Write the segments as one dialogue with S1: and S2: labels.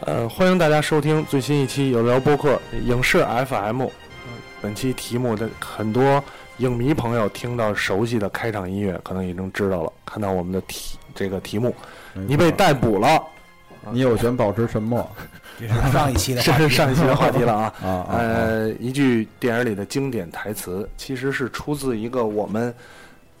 S1: 呃，欢迎大家收听最新一期有聊播客影视 FM。本期题目的很多影迷朋友听到熟悉的开场音乐，可能已经知道了。看到我们的题这个题目，你被逮捕了，
S2: 你有权保持沉默
S3: 上一期的
S1: 这
S3: 话
S1: 是
S3: 题，
S1: 上一期的话题了啊。
S2: 啊啊！
S1: 呃，一句电影里的经典台词，其实是出自一个我们，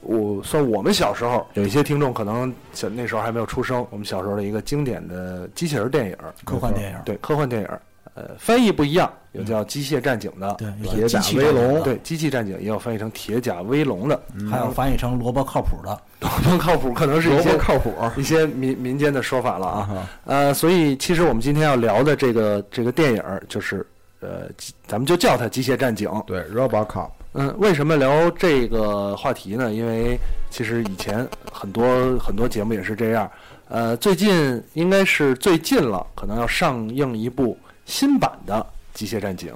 S1: 我算我们小时候有一些听众可能小那时候还没有出生，我们小时候的一个经典的机器人电影，
S3: 科幻电影，
S1: 对科幻电影，呃，翻译不一样，有叫《机械战警》的，
S3: 对，有
S2: 铁
S3: 些
S2: 甲
S3: 机器
S2: 威
S3: 人的嗯
S2: 龙，
S1: 对，《机器战警》也有翻译成《铁甲威龙》的，
S3: 还有翻译成萝卜靠谱的，
S1: 不靠谱，可能是一
S2: 萝卜
S1: 些
S2: 靠谱
S1: 一些民民间的说法了啊。
S2: 啊！
S1: 呃，所以其实我们今天要聊的这个这个电影儿就是。呃，机咱们就叫它《机械战警》。
S2: 对，RoboCop，
S1: 嗯，为什么聊这个话题呢？因为其实以前很多很多节目也是这样。呃，最近应该是最近了，可能要上映一部新版的《机械战警》。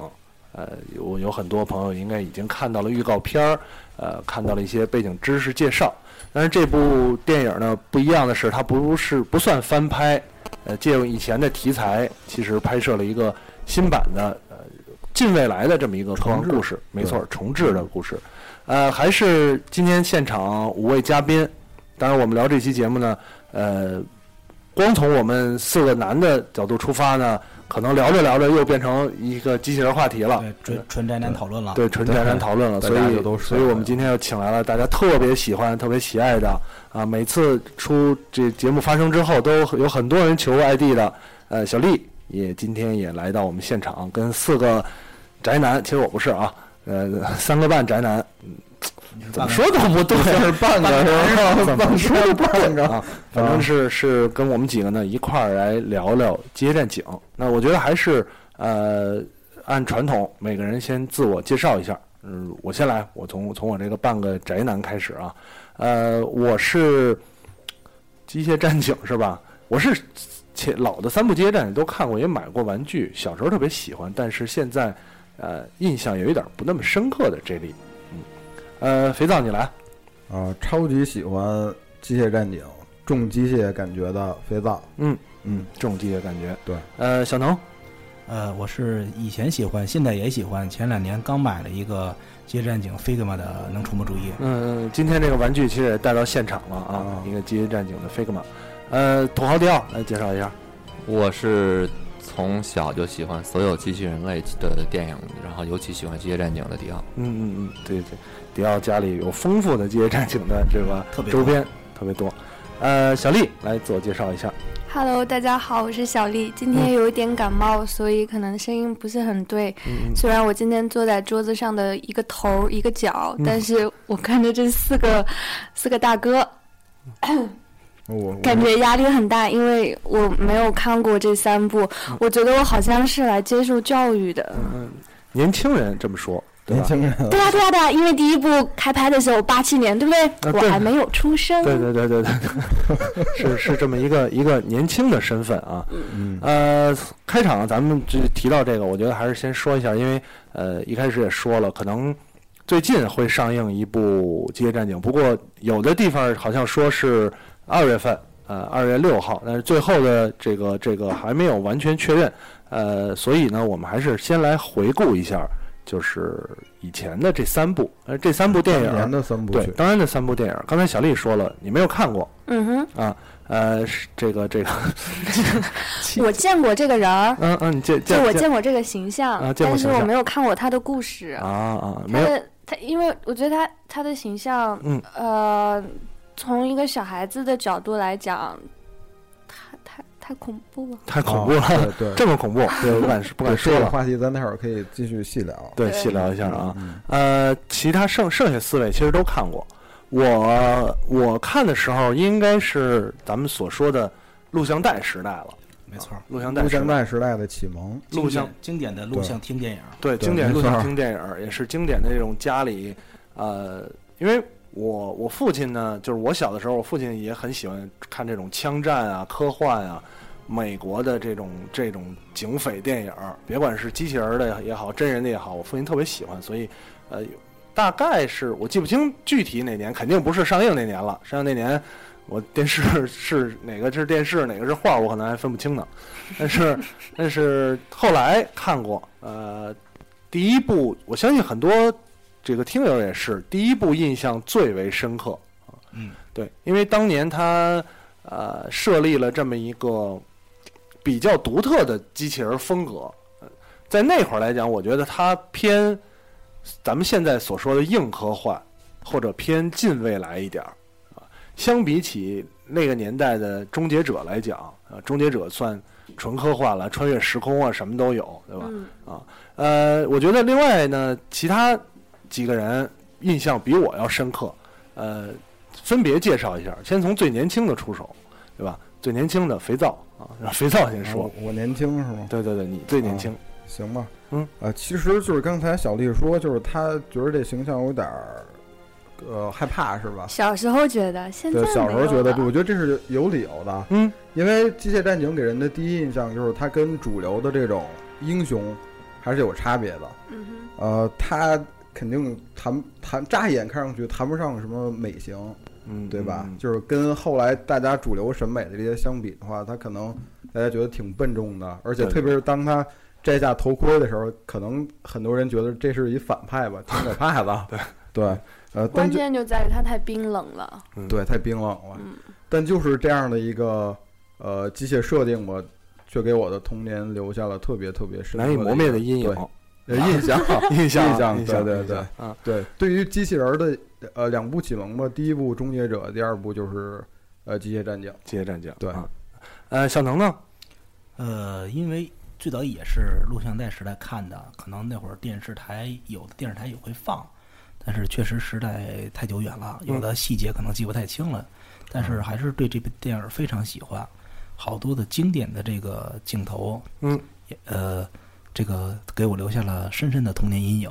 S1: 呃，有有很多朋友应该已经看到了预告片儿，呃，看到了一些背景知识介绍。但是这部电影呢，不一样的是，它不是不算翻拍，呃，借用以前的题材，其实拍摄了一个新版的呃近未来的这么一个科幻故事，没错，重置的故事。呃，还是今天现场五位嘉宾，当然我们聊这期节目呢，呃，光从我们四个男的角度出发呢，可能聊着聊着又变成一个机器人话题了。
S3: 对，纯纯宅男讨论了，
S1: 对，纯宅男讨论了，
S2: 大
S1: 所
S2: 家
S1: 以
S2: 就都
S1: 所以
S2: 睡
S1: 我
S2: 了
S1: 们今天又请来了大家特别喜欢、特别喜爱的啊，每次出这节目发生之后，都有很多人求 ID 的，呃，小丽也今天也来到我们现场，跟四个宅男，其实我不是啊，呃，三个半宅男，
S3: 你是
S1: 怎
S3: 半
S1: 么
S3: 个
S1: 说都不对，
S2: 啊是半个是吧？
S1: 怎
S2: 怎
S1: 么
S2: 么
S1: 说
S2: 说
S1: 都
S2: 都
S1: 不
S2: 半
S1: 对
S2: 个。
S1: 啊，反正是是跟我们几个呢一块儿来聊聊《机械战警》。那我觉得还是呃按传统，每个人先自我介绍一下。嗯，我先来，我从从我这个半个宅男开始啊。呃，我是《机械战警》是吧？我是前老的三部《机械战警》都看过，也买过玩具，小时候特别喜欢，但是现在呃印象有一点不那么深刻的这里。嗯，呃，肥皂你来。
S2: 啊，超级喜欢机械战警，重机械感觉的肥皂，
S1: 嗯
S2: 嗯，
S1: 这种机械感觉。
S2: 对，
S1: 呃，小能，
S3: 呃，我是以前喜欢，现在也喜欢，前两年刚买了一个《街战警》Figma 的能触摸主义，
S1: 嗯、今天这个玩具其实也带到现场了啊，
S2: 啊
S1: 一个机械战警的 Figma，呃，土豪迪奥来介绍一下，
S4: 我是从小就喜欢所有机器人类的电影，然后尤其喜欢《机械战警》的迪奥。
S1: 嗯嗯嗯，对对，迪奥家里有丰富的机械战警的这个
S3: 特别多
S1: 周边，特别多。呃，小丽来自我介绍一下，
S5: Hello，大家好，我是小丽。今天有一点感冒，所以可能声音不是很对。
S1: 嗯
S5: 虽然我今天坐在桌子上的一个头儿一个脚，
S1: 嗯
S5: 但是我看着这 四个四个大哥，
S1: 嗯
S2: 我
S5: 感觉压力很大，因为我没有看过这三部，我觉得我好像是来接受教育的。
S1: 嗯嗯，年轻人这么说，对
S2: 年
S1: 吧？
S2: 轻人
S5: 对啊呀、对呀、对呀、因为第一部开拍的时候八七年，对不对？
S1: 啊对
S5: 我还没有出生。
S1: 对对对对对， 是是这么一个一个年轻的身份啊。
S2: 嗯
S1: 呃，开场咱们就提到这个，我觉得还是先说一下，因为呃一开始也说了，可能最近会上映一部《机械战警》，不过有的地方好像说是二月份，呃二月六号，但是最后的这个这个还没有完全确认，呃，所以呢，我们还是先来回顾一下，就是以前的这三部，呃这三部电
S2: 当年
S1: 影，
S2: 的三部
S1: 对，
S2: 曲，
S1: 当然这三部电影，刚才小丽说了，你没有看过
S5: 嗯哼，
S1: 啊，呃，是这个这个，
S5: 我见过这个人儿，
S1: 嗯嗯，你这
S5: 就
S1: 这
S5: 我
S1: 这
S5: 见过这个形象，
S1: 啊见过形
S5: 但是
S1: 象
S5: 我没有看过他的故事。
S1: 啊啊，没
S5: 他
S1: 有，
S5: 的他，因为我觉得他他的形象，
S1: 嗯
S5: 呃，从一个小孩子的角度来讲，他太太恐怖了。
S1: 太恐怖了，
S2: 啊对 对，
S1: 这么恐怖，对， 不敢不
S2: 不
S1: 敢说
S2: 这个
S1: 了，
S2: 话题咱待会儿可以继续细聊。
S1: 对，
S5: 对
S1: 细聊一下啊。
S2: 嗯，
S1: 呃，其他剩剩下四位其实都看过，我我看的时候应该是咱们所说的录像带时代了，
S3: 没错，
S1: 录像带
S2: 录
S1: 时代，
S2: 像带时代的启蒙，
S1: 录像
S3: 经典的录像听电影，
S1: 对，
S2: 对
S1: 经典
S2: 没
S1: 录
S2: 错
S1: 像
S2: 儿
S1: 厅电影儿也是经典的这种家里，呃，因为我我父亲呢，就是我小的时候，我父亲也很喜欢看这种枪战啊、科幻啊、美国的这种这种警匪电影儿，别管是机器人儿的也好，真人的也好，我父亲特别喜欢，所以呃，大概是我记不清具体哪年，肯定不是上映那年了，上映那年我电视 是哪个是电视，哪个是画，我可能还分不清呢。但是但是后来看过，呃，第一部我相信很多这个听友也是，第一部印象最为深刻。
S3: 嗯，
S1: 对，因为当年他呃设立了这么一个比较独特的机器人风格，呃在那会儿来讲，我觉得它偏咱们现在所说的硬科幻，或者偏近未来一点儿啊。相比起那个年代的《终结者》来讲，啊，《终结者》算纯科幻了，穿越时空啊，什么都有，对吧？
S5: 嗯，
S1: 呃，我觉得另外呢，其他几个人印象比我要深刻，呃，分别介绍一下。先从最年轻的出手，对吧？最年轻的肥皂啊，让肥皂先说。嗯
S2: 我我年轻是吗？
S1: 对对对，你最年轻，
S2: 行吧，
S1: 嗯，
S2: 呃，其实就是刚才小丽说，就是她觉得这形象有点儿，呃，害怕是吧？
S5: 小时候觉得，现在
S2: 对，小时候
S5: 没有
S2: 觉得
S5: 了
S2: 不，我觉得这是有理由的，
S1: 嗯，
S2: 因为《机械战警》给人的第一印象就是它跟主流的这种英雄还是有差别的，
S5: 嗯哼，
S2: 呃，它肯定谈谈乍一眼看上去谈不上什么美型，
S1: 嗯，
S2: 对吧？
S1: 嗯
S2: 就是跟后来大家主流审美的这些相比的话，它可能大家觉得挺笨重的，而且
S1: 对
S2: 特别是当他摘下头盔的时候，可能很多人觉得这是一反派吧，挺可怕的。对对，呃，但
S5: 关
S2: 就
S5: 键就在于它太冰冷了。
S2: 对太冰冷了
S5: 嗯。
S2: 但就是这样的一个呃机械设定，我却给我的童年留下了特别特别深刻
S1: 难以磨灭的阴
S2: 一个
S1: 影，
S2: 对呃印象。
S1: 啊印象
S2: 印象
S1: 印
S2: 对
S1: 象，
S2: 对
S1: 印
S2: 对
S1: 象啊，
S2: 对，对于机器人儿的呃两部启蒙吧，第一部《终结者》，第二部就是呃《机械战警》。
S1: 机械战警，
S2: 对
S1: 啊，呃，小能呢？
S3: 呃，因为最早也是录像带时代看的，可能那会儿电视台有的电视台也会放，但是确实时代太久远了，有的细节可能记不太清了，但是还是对这部电影非常喜欢，好多的经典的这个镜头，
S1: 嗯
S3: 也，呃，这个给我留下了深深的童年阴影。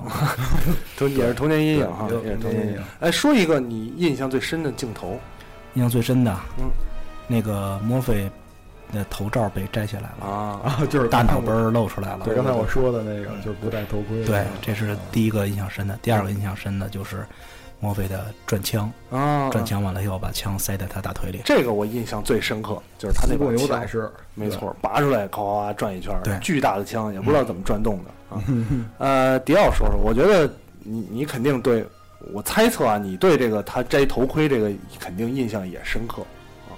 S1: 童也是童年阴影哈，啊
S2: 对
S1: 也是
S2: 童
S1: 童
S2: 年
S1: 年
S2: 阴
S1: 阴
S2: 影
S1: 影。哎，说一个你印象最深的镜头，
S3: 印象最深的，
S1: 嗯，
S3: 那个墨菲的头罩被摘下来了，
S1: 啊，
S2: 啊，就是
S3: 大
S2: 刚才
S3: 脑
S2: 我
S3: 门儿露出来了。
S2: 对，刚才我说的那个就是不戴头盔。
S3: 对，这是第一个印象深的。第二个印象深的就是墨菲的转枪，
S1: 啊，
S3: 转枪完了以后把枪塞在他大腿里。
S1: 这个我印象最深刻，就是他那
S2: 西部
S1: 把
S2: 牛仔
S1: 枪，
S2: 是
S1: 没，错，拔出来，咔咔咔转一圈儿，
S3: 对
S1: 巨大的枪，也不知道怎么转动的 啊。呃，迪奥说说，我觉得你你肯定对我猜测啊，你对这个他摘头盔这个肯定印象也深刻啊，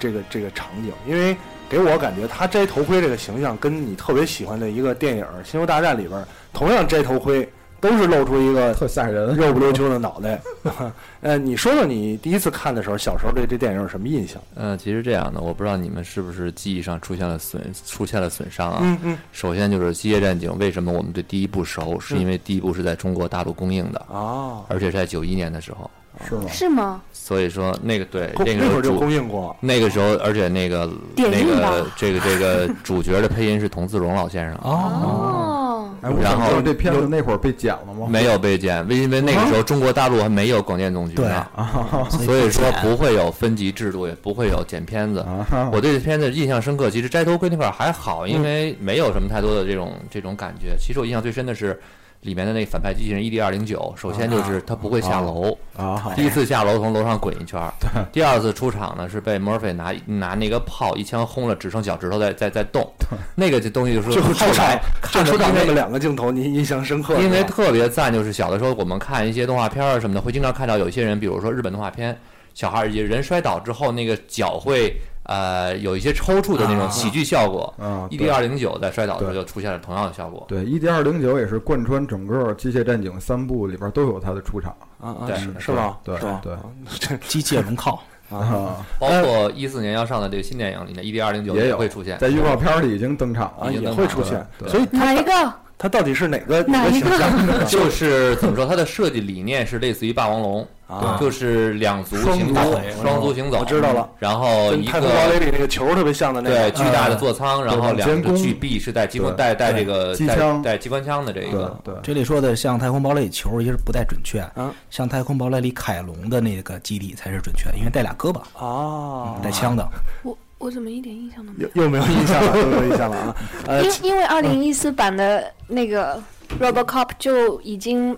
S1: 这个这个场景，因为给我感觉他摘头盔这个形象跟你特别喜欢的一个电影《星球大战》里边儿同样摘头盔，都是露出一个
S2: 对特吓人。
S1: 肉不溜秋的脑袋。 呃，你说说你第一次看的时候，小时候对这电影有什么印象？啊
S4: 呃，其实这样的，我不知道你们是不是记忆上出现了损出现了损伤啊？
S1: 嗯嗯
S4: 首先就是《机械战警》，为什么我们对第一部熟，是因为第一部是在中国大陆公映的，
S1: 啊，
S4: 而且是在九一年的时候，
S2: 是
S1: 哦
S2: 吗？
S5: 是吗？
S4: 所以说那个对
S1: 公
S4: 那个
S1: 那会儿
S4: 主
S1: 就公映过
S4: 那个时候，而且那个
S5: 点
S4: 那
S5: 映
S4: 个
S5: 吧
S4: 这个这个主角的配音是童自荣老先生，
S5: 哦，
S2: 哎，我
S4: 然
S2: 想
S4: 后
S2: 知道这片子那会儿被剪了
S1: 哦
S2: 吗？
S4: 没有被剪，因为那个时候中国大陆还没有广电总局呢，
S1: 啊
S4: 所以说不会有分级制度，也不会有剪片子。
S2: 啊哈，
S4: 我对这片子印象深刻，其实摘头盔那块儿还好，因
S1: 嗯
S4: 为没有什么太多的这种这种感觉。其实我印象最深的是里面的那个反派机器人 ED 二零九，首先就是他不会下楼，
S3: 哦
S2: 啊，
S4: 第一次下楼从楼上滚一圈儿，第二次出场呢是被 Murphy 拿拿那个炮一枪轰了，只剩脚趾头在在在动，那个东西就是
S1: 就出
S4: 后
S1: 场
S4: 来，
S1: 就
S4: 看着
S1: 出场
S4: 因
S1: 那
S4: 为
S1: 么两个镜头，你印象深刻是吧？
S4: 因为特别赞，就是小的时候我们看一些动画片儿什么的，会经常看到有一些人，比如说日本动画片，小孩儿也人摔倒之后，那个脚会呃有一些抽搐的那种喜剧效果。
S2: 啊，
S4: E D 二零九在摔倒的时候
S2: 对
S4: 就出现了同样的效果。
S2: 对，E D 二零九也是贯穿整个《机械战警》三部里边都有它的出场
S1: 啊啊
S4: 对
S1: 是是吧？
S2: 对
S1: 是吧
S2: 对
S1: 啊这
S3: 机械龙 铐，
S2: 啊，
S4: 包括一四年要上的这个新电影里面，E D 二零九
S2: 也有
S4: 会出现。
S2: 在预告片里已经登场
S1: 啊
S2: 了。
S4: 已经
S1: 也
S4: 登
S1: 会
S4: 场
S1: 出现，
S2: 对
S1: 所以
S5: 哪一个？
S1: 他到底是哪个
S5: 哪一
S1: 形
S5: 个
S1: 象？啊
S4: 就是怎么说，它的设计理念是类似于霸王龙，
S1: 啊
S4: 就是两足行
S1: 双
S4: 走
S1: 足，
S4: 双足行走。
S1: 我知道了，
S4: 然后
S1: 跟
S4: 一
S1: 太空堡垒
S4: 个
S1: 里那个球特别像的那
S4: 对
S1: 个，
S4: 巨大的
S2: 嗯
S4: 座舱，然后
S2: 往前
S4: 两个
S2: 攻
S4: 巨臂是带机关
S2: 对
S4: 带带这个
S2: 机
S4: 带
S2: 枪
S4: 带机关枪的这
S2: 对
S4: 个。
S2: 对
S3: 这里说的像太空堡垒球，一是不太准确，啊
S1: 嗯
S3: 像太空堡垒里凯龙的那个基地才是准确的，因为带俩胳膊，
S1: 啊，
S3: 带枪的。
S5: 我我怎么一点印象都没有？
S1: 又又没有印象了，又没有印象了啊！呃
S5: 因，为因为二零一四版的那个 RoboCop 就已经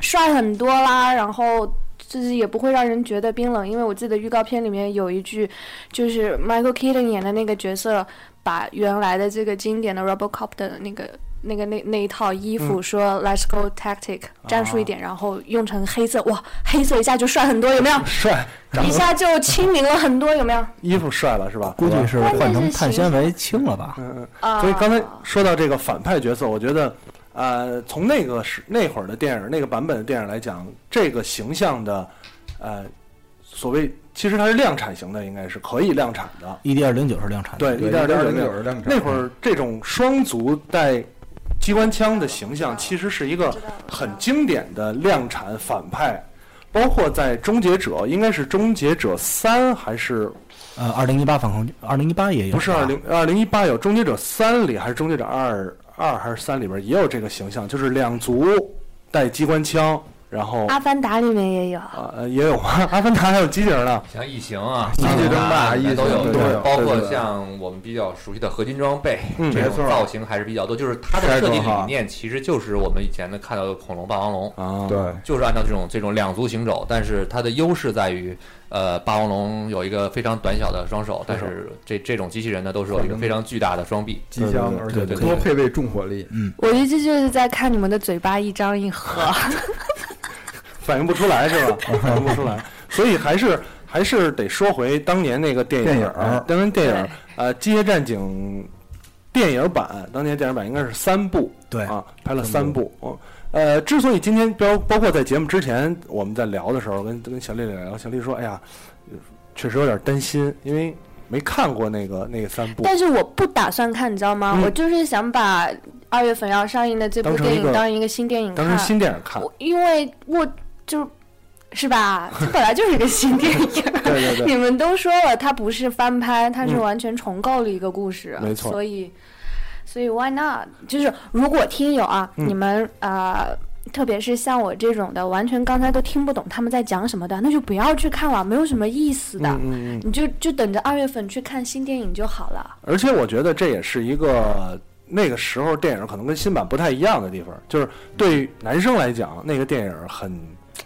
S5: 帅很多啦，然后就是也不会让人觉得冰冷，因为我记得预告片里面有一句，就是 Michael Keaton 演的那个角色，把原来的这个经典的 RoboCop 的那个。那个那那一套衣
S1: 嗯
S5: 服说 Let's go tactic
S1: 啊
S5: 战术一点，然后用成黑色，哇，黑色一下就帅很多，有没有？
S1: 帅，长
S5: 一
S1: 得
S5: 下就亲民了很多，有没有？
S1: 衣服帅了是吧？
S3: 估计是换
S5: 关键
S3: 成
S5: 是
S3: 碳
S5: 形
S3: 纤维轻了吧？
S1: 嗯嗯。
S5: 啊，
S1: 所以刚才说到这个反派角色，我觉得，呃，从那个时那会儿的电影那个版本的电影来讲，这个形象的，呃，所谓其实它是量产型的，应该是可以量产的。
S3: E D 二零九是量产的，
S1: 对，一点
S2: 零
S1: 零
S2: 九是这么
S1: 那会儿这种双足带机关枪的形象，其实是一个
S5: 知道了
S1: 很经典的量产反派，包括在《终结者》，应该是《终结者三》还是
S3: 呃，二零一八反恐，二零一八也有，
S1: 不是二零二零一八有《终结者三》里还是《终结者二二》还是三里边也有这个形象，就是两足带机关枪，然后
S5: 阿凡达里面也有，
S1: 啊、呃也有吗？阿凡达还有机器人呢，
S4: 像异形啊、
S2: 星际争霸
S4: 异
S2: 异形
S4: 都有，
S1: 对
S4: 对
S1: 对对
S4: 包括
S1: 对对
S4: 像我们比较熟悉的合金装备
S1: 嗯
S4: 这
S2: 没
S4: 种
S2: 错
S4: 造型还是比较多，就是它的
S2: 太
S4: 设计
S2: 多哈
S4: 理念其实就是我们以前的看到的恐龙霸王龙。
S1: 啊，
S2: 对，
S4: 就是按照这种这种两足行走，但是它的优势在于，呃，霸王龙有一个非常短小的双手，但是这这种机器人呢，都是有一个非常巨大的双臂。
S2: 机枪，而且
S3: 对对
S2: 多配备重火力，
S5: 我一直就是在看你们的嘴巴一张 一合，
S1: 反应不出来是吧？反应不出来，所以还是还是得说回当年那个电影，
S2: 电影
S1: 呃当年电影
S5: 对，
S1: 呃，《机械战警》电影版，当年电影版应该是三部，
S3: 对
S1: 啊，拍了三部。哦呃，之所以今天包包括在节目之前我们在聊的时候，跟跟小丽聊，小丽说，哎呀，确实有点担心，因为没看过那个那个三部，
S5: 但是我不打算看，你知道吗？
S1: 嗯
S5: 我就是想把二月份要上映的这部
S1: 当成
S5: 电
S1: 一个
S5: 影当一个新电影
S1: 当成
S5: 看，
S1: 新电影看。
S5: 我因为我就。是吧？ 这本来就是一个新电影，
S1: 对 对对
S5: 你们都说了，它不是翻拍，它是
S1: 嗯
S5: 完全重构了一个故事，
S1: 没错
S5: 所以，所以 why not？就是如果听友啊，
S1: 嗯
S5: 你们呃，特别是像我这种的，完全刚才都听不懂他们在讲什么的，那就不要去看了，没有什么意思的。
S1: 嗯嗯嗯，
S5: 你就就等着二月份去看新电影就好了。
S1: 而且我觉得这也是一个那个时候电影可能跟新版不太一样的地方，就是对于男生来讲，那个电影很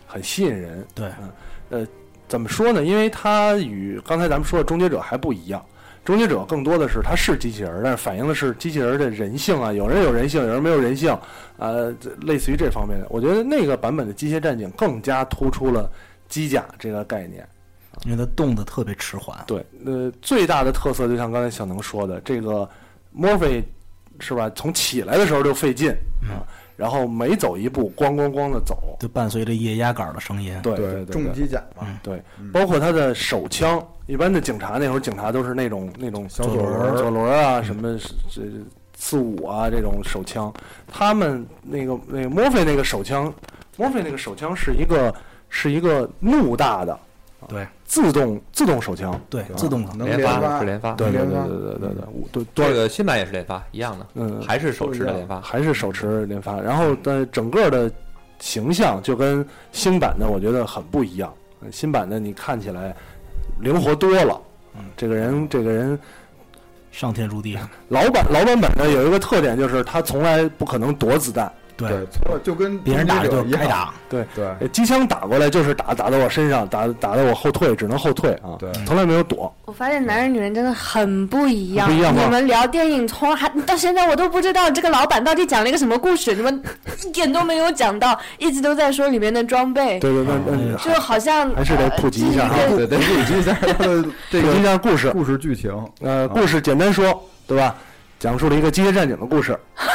S1: 很吸引人。
S3: 对，
S1: 怎么说呢？因为它与刚才咱们说的《终结者》还不一样，《终结者》更多的是它是机器人儿，但是反映的是机器人儿的人性啊，有人有人性，有人没有人性，呃，这类似于这方面的。我觉得那个版本的《机械战警》更加突出了机甲这个概念。
S3: 因为它动的特别迟缓，
S1: 对，呃，最大的特色就像刚才小能说的，这个墨菲是吧？从起来的时候就费劲啊，然后每走一步，咣咣咣的走。
S3: 就伴随着液压杆的声音。
S1: 对对嗯对
S2: 重
S1: 对
S2: 机甲嘛，
S1: 对，包括他的手枪，一般的警察那会儿警察都是那种那种
S2: 小左轮儿
S1: 左轮儿啊，什么这四五啊这种手枪，他们那个那个墨菲那个手枪，墨菲那个手枪是一个是一个怒大的
S3: 对
S1: 自动自动手枪。
S3: 对
S1: 吧，
S3: 自动的，
S2: 能
S4: 连
S2: 连
S4: 发
S2: 发
S4: 是连发，
S1: 对对
S2: 连
S1: 对
S2: 发
S1: 对对对对，我对多
S4: 这个新版也是连发一样的，
S1: 嗯，
S4: 还是手持的
S2: 呃都一样
S4: 连发。
S1: 还是手持连发，然
S3: 嗯
S1: 后的整个的形象就跟新版的我觉得很不一样。呃新版的你看起来灵活多了，
S3: 嗯
S1: 这个人这个人
S3: 上天入地，
S1: 老版老版本的有一个特点就是他从来不可能躲子弹，
S3: 对，
S2: 对，错就跟
S3: 别人打着
S2: 终
S3: 就
S2: 结者
S3: 开
S2: 一样，
S3: 打，
S2: 对
S3: 嗯
S1: 呃机枪打过来就是打打到我身上，打打到我后退，只能后退啊，
S2: 对
S1: 从来没有躲。
S5: 我发现男人女人真的很不一样。
S1: 很不一样吗
S5: 你们聊电影从还到现在，我都不知道这个老板到底讲了一个什么故事，你们 一点都没有讲到，一直都在说里面的装备，
S1: 对对，那那
S3: 嗯
S1: 那
S5: 就好像
S1: 还是得普及一下哈
S5: 呃这
S2: 对对，普及一下它的这
S1: 普及一
S2: 个
S1: 下故事，
S2: 故事剧情，
S3: 嗯
S1: 呃，故事简单说，对吧？讲述了一个机械战警的故事，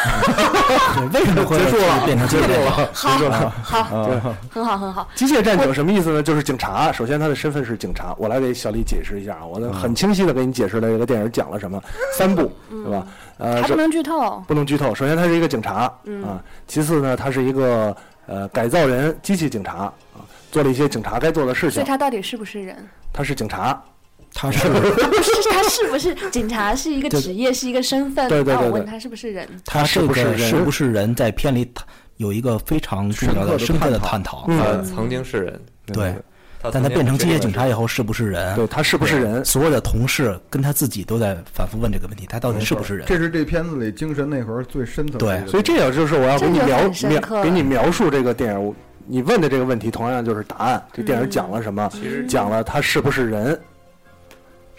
S3: 对，为什么会
S1: 结束了
S3: 变成结束
S1: 啊
S3: 了？
S5: 好好，
S2: 对
S5: 很好很好。
S1: 机械战警什么意思呢？就是警察。首先，他的身份是警察。我来给小李解释一下啊，
S5: 嗯
S1: 我能很清晰的给你解释了这个电影讲了什 么，三部，
S5: 嗯
S1: 对吧？呃，
S5: 还不
S1: 这
S5: 能剧透，
S1: 不能剧透。首先，他是一个警察
S5: 嗯
S1: 啊，其次呢，他是一个呃改造人机器警察啊，做了一些警察该做的事
S5: 所
S1: 情
S5: 以。他到底是不是人？
S1: 他是警察，
S3: 他是不是
S5: 他不是，他是不是警察？是一个
S3: 对
S5: 职业，是一个身份。
S1: 对对对
S5: 那我
S1: 对
S5: 问他是不是人？
S3: 他
S1: 是
S3: 这
S1: 不是
S3: 个
S1: 人
S3: 是不是人，在片里他有一个非常重要的深刻的探讨。
S1: 嗯
S4: 他曾经是人，
S3: 对，啊但他
S4: 曾经
S3: 变成
S4: 是
S3: 机械
S4: 人
S3: 警察以后是不是人？
S1: 对，他是不是人？
S3: 所有的同事跟他自己都在反复问这个问题，他到底是不是人？
S2: 这是这片子里精神内核最深层的
S3: 对
S2: 一个
S1: 所以这也就是我要给你
S5: 这就
S1: 描
S5: 很深刻
S1: 描
S5: 了
S1: 给你描述这个电影，你问的这个问题同样就是答案。这电影讲了什
S5: 嗯
S1: 么？
S4: 其实
S1: 讲了他是不是人，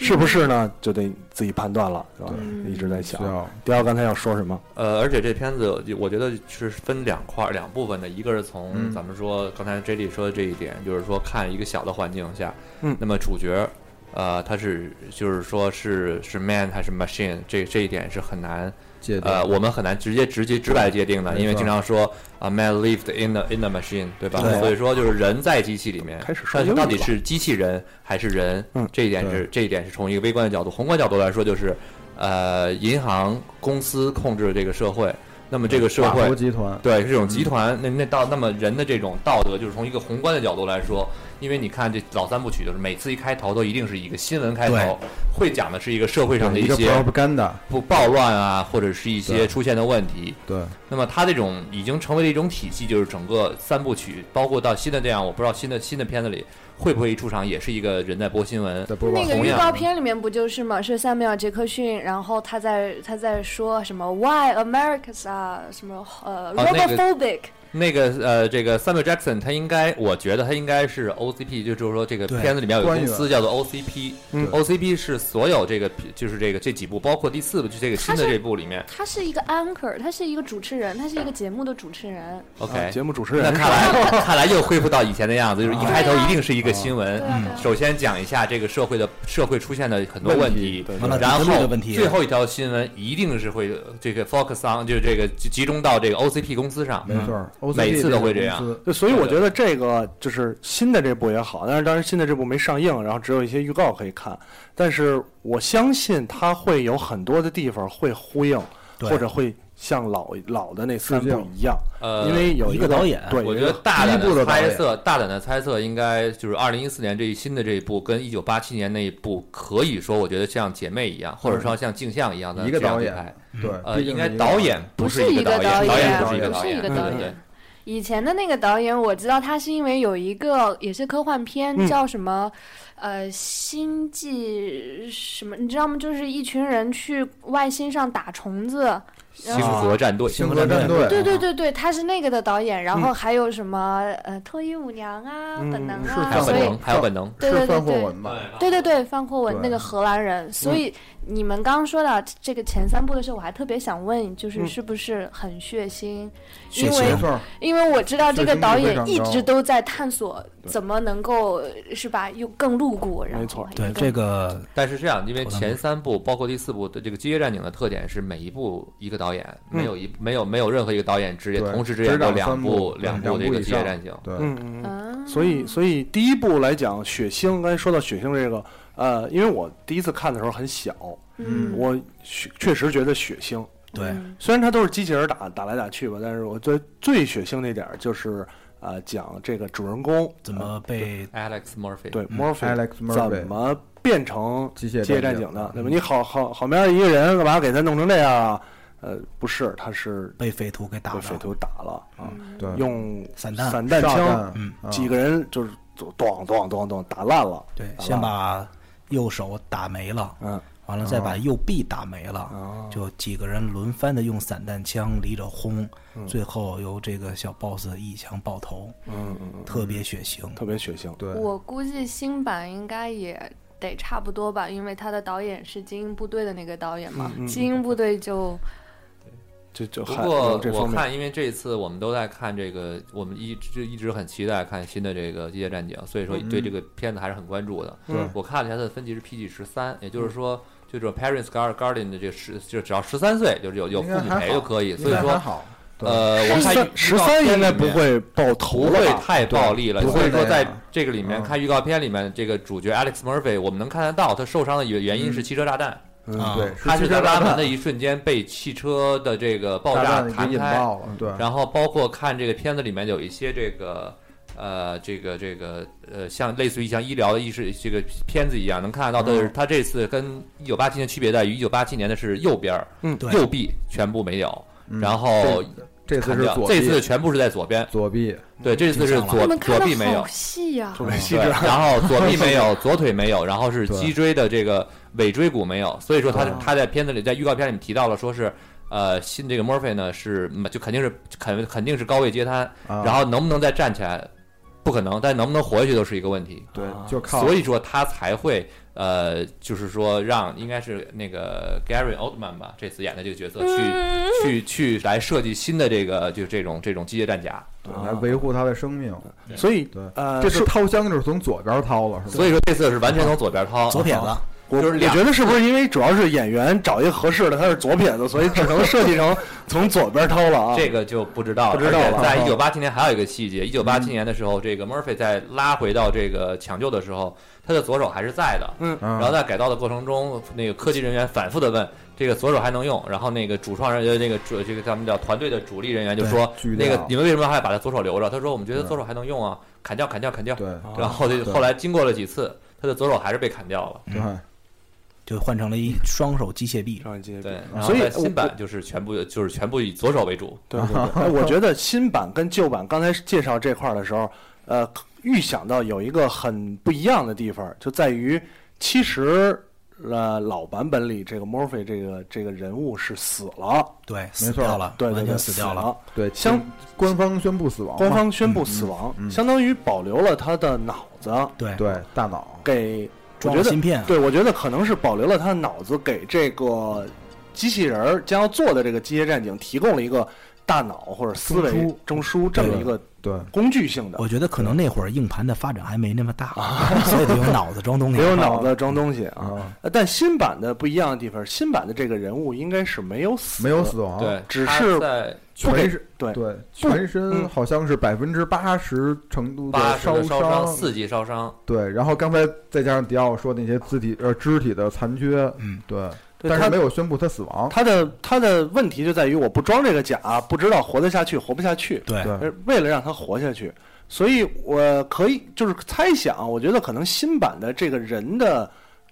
S1: 是不是呢？就得自己判断了，是吧？
S5: 嗯
S1: 一直在
S2: 需
S1: 想。
S2: 要
S1: 迪奥刚才要说什么？
S4: 呃，而且这片子我觉得是分两块儿两部分的，一个是从
S2: 嗯
S4: 咱们说刚才 J D 说的这一点，就是说看一个小的环境下，
S1: 嗯
S4: 那么主角，呃，他是就是说是是 man 还是 machine，这这一点是很难
S2: 界定
S4: 呃，我们很难直接直接直白界定的，
S2: 没
S4: 因为
S2: 错
S4: 经常说啊，man lived in the in the machine，对吧？
S1: 对
S4: 所以说就是人在机器里面
S1: 开始说
S4: 但是
S1: 英语
S4: 到底
S1: 了
S4: 是机器人还是人？
S1: 嗯
S4: 这一点是这一点是从一个微观的角度，宏观角度来说就是，呃，银行公司控制这个社会，那么这个社
S2: 寡
S4: 会
S2: 头集团，
S4: 对这种
S1: 嗯
S4: 集团，那那道那么人的这种道德，就是从一个宏观的角度来说，因为你看这老三部曲，就是每次一开头都一定是一个新闻开
S3: 对
S4: 头，会讲的是一个社会上的
S2: 一个
S4: 些
S2: propaganda，
S4: 不暴乱啊，或者是一些
S2: 对
S4: 出现的问题。
S2: 对，
S4: 那么它这种已经成为了一种体系，就是整个三部曲，包括到新的这样，我不知道新的新的片子里会不会一出场也是一个人在播新闻。
S2: 在播报
S5: 那个
S4: 同
S5: 预
S4: 样
S5: 告片里面不就是嘛？是塞缪尔·杰克逊，然后他在他在说什么 “Why Americans 啊”什么呃
S4: 哦那个
S5: “robophobic”，
S4: 那个呃，这个 Samuel Jackson 他应该，我觉得他应该是 OCP，就就是说这个
S3: 对
S4: 片子里面有个
S2: 官
S4: 公
S2: 员
S4: 司叫做 OCP，OCP、
S1: 嗯
S4: OCP 是所有这个就是这个这几部，包括第四部就这个新的
S5: 它是
S4: 这部里面
S5: 他是一个 anchor，他是一个主持人，他是一个节目的主持人。
S4: ，OK，、
S1: 啊节目主持
S4: 那
S1: 人
S4: 看来看来又恢复到以前的样子，就是一开头一定是一个新闻
S5: 对啊对啊，
S4: 首先讲一下这个社会的社会出现的很多问题，
S1: 对
S3: 完了
S4: 然
S3: 底层这
S4: 后
S3: 个问题
S4: 最后一条新闻一定是会这个 focus on 就是这个集集中到这个 OCP 公司上
S2: 没，错儿，
S4: 每
S2: OCP
S4: 次都
S2: 个
S4: 会这
S2: 公
S4: 样
S2: 司
S1: 对，所以我
S4: 对
S1: 觉得这个就是新的这部也好，但是当然新的这部没上映，然后只有一些预告可以看。但是我相信它会有很多的地方会呼应，
S3: 对
S1: 或者会像老老的那三
S2: 致
S1: 部
S2: 敬
S1: 一样，
S4: 呃，
S1: 因为有
S3: 一
S1: 个
S3: 个导演
S1: 对，
S4: 嗯我
S1: 有
S4: 觉
S1: 一
S4: 得
S1: 个
S4: 大胆
S2: 第一部
S4: 的
S2: 的导
S4: 猜
S2: 演
S4: 测，大胆的猜测应该就是二零一四年这一新的这一部跟一九八七年那一部，可以说我觉得像姐妹一样，或者说像镜像一样的
S2: 嗯一个
S4: 这样
S2: 导
S4: 去
S2: 演
S4: 拍
S2: 对，
S4: 呃，
S2: 毕竟是
S4: 应该
S2: 一个
S4: 导演不是
S5: 是
S4: 一
S5: 一个
S4: 导
S5: 导
S4: 演
S5: 演
S4: 不是一个
S2: 不
S4: 导
S5: 是
S4: 演，
S5: 一个
S4: 对
S5: 导
S4: 对对
S5: 演。嗯以前的那个导演，我知道他是因为有一个也是科幻片，
S1: 嗯
S5: 叫什么，呃，星际什么，你知道吗？就是一群人去外星上打虫子。
S4: 星河战队，
S2: 星
S3: 河
S2: 河
S3: 战
S2: 战
S3: 队
S2: 队，
S5: 对对对对，他是那个的导演，然后还有什么、呃，脱衣舞娘啊，
S1: 嗯
S5: 本能
S2: 是
S5: 啊，
S4: 还
S2: 范
S4: 有
S5: 所
S4: 本
S5: 以
S2: 伟
S4: 能，还有本能。
S5: 对对
S2: 是
S5: 对
S2: 范霍
S5: 对
S2: 文吧？
S5: 对对对，范霍文
S2: 对
S5: 那个荷兰人，所以你们刚刚说到这个前三部的时候，我还特别想问，就是
S1: 嗯
S5: 是不是很血腥？
S3: 血
S5: 因为
S2: 没错儿，
S5: 因为我知道这个导
S2: 血腥度非
S5: 演
S2: 常
S5: 一
S2: 高
S5: 直都在探索怎么能够呃是吧，又更露骨，然后
S1: 没错
S5: 又
S3: 对
S5: 更
S3: 这个
S4: 但是这样，因为
S3: 头三部
S4: 前三部包括第四部的这个《机械战警》的特点是每一部一个导演，
S1: 嗯
S4: 没有一没有没有任何一个导演执演
S2: 对
S4: 同时执
S2: 执
S4: 演过
S2: 掌
S4: 两
S2: 三
S4: 部
S2: 部对
S4: 两
S2: 两
S4: 部这
S2: 部
S4: 个《
S2: 以
S4: 机械
S2: 上
S4: 战警》。
S2: 对，
S1: 嗯嗯嗯。
S5: 啊，
S1: 所以，所以第一部来讲，血腥，刚才说到血腥这个，呃，因为我第一次看的时候很小，
S5: 嗯，
S1: 我确确实觉得血腥，
S3: 对
S5: 嗯
S1: 虽然它都是机器人打打来打去吧，但是我觉得最血腥那点儿就是，呃，讲这个主人公
S3: 怎么被
S4: Alex Murphy，
S1: 对 Morphy
S2: Alex Murphy
S1: 怎么变成
S2: 机
S1: 机
S2: 械
S1: 械战警的，对吧？你好好好面儿一个人，干嘛给他弄成这样啊？呃，不是，他是
S3: 被匪徒给打
S1: 被
S3: 了？
S1: 匪徒打了啊，
S2: 对
S1: 用
S3: 散弹
S1: 散
S2: 炸
S1: 弹枪
S2: 弹，
S3: 嗯
S2: 啊
S1: 几个人就是咚咚咚咚咚打烂了，
S3: 对，
S1: 打
S3: 先
S1: 烂了
S3: 把右手打没了，
S1: 嗯
S3: 完了再把右臂打没了
S1: 哦，
S3: 就几个人轮番的用散弹枪离着轰，最后由这个小 boss 一枪爆头，
S1: 嗯嗯，嗯
S3: 特别血腥。
S1: 特别血腥，
S2: 对，
S5: 我估计新版应该也得差不多吧，因为他的导演是精英部队的那个导演嘛
S1: 嗯嗯，嗯
S5: 精英部队就
S1: 就就
S4: 不
S1: 还
S4: 过
S1: 有这
S4: 我
S1: 方面，
S4: 看，因为这一次我们都在看这个，我们一直一直很期待看新的这个《机械战警》，所以说对这个片子还是很关注的。
S2: 嗯
S4: 我看了一下它的分级是 PG 十三，也就是说，就这 Parents Guard Guardian 的这个十，就只要十三岁，就是有有父
S2: 应该
S4: 母
S2: 还
S4: 陪
S2: 好
S4: 就可以。
S2: 应
S4: 所以
S2: 该还
S4: 说，
S2: 好，对
S4: 呃，我看预
S1: 十
S4: 告
S1: 三
S4: 片
S1: 应该
S4: 里
S1: 不
S4: 面
S1: 会爆
S4: 不
S1: 头了
S4: 会
S1: 吧？
S4: 太暴力了，
S2: 不会
S4: 所以说
S2: 那
S4: 在
S2: 样
S4: 这个里面
S2: 嗯
S4: 看预告片里面，这个主角 Alex Murphy，我们能看得到他受伤的原原因是汽车炸弹，
S1: 嗯
S3: 啊
S2: 对，
S4: 他是
S2: 嗯是
S4: 在
S2: 在
S4: 拉
S2: 拉
S4: 门
S2: 弹
S4: 的一瞬间被汽车的这个爆
S2: 炸
S4: 炸
S2: 弹
S4: 弹
S2: 给引
S4: 开，
S2: 爆啊了，对，
S4: 然后包括看这个片子里面有一些这个呃，这个这个呃，像类似于像医疗的意识这个片子一样，能看得到
S2: 嗯
S4: 的是，他这次跟一九八七年区别在于，一九八七年的是右边儿，
S1: 嗯
S3: 对
S4: 右臂全部没有，
S2: 嗯
S4: 然后
S2: 这次
S4: 砍
S2: 是
S4: 掉，
S2: 左
S4: 这
S2: 臂，嗯
S4: 次全部是在左边，
S2: 左臂，
S4: 对，这次是
S3: 挺像了
S5: 你
S4: 左
S5: 们看
S4: 左
S5: 的
S4: 臂没有
S5: 好，细呀，
S1: 特别细
S4: 对，
S1: 致，
S4: 然后左臂没 有，左腿没有，然后是
S2: 对
S4: 脊椎的这个尾椎骨没有，所以说他
S2: 啊
S3: 哦
S4: 他在片子里在预告片里提到了，说是呃，新这个 Murphy 呢是嗯就肯定是肯肯定是高位截瘫，
S3: 哦
S2: 啊
S4: 然后能不能再站起来，不可能，但能不能活下去都是一个问题。
S2: 对
S3: 啊，
S2: 就靠
S4: 所以说他才会呃，就是说让应该是那个 Gary Oldman 吧，这次演的这个角色去
S5: 嗯，
S4: 去去来设计新的这个就这种这种机械战甲。
S2: 对来维护他的生命。
S1: 所以
S2: 对
S1: 呃，
S2: 这次
S1: 是
S2: 掏枪就是从左边掏了，是吧？
S4: 所以说这次是完全从左边掏，
S3: 左撇子，
S1: 我
S4: 就是
S1: 我
S4: 两
S1: 觉得是不是因为主要是演员找一个合适的，他是左撇子，所以只能设计成从左边掏了啊。
S4: 这个就不知道
S1: 不知道了
S4: 而且在
S1: 啊嗯
S4: 一九八七年还有一个细节，一九八七年的时候，这个 Murphy 在拉回到这个抢救的时候，他的左手还是在的。然后
S2: 嗯，
S4: 在改造的过程中，那个科技人员反复的问这个左手还能用，然后那个主创人员那个主这个咱们叫团队的主力人员就说
S2: 对
S4: 那
S2: 巨
S4: 个
S2: 料
S4: 你们为什么还把他左手留着？他说我们觉得左手还能用啊，砍掉砍掉砍掉。
S2: 对
S1: 啊
S4: 然后就
S2: 对
S4: 后来经过了几次，他的左手还是被砍掉了。
S2: 对，
S3: 就换成了一双手机械臂。
S1: 上一届
S4: 对，
S1: 啊
S4: 然后
S1: 所以
S4: 在
S1: 我
S4: 新版就是全部就是全部以左手为主。
S1: 对对 对，哎我觉得新版跟旧版刚才介绍这块儿的时候，呃，预想到有一个很不一样的地方，就在于其实呃老版本里这个 Murphy 这个这个人物是死了，
S3: 对，
S2: 错
S3: 死掉了，
S1: 对对
S3: 啊完
S1: 对，
S3: 全死掉了。
S1: 了。
S2: 对，
S1: 相
S2: 嗯官方宣布死亡嘛，
S1: 官方宣布死亡，
S2: 嗯嗯
S1: 相当于保留了他的脑子，
S3: 对，
S2: 对大脑，
S1: 给我
S3: 装
S1: 觉
S3: 了
S1: 得
S3: 芯片，
S1: 对，我觉得可能是保留了他的脑子，给这个机器人儿将要做的这个机械战警提枢供了一个大脑或者思维
S2: 中枢
S1: 中枢这么一个
S2: 对
S1: 工具性的，
S3: 我觉得可能那会儿硬盘的发展还没那么 大，所以得用脑子装东西
S1: 没。有脑子装东西啊。
S2: 啊，
S1: 呃但新版的不一样的地方，新版的这个人物应该是没有死，
S2: 没有，死亡，
S4: 对，
S1: 哦只
S4: 他
S1: 是
S4: 在
S1: 不给
S2: 全身
S1: 对
S2: 对全身好像是百分之八十程度
S4: 八
S2: 的
S4: 十个嗯烧
S2: 伤，
S4: 四级烧伤，
S2: 对，然后刚才再加上迪奥说那些肢体呃肢体的残缺，
S3: 嗯，
S2: 对，
S1: 对
S2: 但
S1: 他
S2: 是没有宣布他死亡，
S1: 他的他的问题就在于我不装这个甲，不知道活得下去活不下去。
S3: 对，
S2: 对
S1: 而为了让他活下去，所以我可以就是猜想，我觉得可能新版的这个人的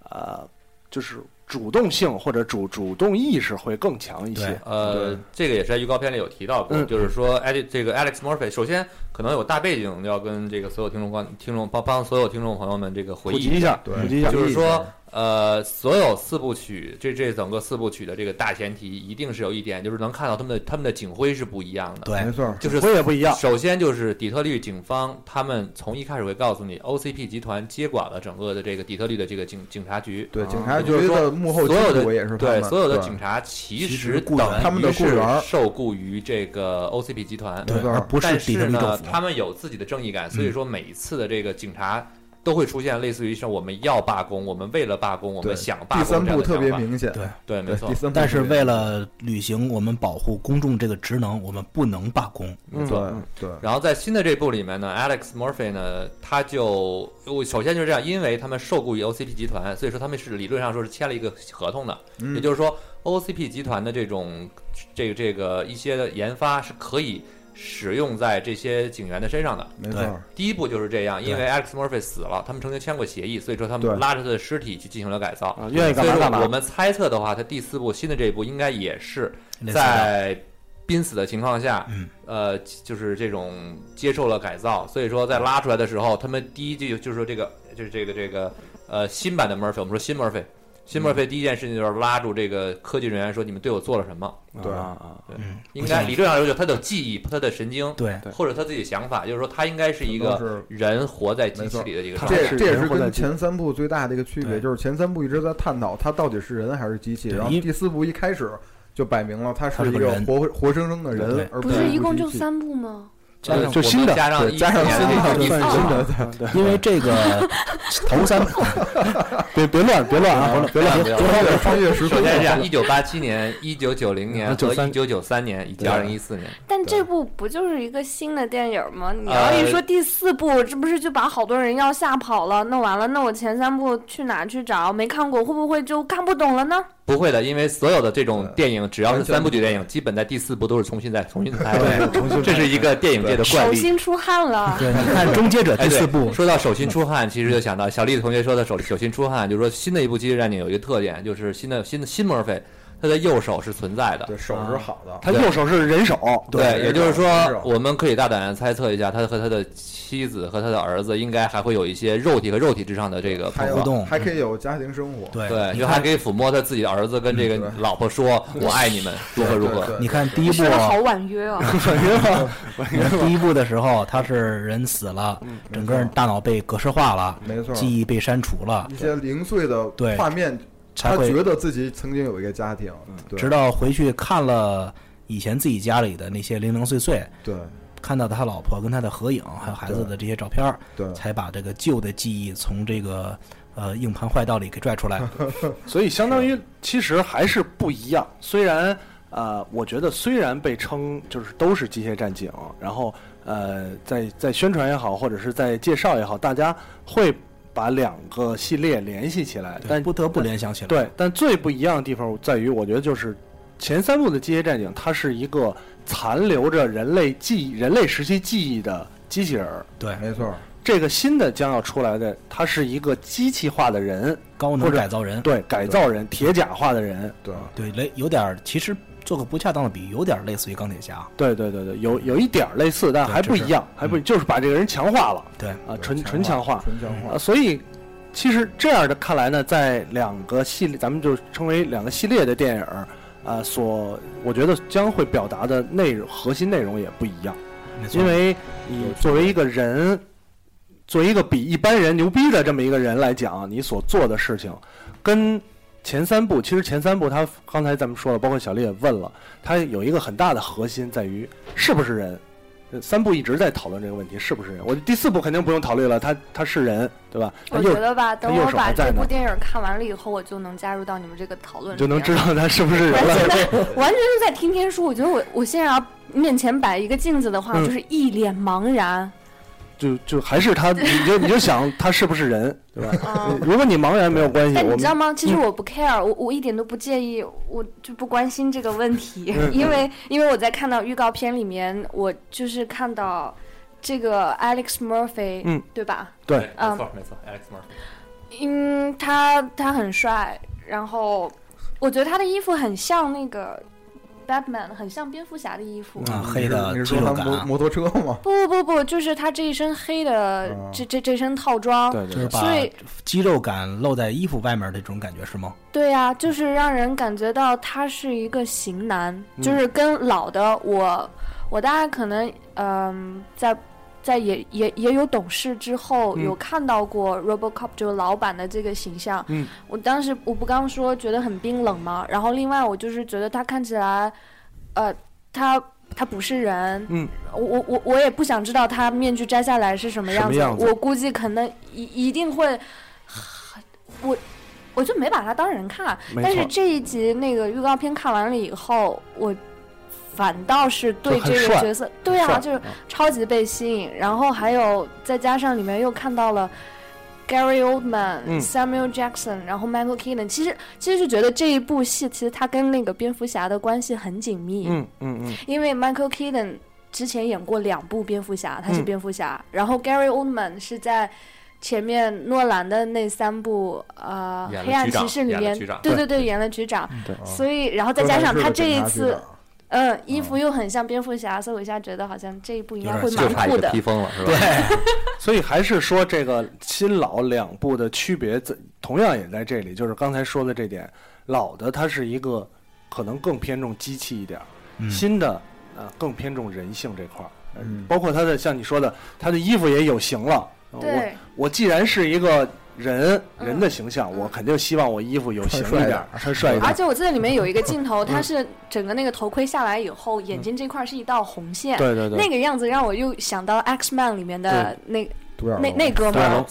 S1: 呃，就是主动性或者主主动意识会更强一些
S3: 对。
S4: 呃
S2: 对，
S4: 这个也是在预告片里有提到过，
S1: 嗯
S4: 就是说，艾利这个 Alex Murphy，首先可能有大背景要跟这个所有听众观听众帮帮所有听众朋友们这个回
S1: 普及
S4: 忆
S1: 一，下，
S2: 对
S1: 普及一下，
S4: 就是说，呃，所有四部曲这这整个四部曲的这个大前提，一定是有一点，就是能看到他们的他们的警徽是不一样的，
S3: 对
S2: 没错儿，
S4: 就是
S1: 我也不一样。
S4: 首先就是底特律警方，他们从一开始会告诉你，OCP 集团接管了整个的这个底特律的这个警警察局，
S2: 对，
S1: 啊
S2: 警察
S4: 也就是
S2: 局
S4: 说
S2: 的幕后
S4: 所有的
S2: 金主也是他
S4: 对
S2: 们
S4: 所有的
S2: 对
S4: 警察其
S3: 其
S4: 实
S3: 实雇
S4: 等
S3: 员
S2: 他们的
S4: 于
S2: 雇
S4: 是
S2: 员
S4: 受雇于这个 OCP 集团，
S3: 对
S2: 没，错
S3: 而不是
S4: 但
S3: 底特
S4: 是
S3: 律政
S4: 呢，
S3: 府。
S4: 他们有自己的正义感，所以
S3: 嗯
S4: 说每一次的这个警察都会出现类似于像我们要罢工，我们为了罢工，我
S2: 对
S4: 们想罢
S2: 第
S4: 工这
S2: 三
S4: 样的
S2: 部特别
S4: 想法
S2: 明显，
S3: 对
S4: 对，没
S2: 对，
S4: 错
S2: 第，三部特别明显，
S3: 但是为了履行我们保护公众这个职能，我们不能罢工。
S4: 没错。
S2: 对对
S4: 然后在新的这部里面呢，Alex Murphy 呢，他就我首先就是这样，因为他们受雇于 OCP 集团，所以说他们是理论上说是签了一个合同的，
S2: 嗯
S4: 也就是说 OCP 集团的这种这个这个一些的研发是可以使用在这些警员的身上的。
S2: 没错
S3: 对
S2: 儿，
S4: 第一步就是这样，因为 Alex Murphy 死了，他们曾经签过协议，所以说他
S2: 对
S4: 们拉着他的尸体去进行了改造。
S1: 啊，愿意
S4: 所
S1: 干嘛
S4: 以说
S1: 干嘛
S4: 我。们猜测的话，他第四部新的这一部应该也是
S3: 类似的
S4: 在濒死的情况下，
S3: 嗯
S4: 呃，就是这种接受了改造，所以说在拉出来的时候，他们第一句就是说这个就是这个这个呃新版的 Murphy，我们说新 Murphy，新
S1: 嗯
S4: Murphy 第一件事情就是拉住这个科技人员说你们对我做了什么？
S2: 对
S1: 啊啊，
S3: 嗯，
S4: 应该
S3: 不
S4: 理
S3: 行
S4: 论上来说，他的记忆、他的神经
S3: 对
S1: 对
S4: 或者他自己的想法，就是说他应该是一
S2: 都是
S4: 个人活在机
S2: 没
S4: 器
S2: 错
S4: 里的一个
S3: 啊
S1: 他
S4: 状态。
S1: 还
S2: 这
S1: 是
S2: 这也
S1: 人
S2: 是
S1: 活在
S2: 跟
S1: 机
S2: 前三部最大的一个区别，
S3: 对
S2: 就是前三部一直在探讨他到底是人还是机器，
S3: 对
S2: 然后
S3: 因
S2: 第四部一开始就摆明了他
S3: 他
S2: 是
S3: 是
S2: 一
S3: 个
S2: 个
S3: 人
S2: 活活生生的
S3: 对啊
S2: 人，而
S5: 不
S2: 是
S5: 是
S2: 一
S5: 一
S2: 部
S5: 共
S2: 机
S5: 就
S2: 器，
S5: 三部吗？
S1: 加上
S4: 我
S1: 就
S4: 们
S1: 新的
S4: 加上
S2: 对
S4: 一
S2: 加上
S4: 年
S2: 新
S4: 的
S2: 的
S4: 第四
S1: 算
S4: 部
S1: 新的，啊对
S3: 因为这个头三
S1: 别别乱别乱啊，别乱
S4: 别
S3: 哦
S1: 别乱
S2: 穿
S4: 乱
S2: 越穿越时
S4: 首
S2: 空
S4: 先是这样，一九八七年、一九九零年和
S1: 93
S4: 一九九三年以及
S1: 嗯对
S4: 二零一四年，
S5: 但
S2: 对
S5: 这部不就是一个新的电影吗？你要
S4: 呃
S5: 一说第四部，这不是就把好多人要吓跑了？那完了，那我前三部去哪去找？没看过，会不会就看不懂了呢？
S4: 不会的，因为所有的这种
S2: 对
S4: 电影，只要是
S2: 完全
S4: 三部曲电影，基本在第四部都是重新再重新拍
S1: 对
S4: 的，
S1: 重新
S4: 这是一个电影界的惯
S5: 手
S4: 例。
S5: 心出汗了。
S3: 对，你看《终结者》
S4: 哎，
S3: 第
S4: 对
S3: 四部，
S4: 说到手心出汗，其实就想到小丽同学说的手手心出汗，就是说新的一部《机械战警》有一个特点，就是新的新的新 Murphy，他的右手是存在的。
S2: 对手
S3: 啊
S2: 是好的，
S1: 他右手是人手，
S2: 对
S4: 也就是
S2: 是
S4: 说
S2: 肉，
S4: 我们可以大胆地猜测一下，他和他的妻子和他的儿子应该还会有一些肉体和肉体之上的这个
S2: 还
S4: 碰
S2: 有
S3: 互
S4: 撞。
S3: 动
S2: 还可以有家庭生活，
S3: 对
S4: 对，
S3: 你
S4: 就还
S3: 看
S4: 可以抚摸他自己的儿子跟这个
S2: 嗯对
S4: 老婆说：“我爱你们，如何如
S2: 对
S4: 何。”
S2: 对
S3: 你看第一
S5: 你
S3: 部啊
S5: 说的好婉约哦。
S3: 你看第一部的时候，他是人死了，整个大脑被格式化了，
S2: 没错，
S3: 记忆被删除了，
S2: 一些零碎的
S3: 对
S2: 画面，
S3: 才
S2: 他
S3: 会嗯
S2: 觉得自己曾经有一个家庭，对
S3: 直到回去看了以前自己家里的那些零零碎碎，
S2: 对
S3: 看到他老婆跟他的合影，还有孩子的这些照片儿，
S2: 对
S3: 才把这个旧的记忆从这个呃硬盘坏道里给拽出来。
S1: 所以相当于其实还是不一样。虽然呃，我觉得虽然被称就是都是机械战警，然后呃，在在宣传也好，或者是在介绍也好，大家会把两个系列联系起来，但
S3: 不得不联想起来，
S1: 对，但最不一样的地方在于，我觉得就是前三部的《机械战警》，它是一个残留着人类记忆、人类时期记忆的机器人儿。
S3: 对，
S2: 没错，
S1: 这个新的将要出来的，它是一个机器化的人，
S3: 高能
S1: 或者
S3: 改造人，
S1: 对，改造人、铁甲化的人，
S2: 对
S3: 对，类有点儿其实做个不恰当的比喻，有点儿类似于钢铁侠，
S1: 对对对对，有有一点儿类似，但
S3: 对
S1: 还不
S3: 这
S1: 一
S3: 是
S1: 样，还不就是把这个人强化了
S3: 对，
S1: 啊，
S2: 对
S1: 纯纯强化
S2: 纯强
S1: 啊，
S2: 化，
S1: 所以其实这样的看来呢，在两个系列，咱们就称为两个系列的电影儿啊，所我觉得将会表达的内容核心内容也不一样，
S3: 没错
S1: 因，为你作为一个人，作为一个比一般人牛逼的这么一个人来讲，你所做的事情跟。前三部其实前三部，他刚才咱们说了，包括小丽也问了，他有一个很大的核心在于是不是人。呃三部一直在讨论这个问题是不是人，我第四部肯定不用讨论了，他他是人，对吧？他
S5: 我
S1: 又
S5: 觉得啊吧，等
S1: 右
S5: 我
S1: 手
S5: 把
S1: 还在
S5: 这部
S1: 呢
S5: 电影看完了以后，我就能加入到你们这个讨论里
S1: 就
S5: 面了，
S1: 能知道他是不是人
S5: 完
S1: 了。
S5: 全在完全是在听天书。我觉得我我现在要面前摆一个镜子的话，
S1: 嗯
S5: 就是一脸茫然。
S1: 就就还是他，你就你就想他是不是人，对吧？
S5: 嗯，
S1: 如果你茫然没有关系，
S5: 但
S1: 我
S5: 你知道
S1: 们嗯
S5: 吗？其实我不 care，、我我一点都不介意，我就不关心这个问题，
S1: 嗯
S5: 因为因为我在看到预告片里面，我就是看到这个 Alex Murphy，、
S1: 嗯
S5: 对吧？
S1: 对
S5: 嗯
S4: 没错没错，Alex Murphy。
S5: 嗯，他他很帅，然后我觉得他的衣服很像那个 Batman，很像蝙蝠侠的衣
S1: 嗯
S5: 服。
S3: 啊，
S2: 你
S3: 黑
S2: 是
S3: 的
S2: 你是说
S3: 肌肉
S2: 他
S3: 感
S2: 摩
S3: 啊，
S2: 摩托车 吗？
S5: 不不不，就是他这一身黑的、
S2: 啊
S5: 这这这身套装，
S1: 对
S3: 就是
S1: 对
S3: 把
S5: 所以
S3: 肌肉感露在衣服外面的这种感觉是吗？
S5: 对呀、就是让人感觉到他是一个型男，
S1: 嗯
S5: 就是跟老的我，我大概可能嗯、在。在也也也有懂事之后，
S1: 嗯
S5: 有看到过 RoboCop 就是老板的这个形象。
S1: 嗯，
S5: 我当时我不刚说觉得很冰冷吗？然后另外我就是觉得他看起来，呃，他他不是人。
S1: 嗯，
S5: 我我我我也不想知道他面具摘下来是什么样
S1: 什么样子
S5: 我估计可能一一定会，我我就没把他当人看。
S1: 没
S5: 但是
S1: 错，
S5: 这一集那个预告片看完了以后，我反倒是对
S1: 就
S5: 这
S1: 很
S5: 个
S1: 帅
S5: 角色，对啊，
S1: 帅嗯
S5: 就是超级被吸引。然后还有再加上里面又看到了 Gary Oldman、
S1: 嗯
S5: Samuel Jackson，然后 Michael Keaton，其实其实就觉得这一部戏其实它跟那个蝙蝠侠的关系很紧密，
S1: 嗯嗯嗯，
S5: 因为 Michael Keaton 之前演过两部蝙蝠侠，他是
S1: 嗯
S5: 蝙蝠侠，然后 Gary Oldman 是在前面诺兰的那三部呃
S4: 演了
S5: 黑暗
S4: 局长
S5: 骑士里
S4: 演了
S5: 面
S4: 局长，哦
S5: 对对对，演了局长，
S1: 对
S2: 啊
S5: 所以然后再加上他这一
S2: 周星
S5: 次
S2: 驰的警察局。长
S5: 嗯，衣服又很像蝙蝠侠，所以我一下觉得好像这一部应该会
S3: 有
S4: 哦就
S5: 蛮
S4: 差一
S5: 酷
S4: 个
S5: 的
S4: 披。风了，是吧？
S3: 对，
S1: 所以还是说这个新老两部的区别在，同样也在这里，就是刚才说的这点，老的它是一个可能更偏重机器一点儿，
S3: 嗯
S1: 新的啊更偏重人性这块儿，呃
S2: 嗯
S1: 包括他的像你说的，他的衣服也有型了，呃我
S5: 对，
S1: 我既然是一个人
S5: 嗯
S1: 人的形象，
S5: 嗯
S1: 我肯定希望我衣服有型
S2: 穿
S1: 一
S2: 帅
S1: 点
S2: 点
S1: 儿，穿帅一点
S5: 而
S1: 儿。
S5: 且我记得里面有一个镜
S4: 嗯
S5: 头，他是整个那个头盔下来以后，眼睛这块是一道红
S4: 嗯
S5: 线，
S1: 对对对，
S5: 那个样子让我又想到 X Man 里面的那
S2: 独眼
S5: 那
S2: 龙
S5: 那哥们
S1: 对
S5: 儿
S1: 龙，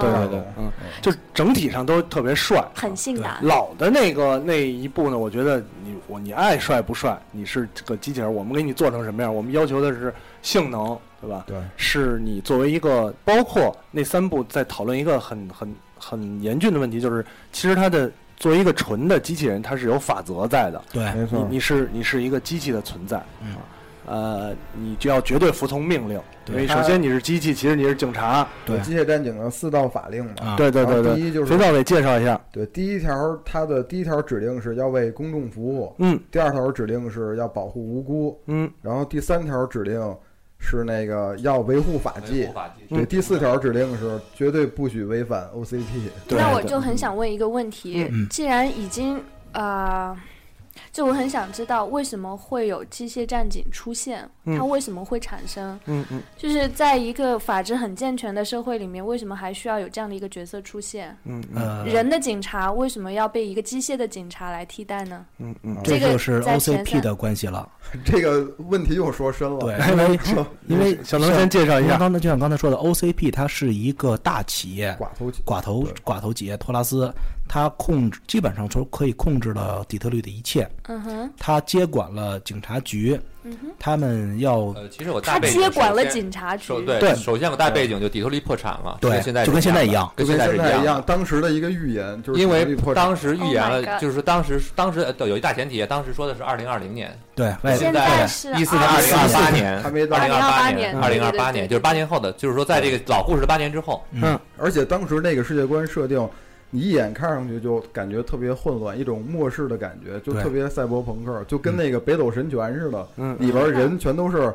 S1: 对
S2: 独
S1: 对
S2: 眼
S1: 对
S2: 龙，
S1: 嗯，就是整体上都特别帅。
S5: 很性感。
S1: 老的那个那一部呢，我觉得你我你爱帅不帅，你是这个机器人，我们给你做成什么样，我们要求的是性能，对吧？
S2: 对
S1: 是你作为一个，包括那三部在讨论一个很很很严峻的问题，就是其实它的作为一个纯的机器人，它是有法则在的，
S3: 对，
S2: 没
S1: 你
S2: 错，
S1: 你是你是一个机器的存在，
S3: 嗯
S1: 啊，呃，你就要绝对服从命令，因
S3: 对
S1: 为首先你是机器，其实你是警察。
S3: 对
S2: 有机械战警的四道法令嘛。
S3: 啊，
S1: 对对
S2: 然后
S1: 对
S2: 第
S1: 对，
S2: 一就是
S1: 肥皂得介绍一下。
S2: 对，第一条它的第一条指令是要为公众服务，
S1: 嗯
S2: 第二条指令是要保护无辜，
S1: 嗯，
S2: 然后第三条指令是那个要维护法纪
S4: 护，法纪
S2: 对，嗯第四条指令是绝对不许违反 OCP。
S1: 对
S5: 那我
S1: 对
S5: 就很想问一个问题：
S3: 嗯
S5: 既然已经呃，就我很想知道为什么会有机械战警出现，
S1: 嗯
S5: 它为什么会产生？
S1: 嗯嗯，
S5: 就是在一个法治很健全的社会里面，为什么还需要有这样的一个角色出现？
S1: 嗯嗯
S3: 呃，
S5: 人的警察为什么要被一个机械的警察来替代呢？
S1: 嗯
S2: 呃
S1: 嗯，
S3: 这
S5: 这个
S3: 就是
S5: 在前
S3: OCP
S5: 三
S3: 的关系了。
S2: 这个问题又说深了，
S3: 对，因为因为
S1: 小能先介绍一
S3: 像
S1: 下。
S3: 刚才就像刚才说的，OCP 它是一个大企业，
S2: 寡头
S3: 寡头寡头企业托拉斯，它控制基本上说可以控制了底特律的一切，
S5: 嗯哼，
S3: 它接管了警察局，
S5: 嗯哼，
S3: 他们要
S4: 呃，其实我大
S5: 他
S4: 背景
S5: 接管了
S4: 首先
S5: 警察局
S4: 首。对
S1: 对
S4: 首先有个大背景就底特律破产了，
S3: 对
S4: 就跟现在
S3: 就跟现在一样
S4: 的跟
S2: 就跟
S4: 在是
S2: 现在
S4: 一
S2: 一
S4: 样
S2: 样，
S4: 的。
S2: 当时的一个预言就是
S4: 因
S2: 主义
S4: 为
S2: 破产
S4: 当时预言
S5: Oh my
S4: 了，
S5: god
S4: 就是说当时当时呃对有一大前提，当时说的是二零二零年，
S3: 对外
S5: 现在是啊
S4: 一四年二零二八年，
S2: 还没到
S4: 二零二八年，二
S5: 2028
S4: 零
S5: 年
S4: 二八
S5: 对对对
S4: 年就是八年后的，就是说在这个老故事的八年之后，
S2: 而且当时那个世界观设定，你一眼看上去就感觉特别混乱，一种末世的感觉，就
S3: 对
S2: 特别赛博朋
S3: 嗯
S2: 克，就跟那个《北斗神拳》似的，
S1: 嗯
S2: 里边人全都是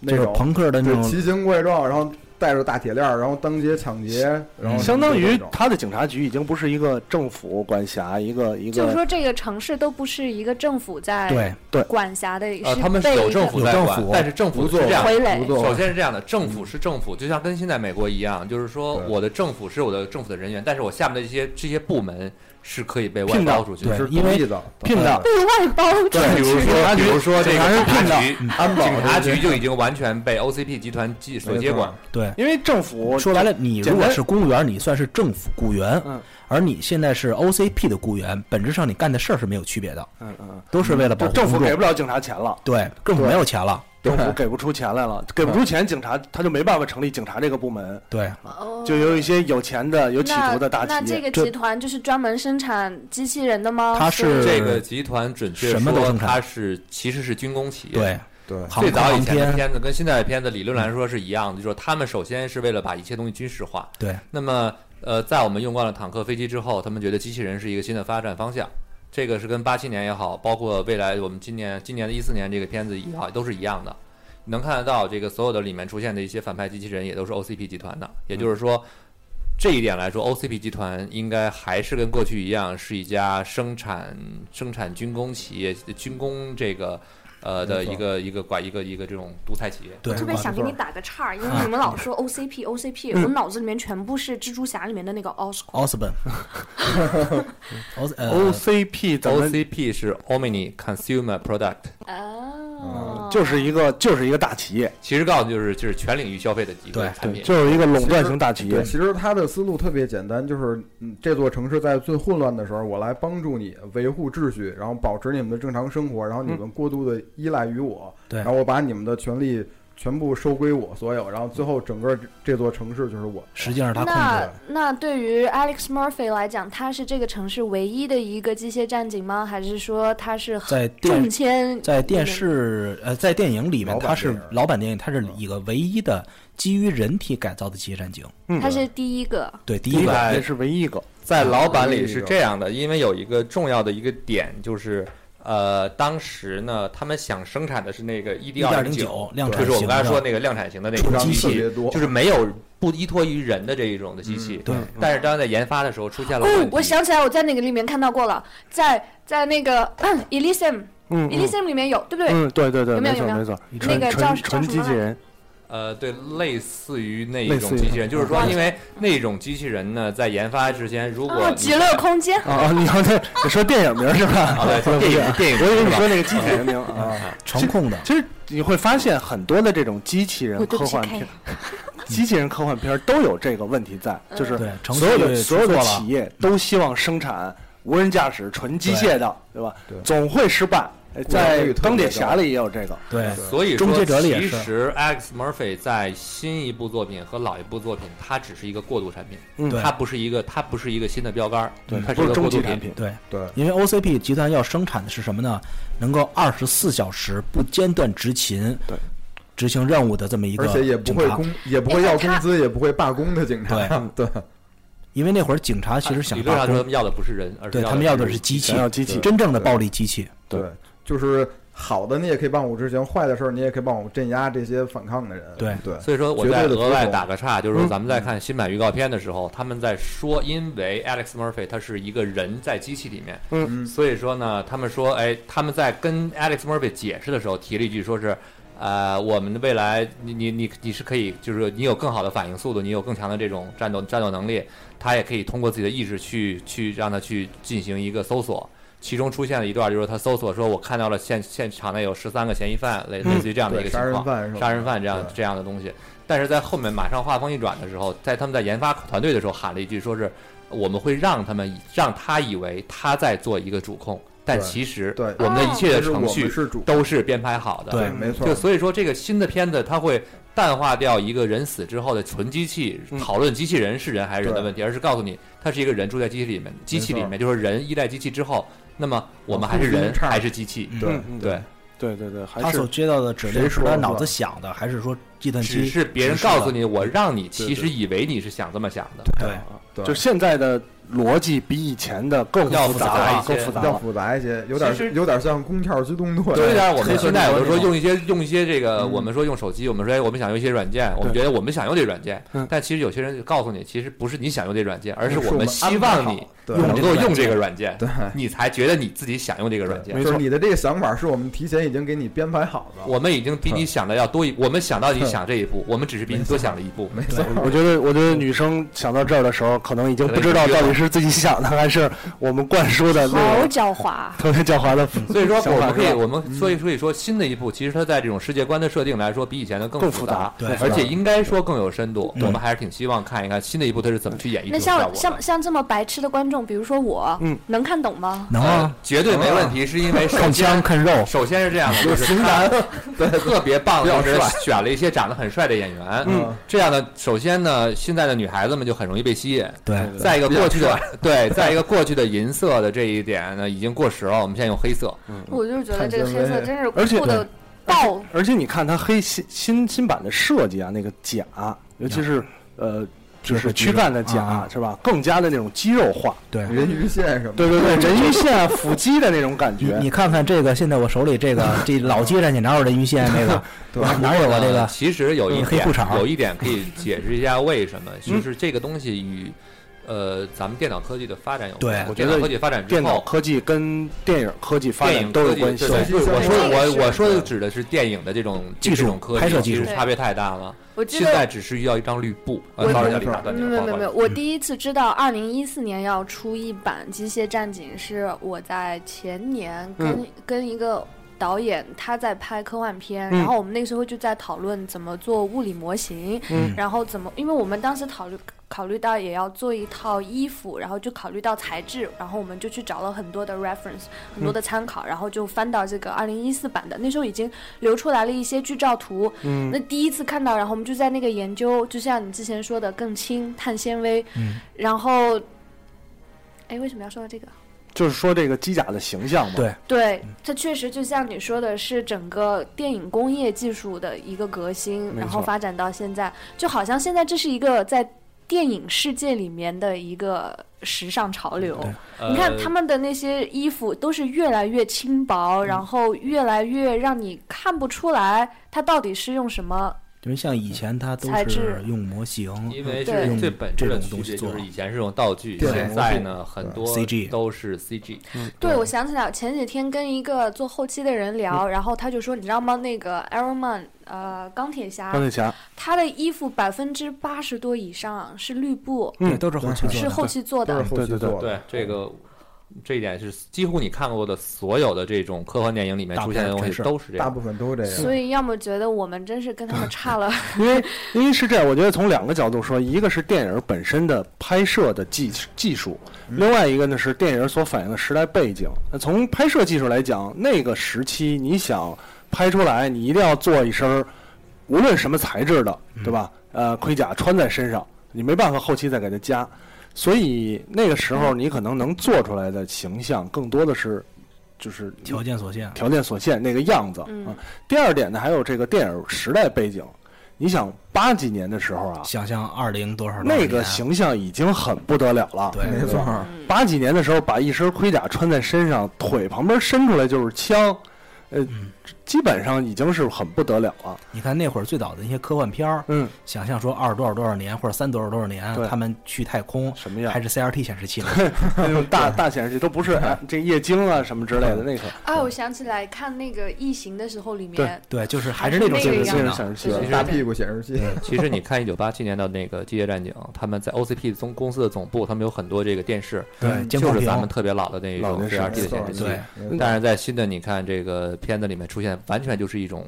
S2: 那
S3: 就是
S2: 种
S3: 朋克的那
S2: 对
S3: 种
S2: 奇形怪状，然后带着大铁链儿，然后当街抢劫，然后
S1: 嗯相当于
S2: 就这种
S1: 他的警察局已经不是一个政府管辖，一个呃一
S5: 就是
S1: 个
S5: 说，这个城市都不是一个政府在
S3: 对
S5: 管辖的，
S4: 呃，
S5: 是
S4: 他们
S5: 被
S4: 是有
S5: 一
S4: 政
S5: 个
S3: 有
S4: 府啊在
S3: 政
S4: 管
S3: 府，
S4: 但是政
S2: 不
S4: 府
S2: 做
S4: 是这样的，
S5: 傀儡
S2: 不做
S4: 首先是这样的，政府是政府，就像跟现在美国一样，就是说
S2: 对
S4: 我的政府是我的政府的人员，但是我下面的一些这些部门是可以被外
S1: 聘的
S4: 包出去的。
S3: 对
S2: 是
S3: 因为
S2: 故意的
S1: 聘的，
S5: 被外包出
S4: 比如
S5: 去。
S4: 说，比如说这
S1: 警
S4: 个
S1: 察是聘的
S3: 嗯
S4: 警察
S2: 安
S4: 局，
S2: 保
S4: 警察
S2: 这
S4: 局
S2: 些
S4: 就已经完全被 OCP 集团接所接管。
S3: 对。
S1: 因为政府
S3: 说白了，你
S1: 简
S3: 如果
S1: 单
S3: 是公务员，你算是政府雇员，
S1: 嗯
S3: 而你现在是 OCP 的雇员，本质上你干的事儿是没有区别的，
S1: 嗯嗯，
S3: 都是为了保
S1: 就
S3: 护
S1: 政府
S3: 公
S1: 给
S3: 众。
S1: 不了警察钱了。
S3: 对，政府没有钱了，
S1: 政府给不出钱来了，给不出钱，警察他就没办法成立警察这个部门，
S3: 对，
S5: 哦
S1: 就有一些有钱的、有企
S5: 那
S1: 图的大
S5: 那
S1: 企
S5: 这
S1: 业。
S5: 个
S3: 这
S5: 集团就是专门生产机器人的吗？
S3: 它是
S4: 这个集团准确
S3: 什么都
S4: 说
S3: 生，产
S4: 它是其实是军工企业。
S3: 对，
S2: 对
S3: 航
S4: 最
S3: 空
S4: 早以
S3: 航
S4: 前的
S3: 天，
S4: 片子跟现在的片子理论来说是一样的，就是说他们首先是为了把一切东西军事化。
S3: 对，
S4: 那么呃，在我们用惯了坦克、飞机之后，他们觉得机器人是一个新的发展方向。这个是跟八七年也好，包括未来我们今年今年的一四年这个片子也好，都是一样的。你能看得到这个所有的里面出现的一些反派机器人也都是 OCP 集团的，也就是说。这一点来说，OCP 集团应该还是跟过去一样，是一家生产生产军工企业、军工这个呃的
S2: 没错
S4: 一个一个管一个一个这种独裁企业。
S3: 对，
S5: 特别想给你打个岔儿，因为你们老说 OCP OCP，、我脑子里面全部是蜘蛛侠里面的那个 Oscorp。
S3: Osborn，呃
S1: OCP 咱们
S4: OCP 是 Omni Consumer Product，
S5: 哦，
S1: 嗯就是一个就是一个大企业，
S4: 其实告诉就是就是全领域消费的一个
S3: 对
S4: 产品。
S1: 就是一个垄断型大企
S2: 对，
S1: 业。
S2: 其实他的思路特别简单，就是嗯这座城市在最混乱的时候，我来帮助你维护秩序，然后保持你们的正常生活，然后你们过度的依赖于我，
S3: 对
S2: 然后我把你们的权利全部收归我所有，然后最后整个这这座城市就是我。
S3: 实际上是他控制
S5: 那
S3: 的。
S5: 那对于 Alex Murphy 来讲，他是这个城市唯一的一个机械战警吗？还是说他是
S3: 在
S5: 中
S3: 电
S5: 签？
S3: 在电视呃在电影里面
S2: 老，版
S3: 他是
S2: 电影
S3: 老版电影，他是一个唯一的基于人体改造的机械战警。
S5: 他是第一个。
S3: 对，第
S1: 第一
S3: 一
S1: 个
S3: 版
S1: 也是唯一一个，
S4: 在老版里是这样的，因为有一个重要的一个点就是，呃，当时呢，他们想生产的是那个 ED
S3: 二
S4: 二
S3: 零
S4: 九，
S3: 九量产
S4: 就是我
S3: 型
S4: 们刚才说
S3: 的，
S4: 那个量产型的那
S2: 出
S4: 个
S2: 张
S4: 机
S2: 特
S4: 器
S2: 别，多，
S4: 就是没有不依托于人的这一种的机器。
S3: 嗯对，
S4: 但是当在研发的时候出现了问
S5: 哦
S4: 题，，
S5: 我想起来，我在哪个里面看到过了，在在那个 Elysium
S1: 嗯
S5: Elysium 里面有，对不对？
S1: 嗯，对对对，
S5: 有没
S1: 没错
S5: 有有没有
S1: 没错，
S5: 那
S1: 纯
S5: 个叫
S1: 纯
S5: 叫
S1: 纯
S5: 什
S1: 机
S5: 么
S1: 器
S5: 来？
S1: 人，
S4: 呃，对，类似于那一
S1: 类似
S4: 种
S1: 于
S4: 机器人，就是说，
S5: 嗯
S4: 因为那种机器人呢，在研发之前，如果
S5: 啊，
S4: 你
S5: 极乐空间。
S1: 啊，你要那你说电影名是吧？
S4: 啊，对，电影电影
S1: 我以为你
S4: 是吧
S1: 说那个机器人名啊。
S2: 啊，
S3: 程 控的，
S1: 其实你会发现很多的这种机器人
S5: 我对
S1: 科
S5: 不起
S1: 幻
S5: ，K
S1: 片，机器人科幻片都有这个问题在，
S5: 嗯
S1: 就是
S3: 对，程序
S1: 所有的
S3: 出
S1: 所有的
S3: 错了
S1: 企业都希望生产无人驾驶纯机械的，对吧
S2: 对？
S1: 总会失败，哎
S2: 故事
S1: 在
S2: 率特别
S1: 《钢铁
S2: 高
S1: 侠》里也有这个，
S3: 对，
S4: 所以
S3: 终
S4: 说，
S3: 结者里也
S4: 其
S3: 是
S4: 实 X Murphy 在新一部作品和老一部作品，它只是一个过渡产品，
S1: 嗯
S3: 对
S4: 它不是一个它不是一个新的标杆儿，
S1: 对，
S4: 嗯它
S1: 不
S4: 一个
S1: 中
S4: 过
S1: 期
S4: 渡
S1: 产
S4: 品。
S1: 品，
S3: 对，
S2: 对，
S3: 因为 OCP 集团要生产的是什么呢？能够二十四小时不间断执勤，
S1: 对，
S3: 执行任务的这么一个
S2: 而且也不
S3: 警
S2: 会
S3: 察。
S2: 工，也不会要工资，也不会罢工的警察。 对，
S3: 因为那会儿警察其实想
S4: 哎理论
S3: 罢
S4: 上说他
S3: 工，
S4: 们要的不是人，而是
S3: 对他们要的是
S4: 是
S3: 机器
S1: 想，要机器，
S3: 真正的暴力机器。
S1: 对
S2: 对，就是好的你也可以帮我执行，坏的事儿你也可以帮我镇压这些反抗的人。
S3: 对
S2: 对，
S4: 所以说，我
S2: 绝对
S4: 再
S2: 的
S4: 额
S2: 尊
S4: 外
S2: 重
S4: 打个岔，就是说
S1: 嗯
S4: 咱们在看新版预告片的时候，他们在说，因为 Alex Murphy 他是一个人在机器里面，
S2: 嗯
S4: 所以说呢，他们说，哎，他们在跟 Alex Murphy 解释的时候提了一句，说是，呃，我们的未来，你你你你是可以，就是说你有更好的反应速度，你有更强的这种战斗战斗能力，他也可以通过自己的意志去去让他去进行一个搜索。其中出现了一段，就是他搜索说，我看到了现现场内有十三个嫌疑犯，类类似于这样的一
S2: 对，
S4: 个情
S2: 杀
S4: 况
S2: 人。犯是吧？
S4: 杀人犯这样
S2: 对
S4: 这样的东西。但是在后面马上画风一转的时候，在他们在研发团队的时候喊了一句，说是我们会让他们以让他以为他在做一个主控，但
S2: 对
S4: 其实
S2: 对哦
S4: 我们的一切的
S2: 就是我
S4: 程
S2: 们
S4: 序
S2: 是主，
S4: 都是编排好的。
S3: 对
S1: 嗯
S2: 没错
S4: 就，所以说这个新的片子它会淡化掉一个人死之后的纯机器
S1: 嗯
S4: 讨论机器人是人还是人的
S2: 对
S4: 问题，而是告诉你它是一个人住在机器里面，机器里面就是人依赖机器之后，那么我们还是
S2: 互相
S4: 人
S2: 差
S4: 还是机器？
S3: 嗯
S2: 对
S1: 嗯，嗯
S4: 对，
S1: 对对对，还
S3: 他所
S1: 是
S3: 接到的指令
S2: 谁
S3: 是
S2: 说
S3: 他
S2: 了
S3: 脑
S2: 算
S3: 子想的，还是说计算
S4: 只
S3: 机？
S4: 是别人
S3: 指示
S4: 告诉
S3: 了
S4: 你，我让你
S2: 对
S4: 其
S2: 对
S4: 实以为你是想这么想的。
S3: 对，
S2: 对
S1: 就现在的逻辑比以前的更
S4: 要
S1: 复
S4: 复杂
S1: 了，
S4: 一些
S1: 更复杂
S2: 要
S1: 了，
S2: 复杂一些，有
S4: 其实
S2: 点有点像宫壳机动队。
S4: 虽然我们现在有的时候
S1: 黑客帝国那种
S4: 用一些用一些这个，
S2: 嗯
S4: 我们说用手机，我们说哎我们想用一些软件，我们
S1: 对
S4: 觉得我们想用这软件
S1: 嗯，
S4: 但其实有些人就告诉你，其实不是你想用这软件，而是
S2: 是
S4: 我们希望你
S2: 我们安排好
S4: 能
S2: 对
S4: 够用这个软件，
S2: 对。
S4: 你才觉得你自己想用这个软件
S1: 没。
S2: 就是
S1: 错
S2: 你的这个想法是我们提前已经给你编排好的。
S4: 我们已经比你想的要多一，我们想到你想这一步，我们只是比你多想了一步。
S2: 没错，
S1: 我觉得，我觉得女生想到这儿的时候，可能已经不知道到底是自己想的，还是我们灌输的那
S5: 好
S1: 种
S5: 狡猾。啊
S1: 特别狡猾的。
S4: 所以说，
S1: 想
S4: 我
S1: 法
S4: 们可以，
S1: 是吧嗯
S4: 我们所以所以说，新的一步其实它在这种世界观的设定来说，比以前的更
S1: 更
S4: 复
S1: 复杂
S3: 对
S4: 而且应该说更有深度。
S3: 嗯
S4: 我们还是挺希望看一看新的一步它是怎么去演绎这
S5: 那
S4: 种效果
S5: 像
S4: 的。
S5: 像像这么白痴的观众，比如说我，
S1: 嗯，
S5: 能看懂吗？
S3: 能
S4: 呃
S3: 啊，，
S4: 绝对没问题，是因为首
S3: 看枪
S4: 先
S3: 看肉，
S4: 首先是这样的，就是
S2: 型
S4: 他
S2: 男，
S4: 特别棒，
S2: 比较
S4: 就是
S2: 帅
S4: 选了一些长得很帅的演员。
S2: 嗯，
S4: 这样呢，首先呢，现在的女孩子们就很容易被吸引。
S3: 对
S1: 对
S4: 再一个过去的对，再一个过去的银色的这一点呢，已经过时了。我们现在用黑色，
S5: 我就是觉得这个
S2: 看
S5: 黑
S2: 见
S5: 色
S2: 没
S5: 真是
S1: 而且
S5: 酷的爆，
S1: 嗯而且你看它黑新新新版的设计啊，那个甲，尤其是呃，就是躯干的
S3: 啊
S1: 甲
S3: 啊
S1: 是吧，更加的那种肌肉化，
S4: 嗯
S3: 对。
S2: 人鱼线什么的，
S1: 对对对，人鱼线啊腹肌的那种感
S3: 你
S1: 觉。
S3: 你看看这个，现在我手里这个，这老街上去哪有人鱼线这个？
S2: 对
S3: 哪哪有啊这
S4: 呃
S3: 个？
S4: 其实有一
S3: 嗯黑
S4: 点
S3: 裤衩，
S4: 有一点可以解释一下为什么，就是这个东西与呃咱们电脑科技的发展有关。
S3: 对
S1: 我觉
S4: 电
S1: 得
S4: 脑科技发展之
S1: 电脑
S4: 后，
S1: 科技跟电影科技发
S4: 电
S1: 展
S4: 影
S1: 都有
S4: 科技
S1: 关系
S4: 对。
S2: 信息
S4: 我
S2: 相
S4: 说
S5: 关
S4: 我
S5: 这个
S4: 我
S5: 是
S4: 说的指的是电影的这种
S3: 技术
S4: 这种科技
S3: 拍摄技
S4: 其实
S5: 术
S4: 差别太大了。
S5: 我记
S4: 现
S5: 得
S4: 在只是需要一张绿布。呃
S5: 我
S2: 觉
S4: ，sorry，小
S2: 得
S4: 李打断
S5: 没
S4: 你
S5: 有
S4: 了，
S5: 没
S4: 不
S5: 有没
S4: 好意
S5: 有没
S4: 思
S5: 有，我
S1: 嗯
S5: 第一次知道二零一四年要出一版《机械战警》，是我在前年跟、
S1: 嗯
S5: 跟一个导演他在拍科幻片，
S1: 嗯
S5: 然后我们那时候就在讨论怎么做物理模型，
S1: 嗯
S5: 然后怎么，因为我们当时考虑考虑到也要做一套衣服，然后就考虑到材质，然后我们就去找了很多的 reference，很
S1: 嗯
S5: 多的参考，然后就翻到这个二零一四版的，那时候已经流出来了一些剧照图，
S1: 嗯
S5: 那第一次看到，然后我们就在那个研究，就像你之前说的更轻碳纤维，
S3: 嗯
S5: 然后，哎，为什么要说到这个？
S1: 就是说这个机甲的形象嘛。
S3: 对
S5: 对，它确实就像你说的，是整个电影工业技术的一个革新，
S1: 没
S5: 然后
S1: 错
S5: 发展到现在，就好像现在这是一个在电影世界里面的一个时尚潮流。
S3: 对
S5: 你看
S4: 呃
S5: 他们的那些衣服都是越来越轻薄，然后越来越让你看不出来它到底是用什么。
S3: 因为像以前它都
S5: 材
S3: 是
S5: 质
S3: 用模型，
S4: 因为
S5: 对
S4: 是最本质的区
S3: 这种
S4: 别，就是
S3: 东西
S4: 以前是用道具，
S2: 对
S4: 现在呢很多
S3: CG
S4: 都是 CG。
S1: 嗯
S5: 对，我想起来，前几天跟一个做后期的人聊，然后他就说，你知道吗？那个 Iron Man，呃，钢铁侠
S1: 钢，铁侠，
S5: 他的衣服百分之八十多以上是绿布，
S3: 对，都是后期
S2: 嗯
S3: 做
S5: 是
S3: 的。
S5: 后期做
S2: 都是
S5: 的。
S2: 后期
S1: 对对对
S2: 做的。
S4: 对这个，这一点是几乎你看过的所有的这种科幻电影里面
S3: 大
S4: 出
S3: 部
S4: 现
S3: 分
S4: 的东
S2: 真
S4: 西都是这
S2: 大
S4: 样。
S2: 部分都这样。
S5: 所以要么觉得我们真是跟他们差了，
S1: 因为因为是这样，我觉得从两个角度说，一个是电影本身的拍摄的技技术，
S3: 嗯
S1: 另外一个呢是电影所反映的时代背景。那从拍摄技术来讲，那个时期你想拍出来，你一定要做一身儿，无论什么材质的，
S3: 嗯
S1: 对吧？呃，盔甲穿在身上，你没办法后期再给它加。所以那个时
S3: 嗯
S1: 候，你可能能做出来的形象更多的是，就是
S3: 条件所限啊，
S1: 条件所限那个样子、
S5: 嗯
S1: 啊。第二点呢，还有这个电影时代背景。你想八几年的时候啊，
S3: 想象二零多少多少
S1: 那个
S3: 年
S1: 形象已经很不得了了。
S3: 对
S2: 没错儿，
S1: 八几年的时候，把一身盔甲穿在身上，腿旁边伸出来就是枪，呃，
S3: 嗯
S1: 基本上已经是很不得了了。
S3: 你看那会儿最早的那些科幻片儿，
S1: 嗯，
S3: 想象说二多少多少年或者三多少多少年
S1: 对，啊
S3: 他们去太空
S1: 什么样
S3: 还是 CRT 显示器呢？
S1: 那种大大显示器都不是、哎这液晶啊什么之类
S3: 嗯
S1: 的那个，
S5: 啊，我想起来看那个《异形》的时候，里面
S3: 对，就是还是那种
S5: 还
S3: 显
S5: 是那
S3: 示
S5: 个
S3: 器
S5: 样
S1: 那
S5: 子
S1: 种显
S3: 呢。
S1: 示器
S5: 对。
S2: 大屁股显示器，
S4: 其实你看一九八七年的那个《机械战警》，他们在 OCP 总公司的总部，他们有很多这个电视，
S3: 对，监
S4: 就
S3: 控
S4: 是
S3: 屏
S4: 咱们特别老的那
S1: 老
S4: 种
S1: 电视
S4: CRT 的
S2: 没错
S4: 显
S2: 儿嗯
S4: 示器。
S3: 对，
S2: 没错儿
S4: 但是在新的你看这个片子里面出现，完全就是一种，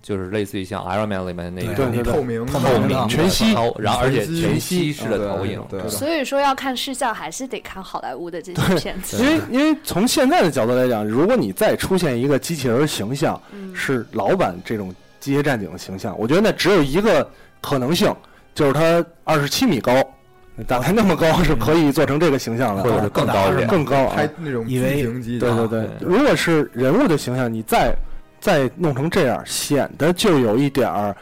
S4: 就是类似于像 Iron Man 里面那
S3: 对
S4: 种
S1: 对
S2: 透明
S3: 透
S4: 透
S3: 明
S4: 明的
S1: 全息
S4: 投然后而且
S2: 全息嗯
S4: 全息式的投影，
S2: 对对
S5: 所以说要看视效，还是得看好莱坞的这些片子。
S1: 因为因为从现在的角度来讲，如果你再出现一个机器人形象
S5: 嗯
S1: 是老版这种机械战警的形象，我觉得那只有一个可能性，就是它二十七米高，大概那么高是可以做成这个形象的，
S4: 或者是更高一点。
S1: 更高啊
S2: 拍！那种
S3: 以为
S2: 巨型机，
S1: 对对对，如果是人物的形象，你再再弄成这样，显得就有一点儿，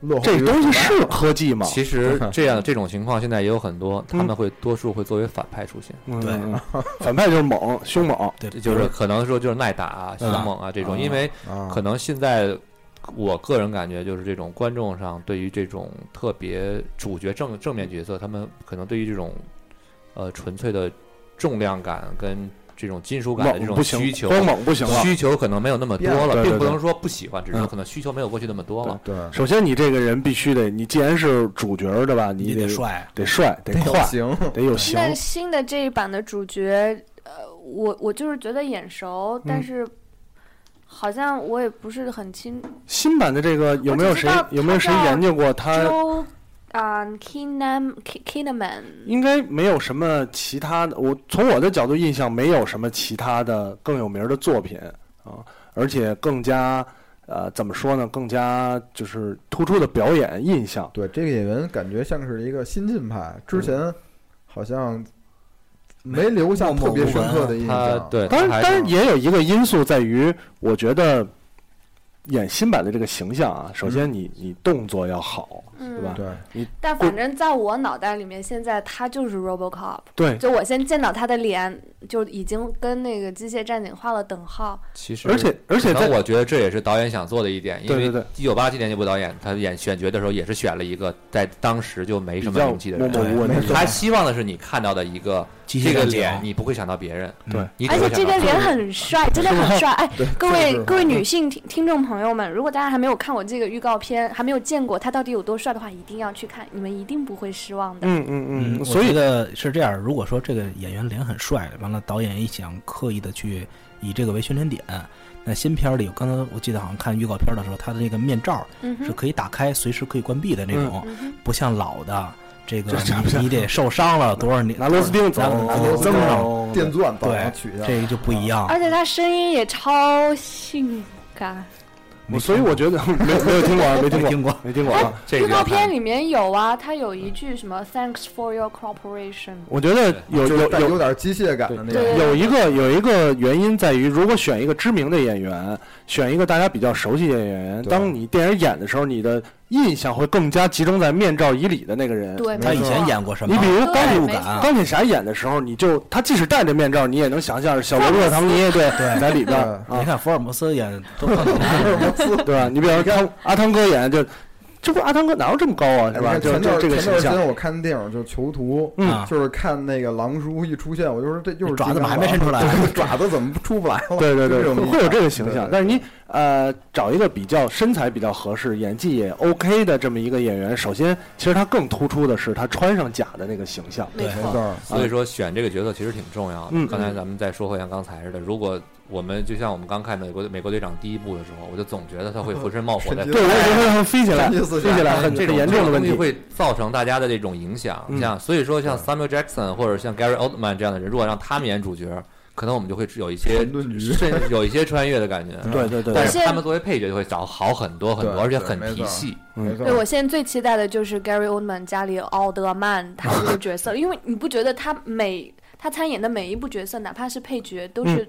S2: 落后
S1: 这
S2: 于
S1: 东西
S2: 时代
S1: 是科技吗？
S4: 其实这样这种情况现在也有很多，他们会多数会作为反派出现，
S1: 嗯
S3: 对
S1: 嗯嗯反派就是猛凶猛，
S3: 对，
S4: 这
S1: 嗯
S4: 就是可能说就是耐打、啊、凶
S3: 嗯
S4: 猛啊这种，
S2: 嗯
S4: 因为
S2: 啊，
S4: 可能现在我个人感觉就是这种观众上对于这种特别主角正正面角色，他们可能对于这种呃纯粹的重量感跟这种金属感的这
S1: 猛
S4: 种
S1: 不
S4: 需
S1: 行，。
S4: 求
S1: 光猛不行了。
S4: 需求可能没有那么多
S2: 变
S1: 了
S4: 了，
S1: 对
S4: 并不
S1: 对
S4: 能说不喜欢，只
S1: 嗯
S4: 是说可能需求没有过去那么多了。
S2: 对，
S1: 首先，你这个人必须得，你既然是主角儿对吧？
S3: 你
S1: 你
S3: 得帅，
S1: 得帅，得快，
S2: 行，
S1: 得有型。
S5: 那新的这一版的主角，呃，我我就是觉得眼熟，但是好像我也不是很清。
S1: 新版的这个有没有谁
S5: 我只知道
S1: 有没有谁
S5: 他叫
S1: 研究过他？
S5: 周啊 k i n a m k i n a m a n
S1: 应该没有什么其他的，我从我的角度印象没有什么其他的更有名的作品啊，而且更加呃怎么说呢？更加就是突出的表演印象。
S2: 对，这个演员感觉像是一个新晋派，之前好像没留下
S3: 默默
S2: 特别
S3: 无
S2: 深
S3: 闻
S2: 刻
S3: 啊
S2: 的
S1: 嗯
S2: 印
S4: 他
S2: 象。
S4: 对，
S1: 当然，
S4: 他还
S1: 当然也有一个因素在于，我觉得演新版的这个形象啊，首先你你动作要好，对吧
S5: 嗯，
S2: 对，
S5: 但反正在我脑袋里面，现在他就是 RoboCop，
S1: 对，
S5: 就我先见到他的脸，就已经跟那个机械战警画了等号。
S4: 其实
S1: 而且而且
S4: 可能
S1: 在
S4: 我觉得这也是导演想做的一点，因
S1: 对对
S4: 为
S1: 对
S4: 一九八七年这部导演他演选角的时候也是选了一个在当时就没
S1: 比
S4: 什么
S1: 较
S4: 名气的
S1: 默
S4: 人，
S1: 默无闻的
S2: 没
S1: 人
S2: 错
S4: 他希望的是你看到的一个
S3: 机
S4: 这
S3: 械
S4: 个
S3: 战警
S4: 脸，你不会想到别人，
S1: 对
S4: 你只
S5: 而
S4: 会想
S5: 且这
S4: 到
S5: 个脸很帅，真的很帅。哎，各
S2: 就是
S5: 位
S2: 嘛
S5: 各位女性听听众朋友们，如果大家还没有看我这个预告片，还没有见过他到底有多帅的话，一定要去看，你们一定不会失望的。
S1: 嗯嗯嗯，
S3: 我
S1: 所
S3: 觉
S1: 以
S3: 得是这样。如果说这个演员脸很帅，完了导演也想刻意的去以这个为宣传点，那新片儿里，我刚才我记得好像看预告片儿的时候，他的这个面罩
S5: 嗯
S3: 是
S5: 哼，
S3: 可以打开，随时可以关闭的那种，
S5: 嗯哼，
S3: 不像老的这个
S1: 这这不
S3: 你
S1: 像
S3: 你得受伤了多少年
S1: 拿螺丝钉走，啊
S3: 拿
S2: 螺丝钉
S1: 走
S2: 电钻把它
S3: 对
S2: 取下，
S3: 这个就不一样。
S5: 而且他声音也超性感。
S3: 没
S1: 所以我觉得没有没有听过啊，没听
S3: 没
S1: 过，
S3: 听过，
S1: 没听过啊。
S4: 这个
S5: 预
S4: 要看
S5: 告片里面有啊，他有一句什么 “Thanks for your cooperation”。
S1: 我觉得有
S2: 就是
S1: 有
S2: 带有
S1: 有
S2: 点机械感的那
S5: 对
S2: 种。
S1: 有一个有一个原因在于，如果选一个知名的演员，选一个大家比较熟悉的演员，
S2: 对
S1: 当你电影演的时候，你的印象会更加集中在面罩以里的那个人。
S5: 对，
S3: 他
S5: 没
S3: 以
S5: 错
S3: 前演过什么？
S1: 你比如钢
S5: 对
S1: 铁
S5: 没错
S1: 钢铁侠演的时候，你就他即使戴着面罩，你也能想象是小罗伯特·唐尼对在里边儿
S3: 你
S1: 啊，
S3: 看福尔摩斯演多
S1: 对吧？你比方说阿汤哥演就这不是阿汤哥哪有这么高啊，是
S2: 你
S1: 吧？
S2: 看
S1: 就
S2: 前
S1: 就
S2: 段
S1: 这个
S2: 前
S1: 形
S2: 段时
S1: 象，
S2: 间我看电影就《囚徒》，
S1: 嗯
S3: 啊
S2: 就是看那个狼叔一出现，我就说这就是
S3: 爪
S2: 金
S3: 子怎
S2: 刚
S3: 么还没
S2: 狼
S3: 伸出来啊
S2: 对 爪子怎么出不来了？
S1: 对对对，会
S2: 就这种
S1: 会有这个形象。
S2: 对
S1: 但是你呃，找一个比较身材比较合适、演技也 OK 的这么一个演员，首先其实他更突出的是他穿上甲的那个形象。
S5: 没
S3: 对
S2: 没
S5: 错
S2: 错，儿，
S4: 所以说选这个角色其实挺重要的。
S1: 嗯
S4: 刚才咱们再说回像刚才似的，如果我们就像我们刚看美国美国队长第一部的时候，我就总觉 得他会浑身冒火的
S2: 神经
S1: 对，我也觉得他飞起来，
S2: 神
S1: 飞
S2: 经四
S1: 起
S2: 射
S1: 来很
S4: 啊这
S1: 很
S4: 种
S1: 严
S4: 这
S1: 重
S4: 种
S1: 的问
S4: 东西
S1: 题。
S4: 会造成大家的这种影响。
S1: 嗯
S4: 像所以说，像 Samuel Jackson 或者像 Gary Oldman 这样的人，如果让他们演主角，可能我们就会有一些
S2: 混沌局
S4: 甚有一些穿越的感觉。
S1: 对对对
S4: 但
S1: 对，
S4: 是他们作为配角就会找好很多很多，
S2: 对
S4: 而且
S2: 对
S4: 很
S2: 没
S4: 提
S2: 错
S4: 戏。
S2: 没错
S5: 对，我
S2: 儿。
S5: 现在最期待的就是 Gary Oldman 家里奥德曼他这个 角色，因为你不觉得他每他参演的每一部角色，哪怕是配角，都
S3: 嗯
S5: 是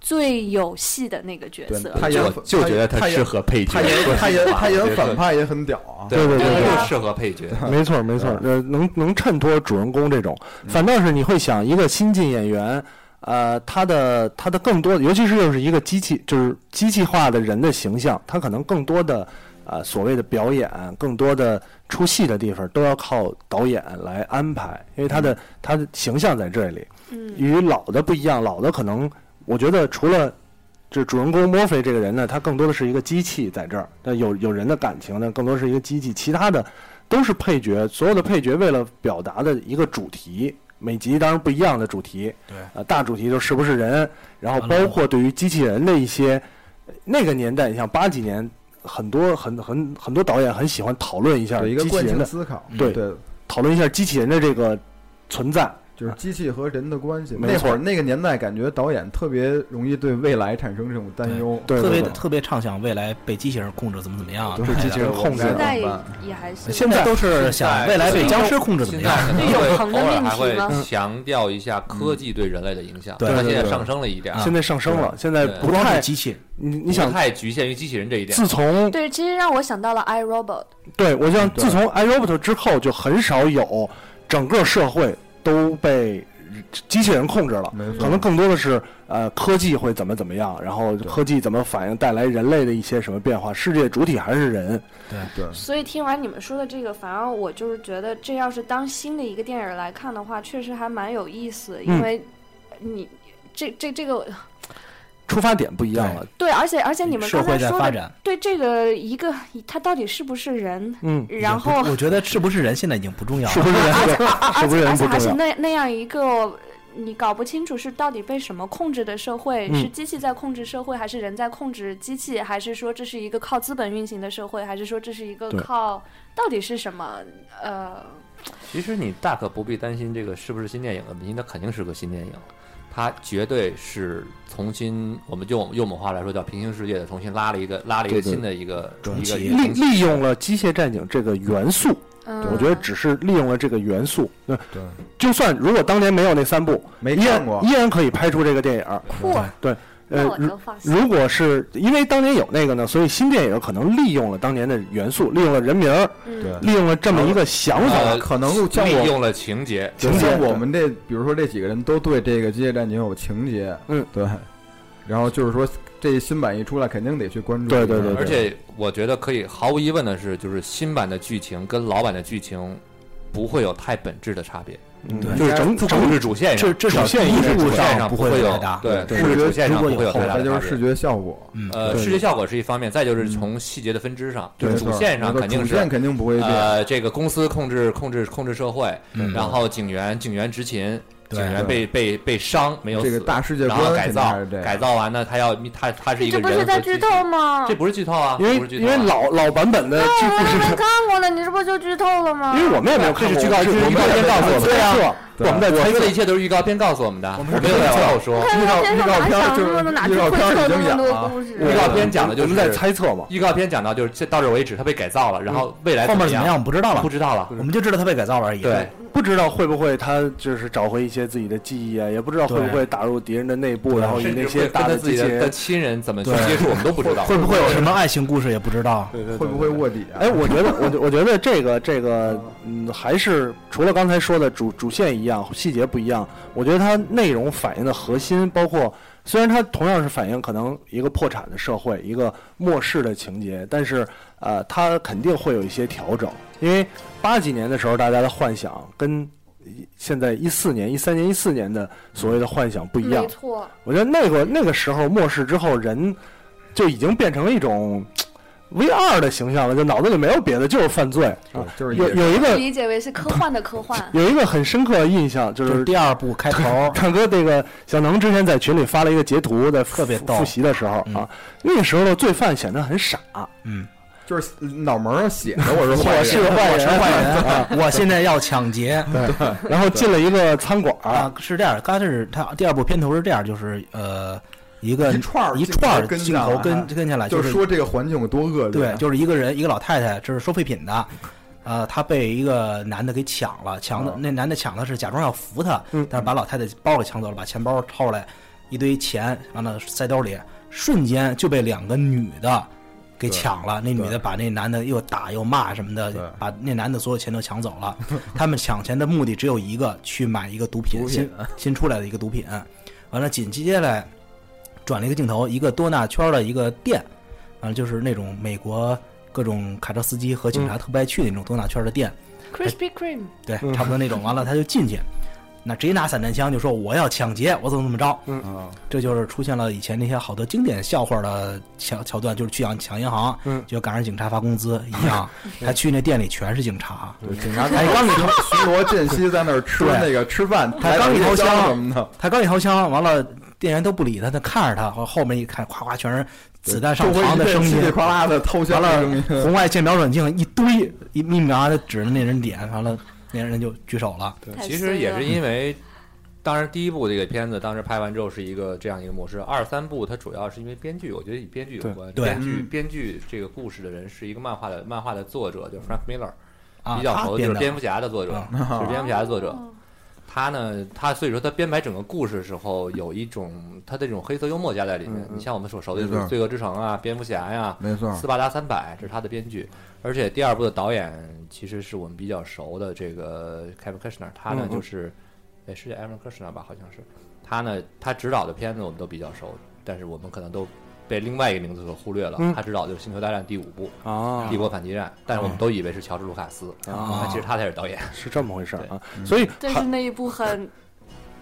S5: 最有戏的那个角
S2: 对
S5: 色。
S2: 他演
S4: 就就觉得
S2: 他演
S4: 适合配角，
S2: 他演他 演他
S4: 我
S2: 演
S4: 觉得
S2: 反派也很屌啊！
S4: 对
S1: 对对
S4: 我觉得
S5: 对
S4: 他
S5: 对
S4: 就适合配角。
S1: 没错没错，呃，能能衬托主人公这种，反倒是你会想一个新晋演员，呃，他的他的更多，尤其是又是一个机器，就是机器化的人的形象，他可能更多的呃所谓的表演，更多的出戏的地方都要靠导演来安排，因为他的、他的形象在这里，
S5: 嗯，
S1: 与老的不一样，老的可能我觉得除了。这主人公墨菲这个人呢，他更多的是一个机器在这儿，那有有人的感情呢，更多是一个机器，其他的都是配角，所有的配角为了表达的一个主题，每集当然不一样的主题，
S3: 对
S1: 呃，大主题就是不是人，然后
S3: 完了
S1: 包括对于机器人的一些，呃那个年代，你像八几年，很多很很很多导演很喜欢讨论一下
S2: 有一个
S1: 机器
S2: 惯
S1: 人
S2: 性
S1: 的，
S2: 思考，
S1: 对
S2: 对，
S1: 讨论一下机器人的这个存在，
S2: 就是机器和人的关系。
S1: 没
S2: 那
S1: 错
S2: 会儿那个年代，感觉导演特别容易对未来产生这种担忧。
S1: 对
S3: 特
S1: 对
S3: 别
S1: 对
S3: 特别畅想未来被机器人控制怎么怎么样啊
S2: 对
S3: 之类的
S1: 机器人控制
S5: 现在
S2: 怎
S5: 也
S2: 么办
S5: 也还是
S3: 现在都是想未来被僵尸控制怎
S4: 现
S3: 么
S4: 在
S3: 样？
S4: 可能
S5: 这
S4: 会
S5: 种横的
S4: 偶尔
S5: 命
S4: 还会
S5: 题吗
S4: 强调一下科技对人类的影响，
S3: 对
S4: 它
S1: 对
S4: 现在
S1: 对
S4: 上升了一点儿，
S1: 现在上升了，现在
S4: 对
S1: 不
S3: 不光
S1: 太
S3: 是，机器，
S1: 你
S4: 不
S1: 你想，
S4: 太局限于机器人这一点。
S1: 自从
S5: 对，其实让我想到了 I Robot，
S1: 对，我
S5: 嗯
S1: 像
S2: 对
S1: 自从 iRobot 之后，就很少有整个社会都被机器人控制了。
S2: 没错，
S1: 可能更多的是呃科技会怎么怎么样，然后科技怎么反应带来人类的一些什么变化，世界主体还是人。
S2: 对，
S5: 所以听完你们说的这个，反而我就是觉得，这要是当新的一个电影来看的话，确实还蛮有意思，
S1: 嗯
S5: 因为你。这这这个
S1: 出发点不一样了，
S5: 对，而且而且你们
S3: 社
S5: 刚才
S3: 会在
S5: 说
S3: 发
S5: 的
S3: 展。
S5: 对这个一个他到底是不是人，
S1: 嗯，
S5: 然
S3: 也
S5: 后
S3: 不我觉得是不是人现在已经不重要
S1: 是
S3: 了，
S1: 不是人？对是不是
S5: 嗯 而
S1: 人
S5: 且
S1: 不
S5: 还
S1: 重
S5: 是
S1: 要？
S5: 那那样一个你搞不清楚是到底被什么控制的社会，
S1: 嗯
S5: 是机器在控制社会，还是人在控制机器，还是说这是一个靠资本运行的社会，还是说这是一个
S1: 对
S5: 靠到底是什么？呃，
S4: 其实你大可不必担心这个是不是新电影的问题，它肯定是个新电影，它绝对是重新，我们用用我们话来说叫平行世界的，重新拉了一个拉了一个
S1: 对对
S4: 新的一个
S3: 重
S4: 一个
S3: 启
S4: 一个
S1: 利
S4: 东西
S1: 利用了机械战警这个元素，
S5: 嗯，
S1: 我觉得只是利用了这个元素。那
S2: 对，
S1: 就算如果当年没有那三部，
S2: 没
S1: 依
S2: 看
S1: 然
S2: 过
S1: 依然可以拍出这个电影。
S5: 酷，
S1: 呃
S5: 那，我就放心。
S1: 如果是因为当年有那个呢，所以新电影可能利用了当年的元素，利用了人名儿，
S5: 嗯
S2: 对，
S1: 利用了这么一个想法
S4: 呃，
S2: 可能像
S4: 利
S2: 我
S4: 用了情节，
S1: 情节
S2: 像我们这，比如说这几个人都对这个《机械战警》有情节，
S1: 嗯，
S2: 对。然后就是说，这新版一出来，肯定得去关注一
S1: 对
S2: 下。
S1: 对对
S4: 而且我觉得可以毫无疑问的是，就是新版的剧情跟老版的剧情不会有太本质的差别，
S1: 嗯
S3: 对
S1: 就是整
S4: 故
S1: 整
S4: 事主啊线
S3: 至
S4: 上，
S3: 至少
S1: 主线
S3: 一
S1: 一直
S3: 步
S4: 主啊线上
S3: 不
S4: 会
S3: 有
S4: 有
S3: 太大。
S4: 对，
S1: 对
S4: 故事主线上
S3: 如
S4: 不
S3: 果
S4: 会有
S3: 有
S4: 太大
S2: 再
S4: 的
S2: 就
S4: 差
S2: 是视
S4: 别。
S2: 觉效果，
S3: 嗯，
S4: 呃，
S1: 对
S4: 视觉效果是一方面，再就是
S2: 嗯
S4: 从细节的分支上，就
S2: 对
S4: 是
S2: 没
S4: 主
S2: 错
S4: 线上
S2: 没错
S4: 肯定
S2: 主
S4: 是
S2: 线肯定不会变。
S4: 呃，这个公司控制控制控制社会，
S3: 嗯
S4: 然后警员警员执勤，
S3: 对
S4: 警员被被被伤没有死，
S2: 这个大世界
S4: 然后
S2: 观
S4: 改
S2: 肯定
S4: 造
S2: 还是这样
S4: 改造完呢，他要他他是一
S5: 你
S4: 个
S5: 这
S4: 人
S5: 不是在
S4: 和
S5: 剧
S4: 机器
S5: 透吗？呃
S4: 这不是剧透啊，
S1: 因为
S4: 不是剧透
S1: 因
S4: 啊
S1: 为老老版本的呃剧
S5: 哎我
S1: 故
S5: 都
S1: 事
S5: 没，看过呢，你这不就剧透了吗？
S1: 因为我们也没有看
S4: 这
S1: 过，
S4: 是预
S1: 我们我
S4: 告这是
S1: 们
S4: 预告
S1: 也
S4: 片
S1: 没
S4: 告诉
S1: 有
S4: 我们
S1: 猜测，
S2: 对
S1: 我们在
S4: 啊我
S1: 猜
S4: 说的一
S1: 测。
S4: 切都是预告片告诉我们的，我
S2: 是
S4: 没有
S2: 预告
S4: 后说。
S5: 看
S2: 预
S5: 到
S2: 告
S5: 片上
S2: 预告
S5: 哪
S2: 片
S5: 想
S2: 就是
S5: 那么哪去
S2: 预
S5: 会
S2: 告片
S5: 透
S2: 已
S5: 这
S2: 经
S5: 么
S2: 演
S5: 多
S2: 了
S5: 故
S1: 啊
S5: 事？
S4: 预告片讲的就是嗯
S1: 我们在猜测嘛，
S4: 预告片讲到就是这到这为止，他被改造了，然后未来
S3: 后面
S4: 怎
S3: 怎么
S4: 么
S3: 样我们不知道了
S4: 不，知道了。
S3: 我们就知道他被改造了而已。
S4: 对，
S1: 不知道会不会他就是找回一些自己的记忆啊，也不知道会不会打入敌人的内部，然后与
S4: 啊甚
S1: 那
S4: 至
S1: 些
S4: 会跟
S1: 大
S4: 他
S1: 的
S4: 自
S1: 机
S4: 己
S1: 器
S4: 的的
S1: 人。
S4: 亲人怎么去
S3: 对
S4: 接触，我们都不知道。
S3: 会不会有什么爱情故事也不知道？
S1: 对对对
S2: 会不会卧底啊？
S1: 哎，我觉得，我觉我觉得这个这个嗯，还是除了刚才说的主主线一样，细节不一样，我觉得它内容反映的核心，包括虽然它同样是反映可能一个破产的社会，一个末世的情节，但是呃，它肯定会有一些调整，因为八几年的时候大家的幻想跟现在一四年、一三年、一四年的所谓的幻想不一样
S5: 没，错，
S1: 我觉得那个那个时候末世之后，人就已经变成一种
S3: 啊
S1: VR 的形象了，就脑子里没有别的，就是犯罪。
S2: 对
S1: 啊
S2: 就是
S1: 有
S2: 也
S1: 有一个
S5: 理解为是科幻的科幻
S1: 。有一个很深刻的印象，就
S3: 就是是第二部开头，
S1: 大哥那个小能之前在群里发了一个截图，在复
S3: 特别逗
S1: 复习的时候啊，那个时候的罪犯显得很傻，
S3: 嗯，
S2: 就是脑门儿上写着我是坏
S1: 我
S2: 人，
S1: 是个坏
S3: 我是
S1: 人，
S3: 坏人，啊我现在要抢劫。
S1: 然后进了一个餐馆儿，
S3: 啊，是这样，刚开始他第二部片头是这样，就是呃，一个
S2: 一串儿
S3: 一
S2: 镜
S3: 串
S2: 头跟
S3: 镜
S2: 下
S3: 头
S2: 来
S3: 跟跟下来，
S2: 就是说这个环境有多恶劣。
S3: 啊
S2: 啊
S3: 对，就是一个人，一个老太太，这是收废品的，呃，她被一个男的给抢了，抢的、那男的抢的是假装要扶她，
S1: 嗯
S3: 但是把老太太包给抢走了，把钱包掏出来，一堆钱完了塞兜里，瞬间就被两个女的给抢了。那女的把那男的又打又骂什么的
S2: 对，
S3: 把那男的所有钱都抢走了。他们抢钱的目的只有一个，去买一个毒品，
S2: 毒品啊
S3: 新新出来的一个毒品。完了，紧接下来转了一个镜头，一个多纳圈的一个店，完了就是那种美国各种卡车司机和
S2: 嗯
S3: 警察特不爱去的那种多纳圈的店，
S5: Krispy Kreme，
S3: 对，差不多那种。完了，他就进去，那直接拿散弹枪就说我要抢劫，我怎么怎么着。
S2: 啊，
S3: 这就是出现了以前那些好多经典笑话的桥桥段，就是去抢抢银行，
S1: 嗯
S3: 就赶上警察发工资 一样，他去那店里全是警察。
S2: 对，警 察还刚巡逻间隙在那儿吃
S3: 对
S2: 那个吃饭，
S3: 他
S2: 来
S3: 刚一
S2: 点
S3: 掏
S2: 香
S3: 枪
S2: 什么的，
S3: 他刚一掏枪，完了店员都不理他，他看着他，后后面一看，咵咵全是子弹上
S2: 周围
S3: 膛的
S2: 一片
S3: 声
S2: 噼里
S3: 音，
S2: 啪啦的掏
S3: 完
S2: 枪的 声音，
S3: 了红外线瞄准镜一堆，一密密麻麻的指着那人脸，完了那人就举手了。
S5: 太
S4: 其
S5: 衰
S4: 实也
S5: 了
S4: 是因为，当然第一部这个片子当时拍完之后是一个这样一个模式，二三部它主要是因为编剧，我觉得与编剧
S1: 对
S4: 有关。
S3: 对
S4: 编剧
S2: 嗯
S4: 编剧这个故事的人是一个漫画的漫画的作者，叫 Frank Miller，
S3: 啊，
S4: 比较
S3: 他
S4: 熟的
S3: 编
S4: 就是
S3: 的
S4: 蝙蝠侠的作者，
S3: 啊
S4: 就是蝙蝠侠的作者。
S5: 哦
S4: 他呢，他所以说他编排整个故事的时候有一种他的这种黑色幽默加在里面。
S1: 嗯嗯
S4: 你像我们所熟的
S2: 没
S4: 就是
S2: 错
S4: 《罪恶之城》啊，《蝙蝠侠》呀，
S2: 没错
S1: 嗯
S4: 《斯巴达三百》，这是他的编剧。而且第二部的导演其实是我们比较熟的这个 Kevin Costner，他呢
S1: 嗯嗯
S4: 就是，也是 Kevin Costner 吧，好像是。他呢，他执导的片子我们都比较熟，但是我们可能都被另外一个名字所忽略了。
S1: 嗯
S4: 他执导的就是《星球大战》第五部
S1: 啊嗯
S4: 《帝国反击战》，但是我们都以为是乔治·卢卡斯，
S1: 啊
S4: 但其实他才是导演。
S1: 是这么回事儿啊，
S2: 对
S1: 所以
S5: 但
S1: 还
S5: 是那一部很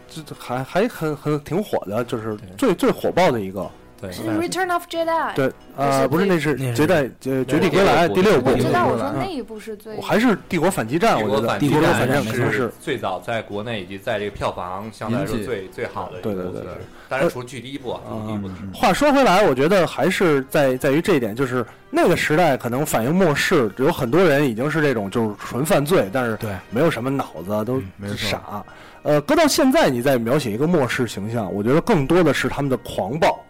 S1: 这这还还很很挺火的，就是
S4: 对
S1: 最最火爆的一个，
S4: 对，
S5: 是 Return of Jedi，
S1: 对，呃，不是那是
S3: 那
S1: 《
S3: 是
S1: 绝代呃绝地归来》第
S4: 第
S1: 六
S4: 六
S1: 部
S4: 部
S5: 我，知道，
S2: 对
S5: 啊我说
S1: 嗯
S5: 那一部是最
S1: 我还是帝国反击战，
S4: 帝
S1: 我
S4: 国
S1: 觉得
S4: 反
S1: 帝
S4: 击
S1: 国
S4: 战
S1: 反
S3: 战
S1: 其
S3: 没
S1: 实
S3: 错
S1: 是
S4: 最早在国内以及在这个票房相对来说
S2: 引起
S4: 最最好的一
S1: 对对
S4: 部
S1: 对
S4: 作
S1: 对
S4: 品。当然，除了距第一部啊，
S1: 嗯
S4: 第一部的时候
S1: 话说回来，我觉得还是在在于这一点，就是那个时代可能反映末世，有很多人已经是这种就是纯犯罪，但是
S3: 对
S1: 没有什么脑子，都
S2: 没错
S1: 傻。呃，搁到现在，你再描写一个末世形象，我觉得更多的是他们的狂暴。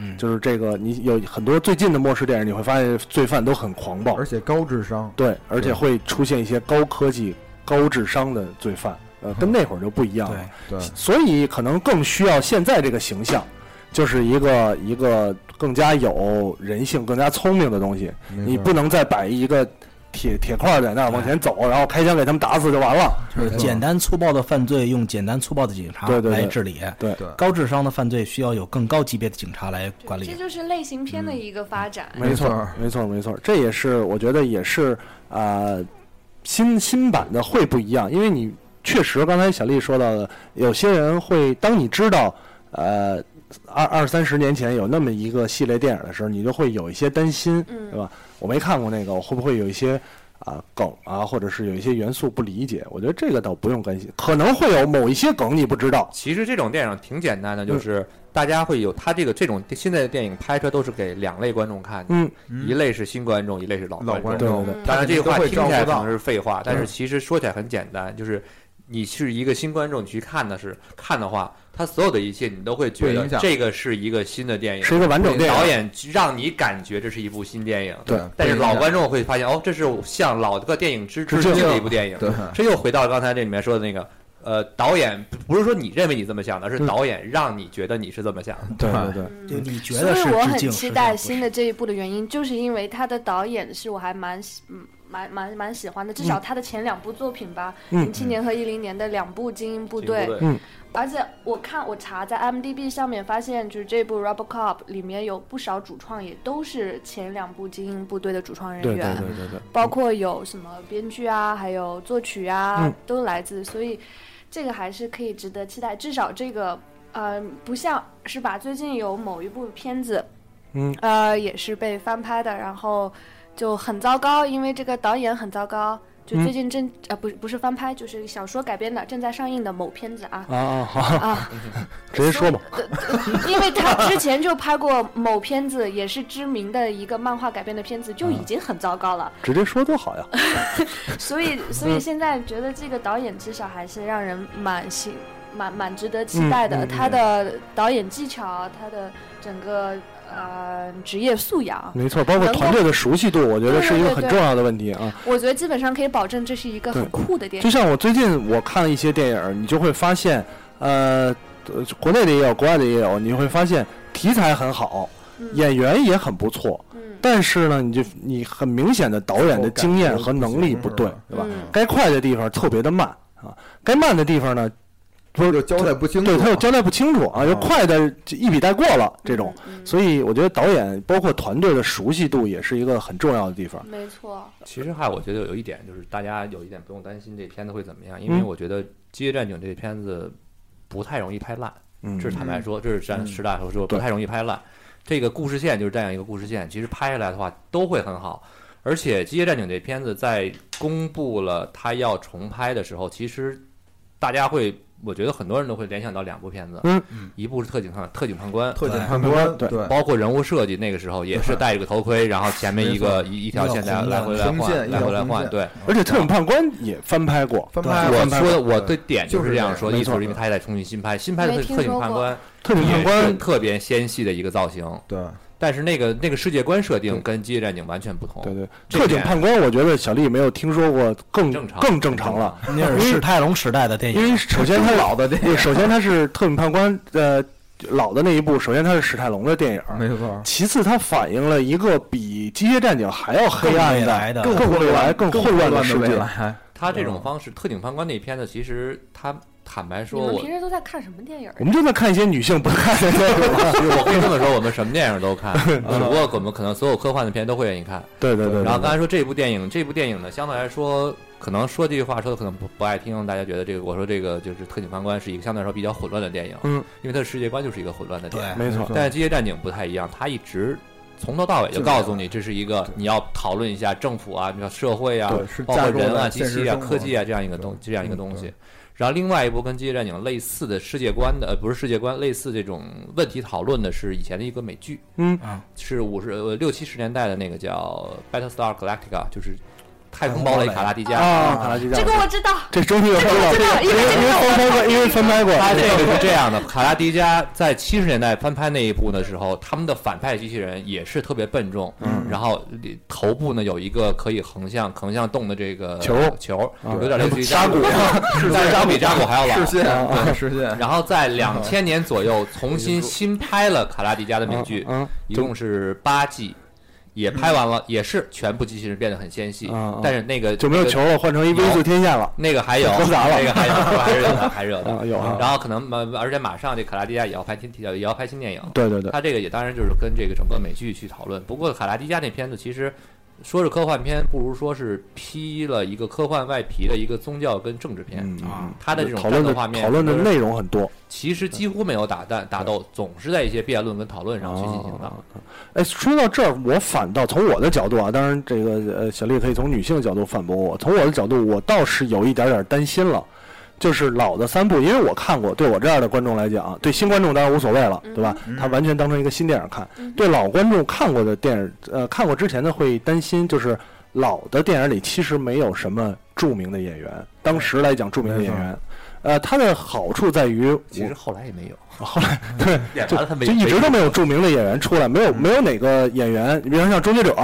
S3: 嗯
S1: 就是这个，你有很多最近的末世电影，你会发现罪犯都很狂暴
S2: 而，且高智商，
S1: 对，而且会出现一些高科技、高智商的罪犯，呃，跟那会儿就不一样了。
S3: 对。
S2: 对，
S1: 所以可能更需要现在这个形象，就是一个一个更加有人性、更加聪明的东西。
S2: 没
S1: 你
S2: 错
S1: 不能再摆一个铁铁块在那儿往前走，然后开枪给他们打死就完了。
S3: 就是
S2: 对
S3: 简单粗暴的犯罪用简单粗暴的警察
S1: 对对对
S3: 来治理，
S1: 对
S2: 对
S3: 高智商的犯罪需要有更高级别的警察来管
S5: 这
S3: 理。
S5: 就是类型片的一个发展。
S1: 没错
S2: 错，
S1: 没错，没错，这也是我觉得也是啊、呃新新版的会不一样，因为你确实刚才小丽说到的，有些人会当你知道呃二二三十年前有那么一个系列电影的时候，你就会有一些担心，
S5: 嗯
S1: 对吧？我没看过那个，我会不会有一些？啊，梗啊，或者是有一些元素不理解，我觉得这个倒不用担心，可能会有某一些梗你不知道，
S4: 其实这种电影挺简单的，
S2: 嗯
S4: 就是大家会有它这个这种现在的电影拍出来都是给两类观众看的，
S1: 嗯，
S4: 一类是新观众，一类是老
S2: 老观
S4: 观
S1: 对
S2: 众
S4: 众。
S1: 对
S5: 对
S4: 当然这句话
S2: 他们
S4: 听
S2: 都会照
S4: 起
S2: 顾
S4: 来可
S2: 到
S4: 能是废话，但
S2: 嗯
S4: 是其实说起来很简单，就是你是一个新观众，你去看的是看的话，它所有的一切你都会觉
S2: 不
S4: 得
S2: 影响
S4: 这个是一个新的电影，
S1: 是一个完整电影
S4: 导演让你感觉这是一部新电影，
S1: 对
S4: 但是
S2: 不影
S4: 老
S2: 响
S4: 观众会发现哦，这是向老的电影致
S1: 致
S4: 致
S1: 敬
S4: 敬的一部电影，
S2: 对
S4: 这又回到刚才这里面说的那个，呃，导演不不是说你认为你这么想的，是
S1: 嗯
S4: 导演让你觉得你是这么想的。
S1: 对对对，
S5: 嗯
S3: 就你觉
S5: 所
S3: 得
S5: 以
S3: 是
S5: 我
S3: 致
S5: 很
S3: 敬，
S5: 期待
S3: 实际上
S5: 新的这一部的原因，就是因为他的导演是我还蛮喜嗯蛮蛮蛮喜欢的，至
S3: 嗯
S5: 少他的前两部作品吧，
S1: 嗯
S5: 零七年和一零年的两部《精英部队》
S6: 对
S5: 而且我看我查在 IMDB 上面发现，就是这部《RoboCop》里面有不少主创也都是前两部《精英部队》的主创人
S1: 对
S5: 员，
S1: 对对对对，
S5: 包括有什么编剧啊，还有作曲啊，
S1: 嗯
S5: 都来自，所以这个还是可以值得期待。至少这个，呃，不像是吧？最近有某一部片子，
S1: 嗯，
S5: 呃，也是被翻拍的，然后就很糟糕，因为这个导演很糟糕。就
S1: 嗯
S5: 最近正、呃不是不是翻拍，就是小说改编的，正在上映的某片子 啊，
S1: 啊啊好，
S5: 啊，
S1: 直接说吧，
S5: 因为他之前就拍过某片子，也是知名的一个漫画改编的片子，就已经很糟糕了。
S1: 直接说多好呀！
S5: 所以，所以现在觉得这个导演至少还是让人蛮新、蛮蛮值得期待
S1: 嗯
S5: 的。
S1: 嗯嗯
S5: 他的导演技巧，他的整个呃职业素养，
S1: 没错，包括
S5: 能够
S1: 团队的熟悉度，我觉得
S5: 对
S1: 是一个
S5: 对
S1: 很
S5: 对
S1: 重要的问题啊。
S5: 我觉得基本上可以保证这是一个很
S1: 对
S5: 酷的电
S1: 就
S5: 影。
S1: 像我最近我看了一些电影，你就会发现，呃，呃国内的也有，国外的也有，你会发现题材很好，
S5: 嗯
S1: 演员也很不错，
S5: 嗯
S1: 但是呢，你就你很明显的导演的经验和能力不对，
S2: 对吧？
S5: 嗯
S1: 该快的地方特别的慢啊，该慢的地方呢，
S2: 不是就交代不清楚
S1: 对
S2: 嘛，
S1: 他又交代不清楚啊，又快的就一笔带过了这种，
S5: 嗯嗯
S1: 所以我觉得导演包括团队的熟悉度也是一个很重要的地方。
S5: 没错，
S4: 其实还我觉得有一点就是大家有一点不用担心这片子会怎么样，因为
S1: 嗯
S4: 我觉得《机械战警》这片子不太容易拍烂，
S1: 嗯，
S4: 这是坦白说，这是咱
S2: 嗯
S4: 实打实说，
S1: 对
S4: 不太容易拍烂。这个故事线就是这样一个故事线，其实拍下来的话都会很好。而且《机械战警》这片子在公布了它要重拍的时候，其实大家会，我觉得很多人都会联想到两部片子，
S1: 嗯
S3: 嗯
S4: 一部是特警探特警判官，
S2: 特警判官，
S1: 对
S2: 对，
S4: 包括人物设计，那个时候也是戴着个头盔，然后前面一个一一条线来来回来
S2: 红线
S4: 换，
S2: 一
S4: 来
S2: 条
S4: 回来
S2: 红
S4: 换，
S2: 线
S4: 对。
S1: 而且《特种判官》也翻拍过，
S2: 翻
S3: 对
S2: 拍
S4: 我
S2: 翻拍
S4: 说的
S2: 过
S4: 我的点就是这样说的，
S2: 没
S4: 意
S2: 错
S4: 思是因为他也在重新新拍，新拍的
S5: 没
S4: 特
S5: 听
S4: 特警
S5: 说
S4: 判
S5: 过
S4: 官
S1: 《特种判
S4: 也
S1: 官
S4: 是》特别纤细的一个造型，
S2: 对
S4: 但是那个那个世界观设
S1: 对
S4: 定跟《机械战警》完全不同，
S1: 对对，
S4: 这
S1: 特警
S4: 点
S1: 判官，我觉得小丽没有听说过更
S4: 正常
S1: 更正常了，，
S3: 那是史泰龙时代的电
S1: 因
S3: 影，
S1: 为首先他老的电影，首先他是特警判官，呃，老的那一部，首先他是史泰龙的电影，
S2: 没错，
S1: 其次它反映了一个比《机械战警》还要黑
S3: 更未
S1: 暗
S3: 来的
S1: 更未来、更
S2: 更
S1: 混乱的世
S2: 未
S1: 界。
S2: 来，
S4: 他这种方式，特警判官那片子，其实他坦白说，
S5: 你们
S4: 我
S5: 平时都在看什么电影？
S1: 我们正在看一些女性不看的电 影，
S4: 我可以这么说，我们什么电影都看，只
S1: 嗯
S4: 不过我们可能所有科幻的片都会愿意看。
S1: 对对对。
S4: 然后刚才说这部电影，这部电影呢，相对来说，可能说这句话说的可能不不爱听，大家觉得这个我说这个就是《特警判官》是一个相对来说比较混乱的电影，
S1: 嗯，
S4: 因为它的世界观就是一个混乱的电
S3: 对
S4: 影。
S1: 没错，
S4: 但是《机械战警》不太一样，它一直从头到尾就告诉你，这是一个你要讨论一下政府啊、你要社会啊
S2: 对，是
S4: 包括
S2: 架构
S4: 人啊、
S2: 在
S4: 机
S2: 现实
S4: 器啊、
S2: 生活嗯
S4: 科技啊这样一个东这样一个东西。然后另外一部跟《机械战警》类似的世界观的，呃，不是世界观，类似这种问题讨论的是以前的一个美剧，
S2: 嗯
S3: 啊，
S4: 是五十呃六七十年代的那个叫《Battlestar Galactica》，就是太空
S3: 太空堡
S4: 堡垒
S3: 垒
S4: 卡拉嗯迪加。
S1: 啊，卡拉基
S5: 这个我知道，
S1: 这终于有知
S5: 我知道，因为这
S1: 因为
S5: 个
S1: 翻
S5: 我
S1: 拍过，因为翻拍过，
S4: 它这个哎是这样的，卡拉迪加在七十年代翻拍那一部的时候，他们的反派机器人也是特别笨重，嗯，然后头部呢有一个可以横向横向动的这个
S1: 球
S4: 球，
S1: 啊
S4: 有点类似于
S1: 扎 古
S4: 是但是它比扎古还要
S2: 视
S4: 老。啊
S2: 线对视线，
S4: 然后在两千年左右重新新拍了卡拉迪加的美剧，
S1: 嗯，
S4: 一共是八季，也拍完了，也是全部机器人变得很纤细
S1: 啊啊，
S4: 但是那个
S1: 就没有
S4: 那个
S1: 球了，换成一 V 字天线了
S4: 那个还有，
S1: 复杂了
S4: 那个还有，还是有的，还是有的。
S1: 啊，有啊，
S4: 然后可能马，而且马上这卡拉迪加也要拍新也要拍新电影，
S1: 对对对，
S4: 它这个也当然就是跟这个整个美剧去讨论。不过卡拉迪加那片子其实说是科幻片，不如说是披了一个科幻外皮的一个宗教跟政治片。
S1: 嗯，
S3: 啊
S4: 它的这种
S1: 讨论
S4: 战斗
S1: 的
S4: 画面，
S1: 讨论的内容很多，
S4: 其实几乎没有打蛋打斗，总是在一些辩论跟讨论上去进行的。
S1: 哦哎，说到这儿，我反倒从我的角度啊，当然这个呃，小丽可以从女性的角度反驳我。从我的角度，我倒是有一点点担心了，就是老的三部，因为我看过，对我这样的观众来讲，啊对新观众当然无所谓了，对吧？他完全当成一个新电影看。对老观众看过的电影，呃，看过之前的会担心，就是老的电影里其实没有什么著名的演员，当时来讲著名的演员。呃，它的好处在于我，
S4: 其实后来也没有，
S1: 后来 对
S4: 演
S1: 就
S4: 完了他没
S1: 就一直都
S4: 没嗯
S1: 没有著名的演员出来，没有没有哪个演员，你比如说像《终结者》，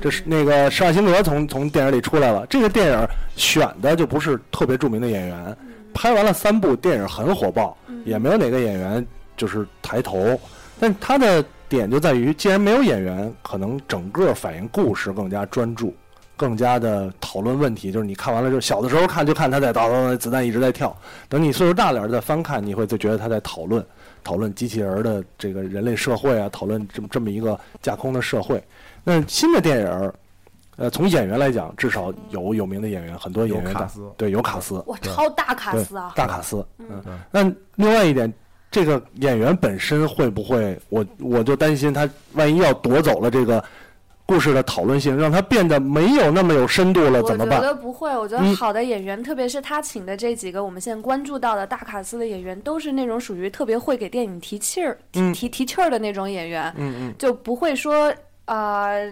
S1: 这是那个施瓦辛格从从电影里出来了。这个电影选的就不是特别著名的演员，拍完了三部电影很火爆，也没有哪个演员就是抬头。但他的点就在于，既然没有演员，可能整个反映故事更加专注。更加的讨论问题。就是你看完了之后，小的时候看就看他在叨叨，子弹一直在跳。等你岁数大点儿再翻看，你会就觉得他在讨论讨论机器人儿的这个人类社会啊，讨论这么这么一个架空的社会。那新的电影儿，呃，从演员来讲，至少有有名的演员，很多
S2: 有
S1: 演员
S2: 卡
S1: 大
S2: 斯
S1: 对有卡斯，
S5: 哇，超大卡
S1: 对
S5: 斯啊！
S1: 大卡斯。
S5: 嗯
S2: 对
S1: 那另外一点，这个演员本身会不会，我我就担心他万一要夺走了这个故事的讨论性，让他变得没有那么有深度了，
S5: 我
S1: 怎么
S5: 觉
S1: 办？
S5: 得不会，我觉得
S1: 嗯
S5: 好的演员，特别是他请的这几个我们现在关注到的大卡司的演员，都是那种属于特别会给电影提气儿、提
S1: 嗯
S5: 提提气儿的那种演员，
S1: 嗯嗯，
S5: 就不会说呃，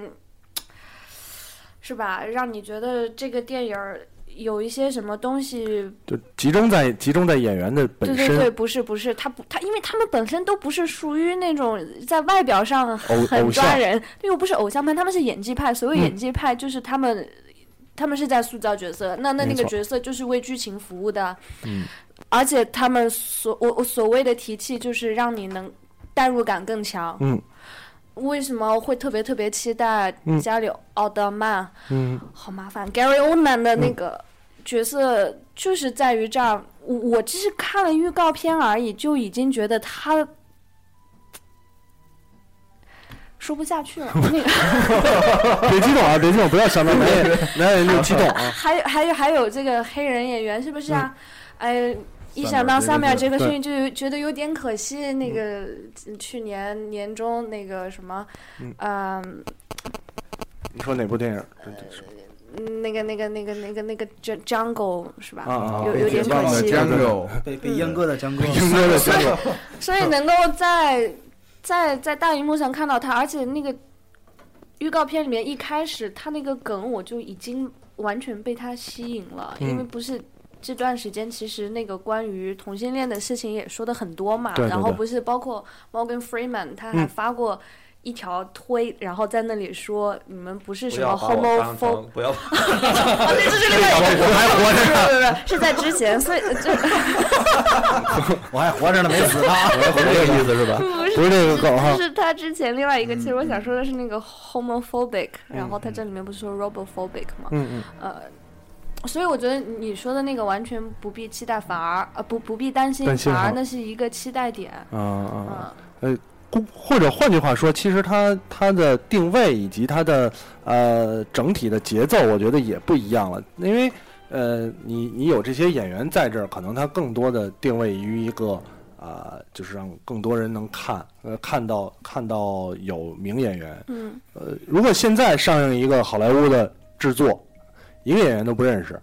S5: 是吧？让你觉得这个电影儿有一些什么东西
S1: 就集中在集中在演员的本
S5: 对
S1: 身。
S5: 对对，不是不是，他不他，因为他们本身都不是属于那种在外表上
S1: 偶
S5: 很
S1: 偶
S5: 抓
S1: 像
S5: 人，又不是偶像派，他们是演技派。所谓
S1: 嗯
S5: 演技派，就是他们、他们是在塑造角色，那那
S1: 没
S5: 那个
S1: 错
S5: 角色就是为剧情服务的。
S4: 嗯，
S5: 而且他们所我我所谓的提气，就是让你能代入感更强。
S1: 嗯
S5: 为什么会特别特别期待
S1: 嗯
S5: 加里奥德曼？
S1: 嗯
S5: 好麻烦。Gary Oldman 的那个角色就是在于这儿，我我只是看了预告片而已，就已经觉得他说不下去了。那个
S1: 别激动啊，别激动，不要想到男演男演员就激动啊。
S5: 还有还有还有这个黑人演员是不是啊？哎。一想到
S2: 萨
S5: 萨米
S2: 米
S5: 尔
S2: 尔
S5: ·
S2: 杰
S5: 杰克
S1: 克逊
S5: 逊，就有觉得有点可惜。那个去年年中那个什么，
S1: 嗯
S5: 嗯，
S1: 你说哪部电影？
S5: 嗯那个那个那个那个那个 Jungle 是吧？
S1: 啊啊啊
S5: 有
S2: 被
S5: 有
S2: 解
S5: 点
S2: 放
S5: 可
S2: 的
S5: 惜。
S2: Django，
S3: 被被阉割的江哥，
S1: 英哥的结果。
S5: 所以能够在在在大荧幕上看到他，而且那个预告片里面一开始他那个梗，我就已经完全被他吸引了，
S1: 嗯
S5: 因为不是。这段时间其实那个关于同性恋的事情也说的很多嘛，
S1: 对对
S5: 然后
S1: 对
S5: 不是包括 Morgan Freeman 他还
S1: 嗯
S5: 发过一条推，然后在那里说你们不是
S4: 不
S5: 什
S4: 要
S5: 么
S4: 把我当
S5: homophobe，
S4: 成不要
S5: 啊，对，这是另外一个，我还活着，不是不是是在之前，所以这
S3: 我还活着呢，没死呢。
S4: 这个意思是吧？
S1: 不
S5: 不是
S1: 是这个梗哈嗯
S5: 就是他之前另外一个，其实我想说的是那个 homophobic，、然后他这里面不是说 robophobic 吗？
S1: 嗯嗯，
S5: 呃，所以我觉得你说的那个完全不必期待，反而呃不不必担心，
S1: 担心
S5: 反而
S1: 哈
S5: 那是一个期待点。
S1: 啊啊
S5: 嗯，
S1: 啊！或或者换句话说，其实它它的定位以及它的呃整体的节奏，我觉得也不一样了。因为呃，你你有这些演员在这儿，可能它更多的定位于一个啊、就是让更多人能看呃看到看到有名演员。
S5: 嗯，
S1: 呃，如果现在上映一个好莱坞的制作，一个演员都不认识，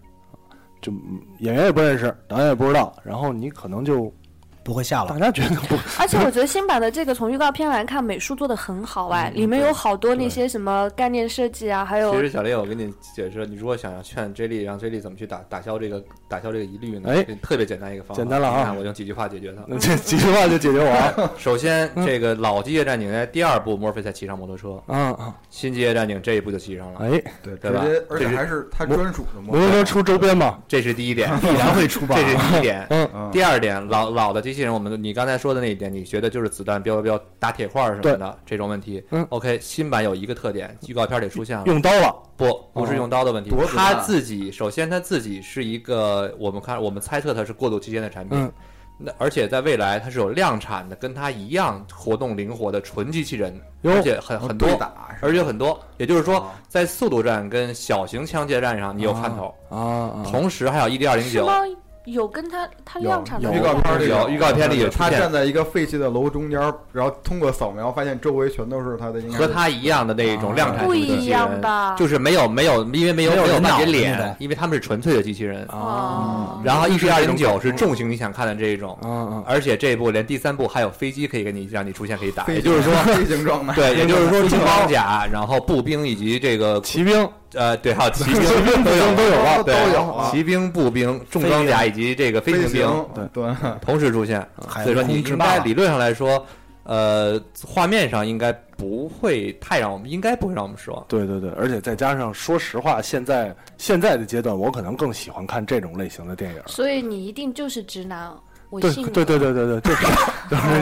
S1: 就嗯演员也不认识，导演也不知道，然后你可能就
S3: 不会下
S1: 大
S3: 了，
S1: 家觉得不
S5: 而且我觉得新版的这个从预告片来看，美术做的很好哎，
S1: 嗯
S5: 里面有好多那些什么概念设计啊，
S1: 哎
S5: 还有
S4: 其实小烈，我跟你解释，你如果想要劝 J 莉，让 J 莉怎么去打打消这个打消这个疑虑呢？
S1: 哎，
S4: 特别简单一个方法，
S1: 简单了啊嗯
S4: 你看我用几句话解决它。
S1: 那这几句话就解决我了。
S4: 首先，这个老机械战警在第二部，墨菲才骑上摩托车；
S1: 嗯，嗯
S4: 新机械战警这一部就骑上了，
S1: 哎，
S2: 对，直
S4: 对吧
S2: 接而且
S4: 这是
S2: 还是他专属的
S1: 摩
S2: 嘛，
S1: 托车出周边嘛，
S4: 这是 第一点，
S3: 必然会出
S4: 这
S3: 吧？
S4: 是第一点。
S1: 嗯，
S2: 嗯，
S4: 第二点，老老的机器人，我们你刚才说的那一点，你学的就是子弹标标打铁块儿什么的这种问题。
S1: 嗯
S4: OK，新版有一个特点，预告片里出现了，
S1: 用刀了，
S4: 不，不是用刀的问题
S2: 哦多，子
S4: 他
S2: 弹
S4: 自己首先他自己是一个，我们看我们猜测它是过渡期间的产品
S1: 嗯，
S4: 那而且在未来它是有量产的，跟它一样活动灵活的纯机器人，
S1: 哟
S4: 而且很很多
S2: 哦对，打是吧
S4: 而且很多，也就是说
S2: 啊
S4: 在速度战跟小型枪械战上你有看头，
S1: 啊啊，
S4: 同时还有 E D 二零
S5: 是
S4: 九
S5: 吗。？有跟他他
S1: 有
S5: 量产的
S1: 有
S2: 预告片里
S4: 有预告片里也出
S2: 他
S4: 现
S2: 站在一个废弃的楼中间，然后通过扫描发现周围全都是他的，应该
S4: 和
S2: 是
S4: 它一样的那一种量产
S5: 不
S4: 出的机
S5: 一
S4: 器
S5: 样
S4: 人，
S5: 吧？
S4: 就是没有没有，因为没有
S3: 没有
S4: 没有
S3: 人脑
S4: 半截
S3: 的那
S4: 脸
S3: 种，
S4: 因为他们是纯粹的机器
S1: 啊
S4: 人。
S5: 哦，
S4: 然后 E D 二零九是
S1: 嗯
S4: 重型你想看的这一种，
S1: 啊啊，
S4: 而且这一部连第三部还有飞机可以给你让你出现可以打，
S2: 飞
S4: 也
S2: 行
S4: 就是说，
S2: 飞行状态，
S4: 对，也就是说轻装甲，然后步兵以及这个
S1: 骑 兵
S4: 呃，对，还有骑兵
S1: 都有都有了，
S2: 都
S4: 对
S2: 有啊
S4: 骑兵、步兵、重装甲以及这个 飞
S2: 飞
S4: 行兵
S2: 行，对啊对，
S4: 同时出现，
S3: 海
S4: 所以说你
S3: 空之
S4: 应
S3: 霸
S4: 该理论上来说，呃，画面上应该不会太让我们，应该不会让我们失望。
S1: 对对对，而且再加上，说实话，现在现在的阶段，我可能更喜欢看这种类型的电影。
S5: 所以你一定就是直男哦，我
S1: 对
S5: 信了
S1: 对对对对对， 这是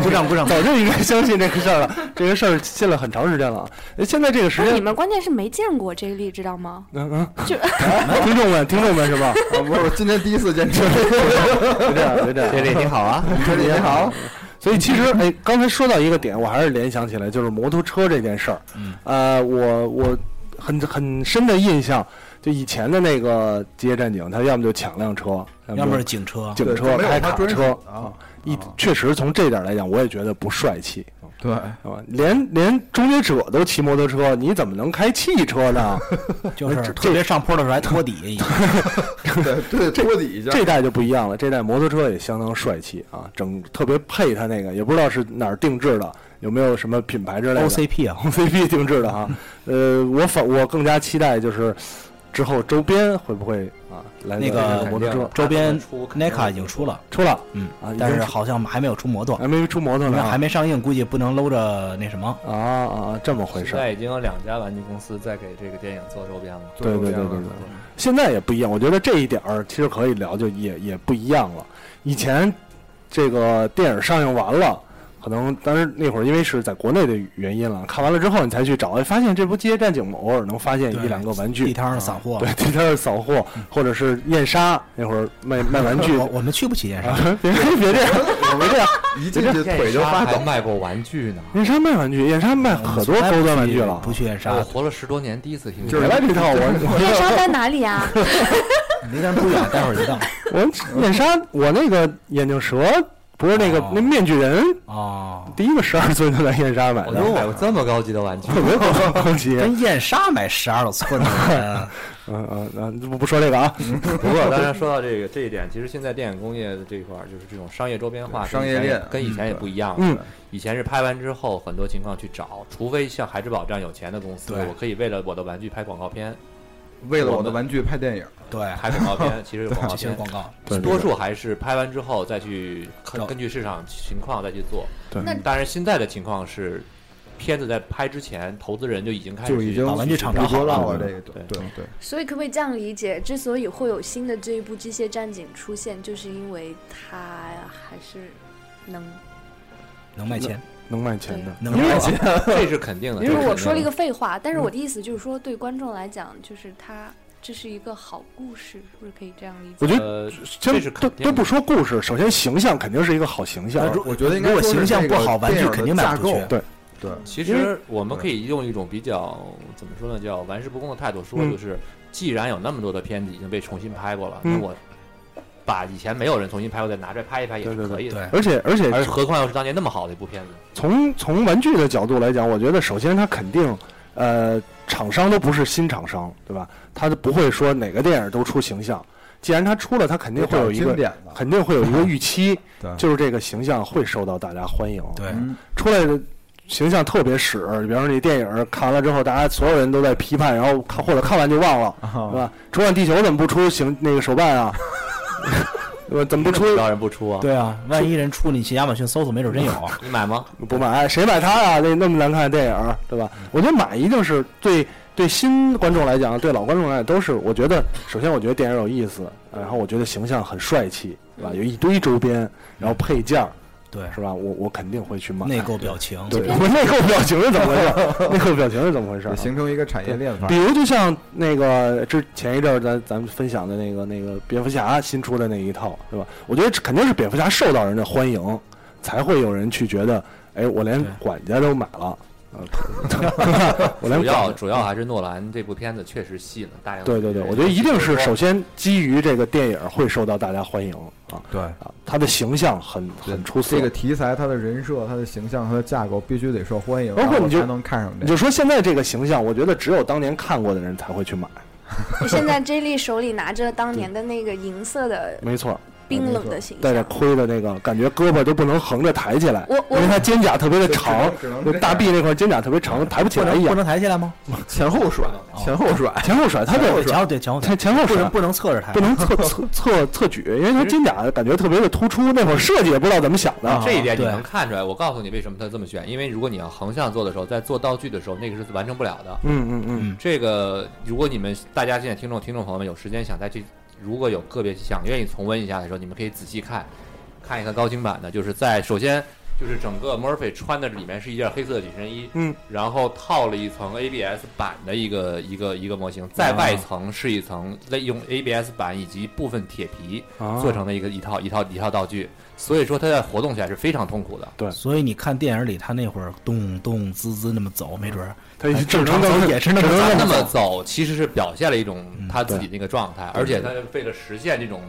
S6: 鼓掌鼓掌。
S1: 早就应该相信这个事儿了， 这个事儿信了很长时间了。呃现在这个时
S5: 不是你
S1: 间，
S5: 们关键是没见过 J 莉，知道吗？
S1: 嗯嗯，
S5: 哎就
S1: 听众们，听众们是吧？
S2: 啊，不是，我今天第一次见车，
S1: 别这样，别这样。
S6: 这里你好啊，
S2: 车你好，
S1: 所以其实，哎，刚才说到一个点，我还是联想起来，就是摩托车这件事儿。
S4: 嗯，
S1: 呃，我我很很深的印象，就以前的那个街战警，他要么就抢辆车，
S3: 要
S1: 么
S3: 么
S1: 就是
S3: 警车，
S1: 警
S2: 对
S1: 车
S2: 没有
S1: 开
S2: 他
S1: 卡
S2: 专属
S1: 车
S2: 的啊，
S1: 一
S2: 啊
S1: 确实从这点来讲，我也觉得不帅气，
S2: 对，
S1: 是吧？连连终结者都骑摩托车，你怎么能开汽车呢？
S3: 就是特别上坡的时候还托底，
S2: 对对，托底一下，
S1: 这代就不一样了，这代摩托车也相当帅气啊，整特别配它那个，也不知道是哪儿定制的，有没有什么品牌之类的
S3: OCP 啊，
S1: OCP 定制的哈。呃，我反我更加期待就是之后周边会不会啊来
S3: 那
S1: 个
S3: 个
S1: 这摩托车
S3: 周边
S4: 出肯定
S3: NECA 已经出了，
S1: 出了，
S3: 嗯
S1: 啊已经，
S3: 但是
S1: 出嗯
S3: 好像还没有出摩托，
S1: 还没出摩托
S3: 因为
S1: 呢，
S3: 还没上映，估计不能搂着那什么。
S1: 啊啊这么回事
S4: 现
S1: 儿。
S4: 在已经有两家玩具公司在给这个电影做周边了。
S1: 对对对对对
S2: 对，
S1: 现在也不一样，我觉得这一点儿其实可以聊，就也也不一样了。以前这个电影上映完了。可能当时那会儿因为是在国内的原因了，看完了之后你才去找，哎，发现这不《街战警》吗？偶尔能发现一
S3: 对
S1: 两个玩具啊
S3: 地，摊上散货，
S1: 对，地摊儿扫货或者是验沙，那会儿卖卖玩 具啊
S3: 我我们去不起电商，
S1: 别别这样，我没这样。
S2: 一进去腿就发
S4: 还
S2: 抖，
S4: 卖过玩具呢，
S1: 燕莎卖玩具，燕莎卖
S4: 嗯
S1: 可多高端玩具了。哦
S3: 不去燕莎
S4: 我，活了十多年，第一次听
S1: 别来这套，我
S5: 电商在哪里呀？
S3: 离咱们不远，待会儿就到。
S1: 我燕莎，我那个眼镜蛇不是那个
S3: 哦
S1: 那面具人，
S3: 哦，
S1: 第一个十二寸就在燕莎买
S4: 我
S1: 的，
S4: 都买过这么高级的玩 具。
S1: 特别高高级。
S3: 跟燕莎买十二寸的，
S1: 嗯嗯嗯，不不说这个啊，
S4: 不过，当然说到这个这一点，其实现在电影工业的这一块儿，就是这种商业周边化，
S2: 对商业
S4: 跟以
S2: 链
S4: 前也跟以前也不一样了。
S1: 嗯，
S4: 以前是拍完之后，很多情况去找，除非像孩之宝这样有钱的公司，
S3: 对
S4: 我可以为了我的玩具拍广告片，
S2: 为了我的玩具拍电影，
S3: 对，
S4: 拍广告片，其实 有广告
S3: 这些
S4: 片。
S3: 广告，
S1: 对
S4: 多数还是拍完之后再去根
S3: 找
S4: 根据市场情况再去做。
S1: 对
S5: 那
S4: 当然现在的情况是，片子在拍之前，投资人就已经开始
S2: 就已
S4: 去
S2: 经
S3: 把玩具厂
S2: 捕
S3: 找
S2: 捉
S3: 好
S2: 到
S1: 了
S2: 了这个，
S4: 啊对
S2: 对对，
S5: 所以可不可以这样理解？之所以会有新的这一部《机械战警》出现，就是因为它还是能。
S3: 能卖钱，
S1: 能卖钱的。
S3: 能啊卖钱，
S4: 这是肯定的。
S5: 因为我说了一
S4: 个，
S5: 个废话，但是我的意思就是说，对观众来讲，就是它这是一个好故事，是不是可以这样理
S1: 我
S5: 解？
S1: 觉得
S4: 呃，
S1: 先
S4: 这是
S1: 都
S4: 肯定
S1: 都
S4: 的
S1: 不说故事，首先形象肯定是一个好形象
S3: 呃。如
S2: 我觉得应该
S3: 如果
S2: 说是
S3: 形象
S2: 这个
S3: 不好，玩具
S2: 电影
S3: 肯定卖不出
S2: 的
S3: 去
S2: 架。对，
S4: 其
S1: 因
S4: 实我们可以用一种比较怎么说呢，叫玩世不恭的态度说，
S1: 嗯
S4: 就是既然有那么多的片子已经被重新拍过了，
S1: 嗯
S4: 那我把以前没有人重新拍过再拿出来拍一拍也是
S1: 对对
S4: 可以的。
S3: 对，
S1: 而且而且
S4: 而何况又是当年那么好的一部片子，
S1: 从从玩具的角度来讲，我觉得首先它肯定，呃，厂商都不是新厂商，对吧？它就不会说哪个电影都出形象。既然它出了，它肯定会有一
S2: 经
S1: 个，
S2: 典的，
S1: 肯定会有一个预期，
S2: 对
S1: 就是这个形象会受到大家欢迎。
S3: 对
S2: 嗯
S1: 出来的形象特别屎，比方说你电影看完了之后，大家所有人都在批判，然后看或者看完就忘了，对
S2: 啊，
S1: 吧？重返地球怎么不出形那个手办 啊？我怎么不出？
S4: 当然不出啊，
S3: 对啊，万一人出，你去亚马逊搜搜，没准真有。啊
S4: 你买吗？
S1: 不买，哎谁买它呀？那那么难看的电影儿，对吧？我觉得买一定是对对新观众来讲，对老观众来讲都是。我觉得，首先我觉得电影有意思，然后我觉得形象很帅气，对吧？有一堆周边，然后配件儿，
S3: 对，
S1: 是吧？我我肯定会去买。
S3: 内购表情，
S1: 对，我内购表情是怎么回事？内购表情是怎么回事
S2: 就
S1: 啊？
S2: 形成一个产业链发
S1: 比
S2: 展，
S1: 如就像那个之前一阵儿咱咱们分享的那个那个蝙蝠侠新出的那一套，对吧？我觉得这肯定是蝙蝠侠受到人的欢迎，才会有人去觉得，哎，我连
S3: 对
S1: 管家都买了，呃我连
S4: 主要
S1: 管
S4: 主要还是诺兰这部片子确实吸引了大量的
S1: 嗯对
S4: 人。
S1: 对对，我觉得一定是首先基于这个电影会受到大家欢迎啊
S2: 对。
S1: 啊，他的形象很很出色。
S2: 这个题材、它的人设、它的形象、它的架构必须得受欢迎，
S1: 包括
S2: 然后
S1: 你就
S2: 才能看上
S1: 你
S2: 这
S1: 就说现在这个形象，我觉得只有当年看过的人才会去买，
S5: 现在 J 莉手里拿着当年的那个银色的
S1: 没错。
S5: 冰冷的形
S1: 带着
S5: 象，
S1: 盔的那个，感觉胳膊都不能横着抬起来，
S5: 我我
S1: 因为他肩胛特别的长
S2: 就只能
S1: 就
S2: 只能，这样
S1: 大臂那块肩胛特别长，抬不起
S3: 不
S1: 来一
S3: 能不
S1: 样。
S3: 能抬起来吗？
S2: 前后甩，前后甩，
S1: 前后甩，他
S3: 前
S1: 这
S3: 后对前后对前后
S1: 前前后
S3: 不能
S1: 甩
S3: 不能侧着抬
S1: 不。能 侧侧侧侧举，因为他肩胛感觉特别的突出。那会儿设计也不知道怎么想
S3: 啊
S1: 的，
S4: 这一点你
S3: 对
S4: 能看出来。我告诉你为什么他这么选，因为如果你要横向做的时候，在做道具的时候，那个是完成不了的。
S1: 嗯嗯嗯，
S3: 嗯
S4: 这个，如果你们大家现在听众听众朋友们有时间想再去，如果有个别想愿意重温一下的时候，你们可以仔细看看一看高清版的，就是在首先 就是整个 Murphy 穿的里面是一件黑色的紧身衣，
S1: 嗯，
S4: 然后套了一层 ABS 板的一个一个一个模型，
S1: 啊
S4: 在外层是一层类用 ABS 板以及部分铁皮
S1: 啊
S4: 做成的一个一套一套一套道具，所以说它在活动起来是非常痛苦的。
S3: 所以你看电影里他那会儿动动滋滋那么走，没准儿
S1: 它一
S3: 正
S1: 只
S3: 常
S1: 能
S3: 走
S1: 当
S3: 也是那么
S4: 他那
S3: 走。
S4: 么走，其实是表现了一种
S3: 嗯
S4: 他自己
S1: 对
S4: 那个状态，而且他为了实现这种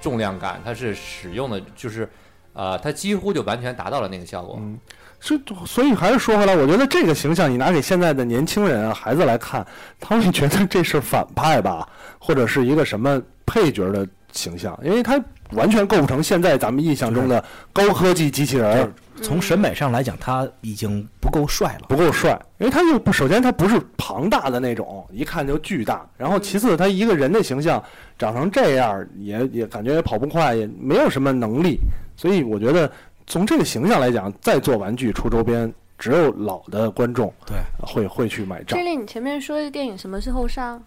S4: 重量感，他是使用的就是，呃，他几乎就完全达到了那个效果。
S1: 嗯，是，所以还是说回来，我觉得这个形象你拿给现在的年轻人啊、孩子来看，他会觉得这是反派吧，或者是一个什么配角的形象，因为他完全构不成现在咱们印象中的高科技机器
S3: 就
S1: 人
S3: 是，从审美上来讲，他已经不够帅了。
S1: 不够帅，因为他又不，首先他不是庞大的那种，一看就巨大，然后其次他一个人的形象长成这样，也也感觉也跑不快，也没有什么能力，所以我觉得从这个形象来讲，再做玩具出周边，只有老的观众
S3: 对
S1: 会会去买账
S5: 这。里你前面说的电影什么时候上？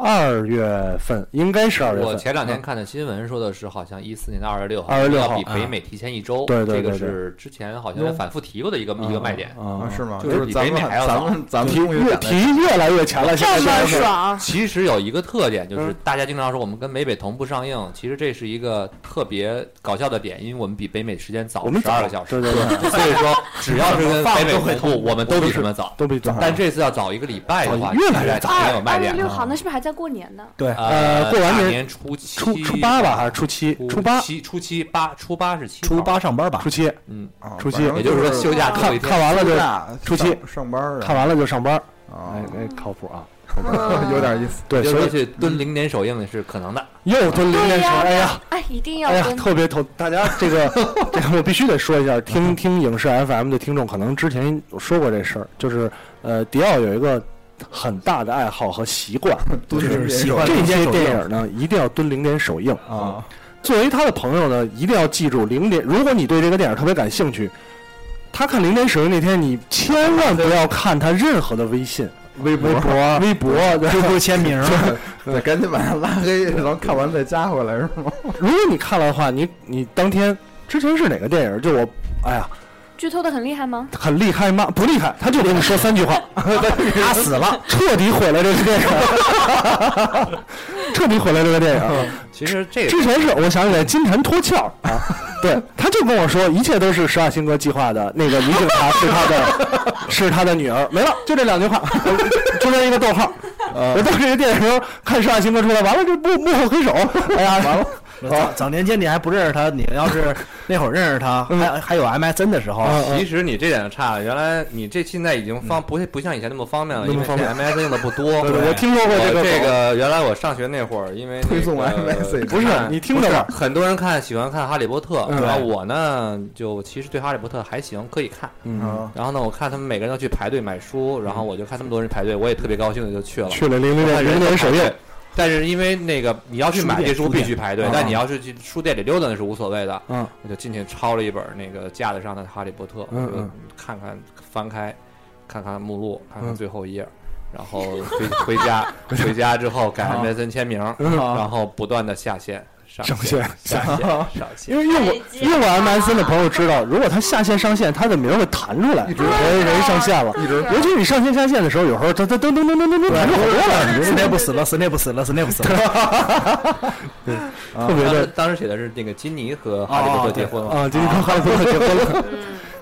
S1: 二月份应该是二嗯月
S4: 我
S1: 份，
S4: 前两天看的新闻说的是，好像一四年的二十六号，
S1: 26号啊
S4: 要比北美提前一周。
S1: 对对
S4: 这个
S1: 对对
S4: 是之前好像反复提过的一个一个卖点。
S1: 啊
S2: 啊，是吗？
S4: 就
S2: 就是是
S4: 比
S2: 咱
S4: 北美
S2: 们
S4: 还要
S2: 咱们咱们
S1: 提
S2: 终于
S1: 越
S2: 赶
S1: 提越来越强了，现在
S5: 这么
S1: 现在
S5: 爽，
S4: 其实有一个特点，就是
S1: 嗯
S4: 大家经常说我们跟美北同步上映，其实这是一个特别搞笑的点，因为我们比北美时间早
S1: 我们
S4: 十二个小
S1: 对
S4: 时，
S1: 对对，
S4: 所以说只要是跟北美同步，我们都比他 们早。
S1: 都比早
S4: 但这次要早一个礼拜的话，
S1: 哦越来越
S4: 其实还挺有卖
S5: 二十
S4: 点
S5: 六
S4: 的。
S5: 号，那是不是还在过年呢？
S3: 对，
S1: 呃过完
S4: 啊大
S1: 年
S4: 年初七、
S1: 初初八吧，还是初七？初八，
S4: 七、初七八、初八是七，
S3: 初，八上班吧
S1: 初，七，
S4: 嗯，
S2: 啊
S1: 初七
S2: 反正
S4: 也就是说休假最后一
S1: 看
S4: 天
S1: 看完了就
S2: 就
S1: 初七
S2: 上上班儿
S1: 看完了就上班儿，
S2: 啊
S1: 哎，哎，靠谱啊！
S5: 嗯
S2: 有点意思。
S1: 对，
S4: 就
S1: 所
S4: 是
S1: 以
S4: 去蹲零点首映是可能的。
S1: 又蹲零
S5: 对
S1: 点时，
S5: 呀，
S1: 哎呀，，
S5: 哎，一定要
S1: 哎呀，
S5: 跟
S1: 特别头，大家这个这个我必须得说一下，听听影视 FM 的听众可能之前有说过这事儿，就是呃，迪奥有一个很大的爱好和习惯，
S2: 都
S3: 就是喜欢
S1: 这些
S3: 首
S1: 电
S3: 映
S1: 影呢一定要蹲零点首映。
S2: 啊，
S1: 作为他的朋友呢，一定要记住零点。如果你对这个电影特别感兴趣，他看零点首映那天，你千万不要看他任何的微信、
S2: 微博
S1: 微博、微博。对
S3: ，QQ 签名，
S2: 对，赶紧把他拉黑，然后看完再加回来是吗？
S1: 如果你看了的话，你你当天之前是哪个电影？就我，哎呀，
S5: 剧透的很厉 害吗？
S1: 很厉害吗？不厉害，他就给你说三句话，
S3: 他死了，
S1: 彻底毁了这个电影，彻底毁了这个电影。
S4: 其实这个
S1: 之前是我想起来金蝉脱壳儿 啊，对，他就跟我说一切都是十二星哥计划的，那个女警察是他 的，是他的女儿，没了，就这两句话，中间一个逗号。我当时这个电影时候看十二星哥出来，完了这幕幕后黑 手，哎呀，完了，
S3: 早早年间你还不认识他，你要是那会儿认识他，还还有 MSN 的时
S1: 啊
S3: 候，
S4: 啊其实你这点差，原来你这现在已经方不不像以前那么方便了，
S1: 嗯那么
S4: 因为
S1: 方
S4: 现
S1: 便
S4: 在 MSN 用的不多。
S1: 对对我听说过这
S4: 我
S1: 个
S4: 这个原来我上学那会儿，因为那
S2: 推送
S4: 个
S2: MSN
S1: 不是
S4: 看
S1: 你听着吧
S4: 不是很多人看喜欢看《哈利波特》，
S1: 嗯
S4: 然后我呢就其实对《哈利波特》还行，可以看。
S1: 嗯，
S2: 啊，
S4: 然后呢，我看他们每个人都去排队买书，然后我就看这么多人排队，我也特别高兴的就去了。
S1: 去了零零
S4: 看
S1: 年
S4: 人
S1: 零
S4: 都
S1: 年首
S4: 排
S1: 映
S4: 队，。但是因为那个你要去买这书
S3: 书店
S4: 必须排队
S1: 书，店
S4: 但你要是去书店里溜达那是无所谓的。
S1: 嗯，
S4: 我就进去抄了一本那个架子上的《哈利波特》，
S1: 嗯
S4: 我就
S1: 嗯
S4: 看看翻开，看看目录，看
S1: 嗯
S4: 看最后一页，然后回回家，回家之后改 MSN 签名，然后不断的下线上
S1: 上
S4: 线
S1: 线
S4: 下线上线。
S1: 因为用过用过 MSN 的朋友知道，如果他下线上线，他的名儿会弹出来，人人上线了。
S5: 一直
S1: 尤其是你上线下线的时候，有时候它它噔噔噔噔噔噔弹出好多来，你
S3: 斯
S1: 就
S3: 内不死了，斯内不死了，斯内不死了。
S1: 特别
S4: 当
S1: 的
S4: 时当时写的是那个金妮和哈利波特结婚了，
S1: 啊，今天跟哈利波特结婚了，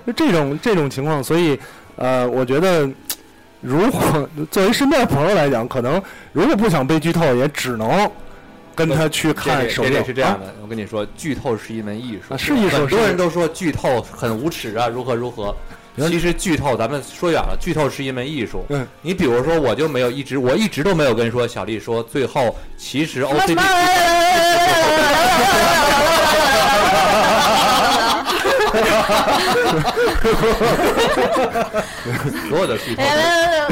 S1: 就 这种这种情况，所以呃，我觉得如果作为身边的朋友来讲，可能如果不想被剧透，也只能跟他去看啊
S4: 这
S1: 首
S4: 这
S1: 映
S4: 这是这样
S1: 的。
S4: 的，我跟你说，剧透是一门艺术，
S1: 啊是艺术
S4: 很
S1: 是
S4: 多
S1: 艺
S4: 人
S1: 术
S4: 都说剧透很无耻啊，如何如何。
S1: 原
S4: 其实剧透，咱们说远了，剧透是一门艺术。
S1: 嗯，
S4: 你比如说，我就没有一直，我一直都没有跟说小丽说，最后其实 O C B 所有的剧透
S1: 哎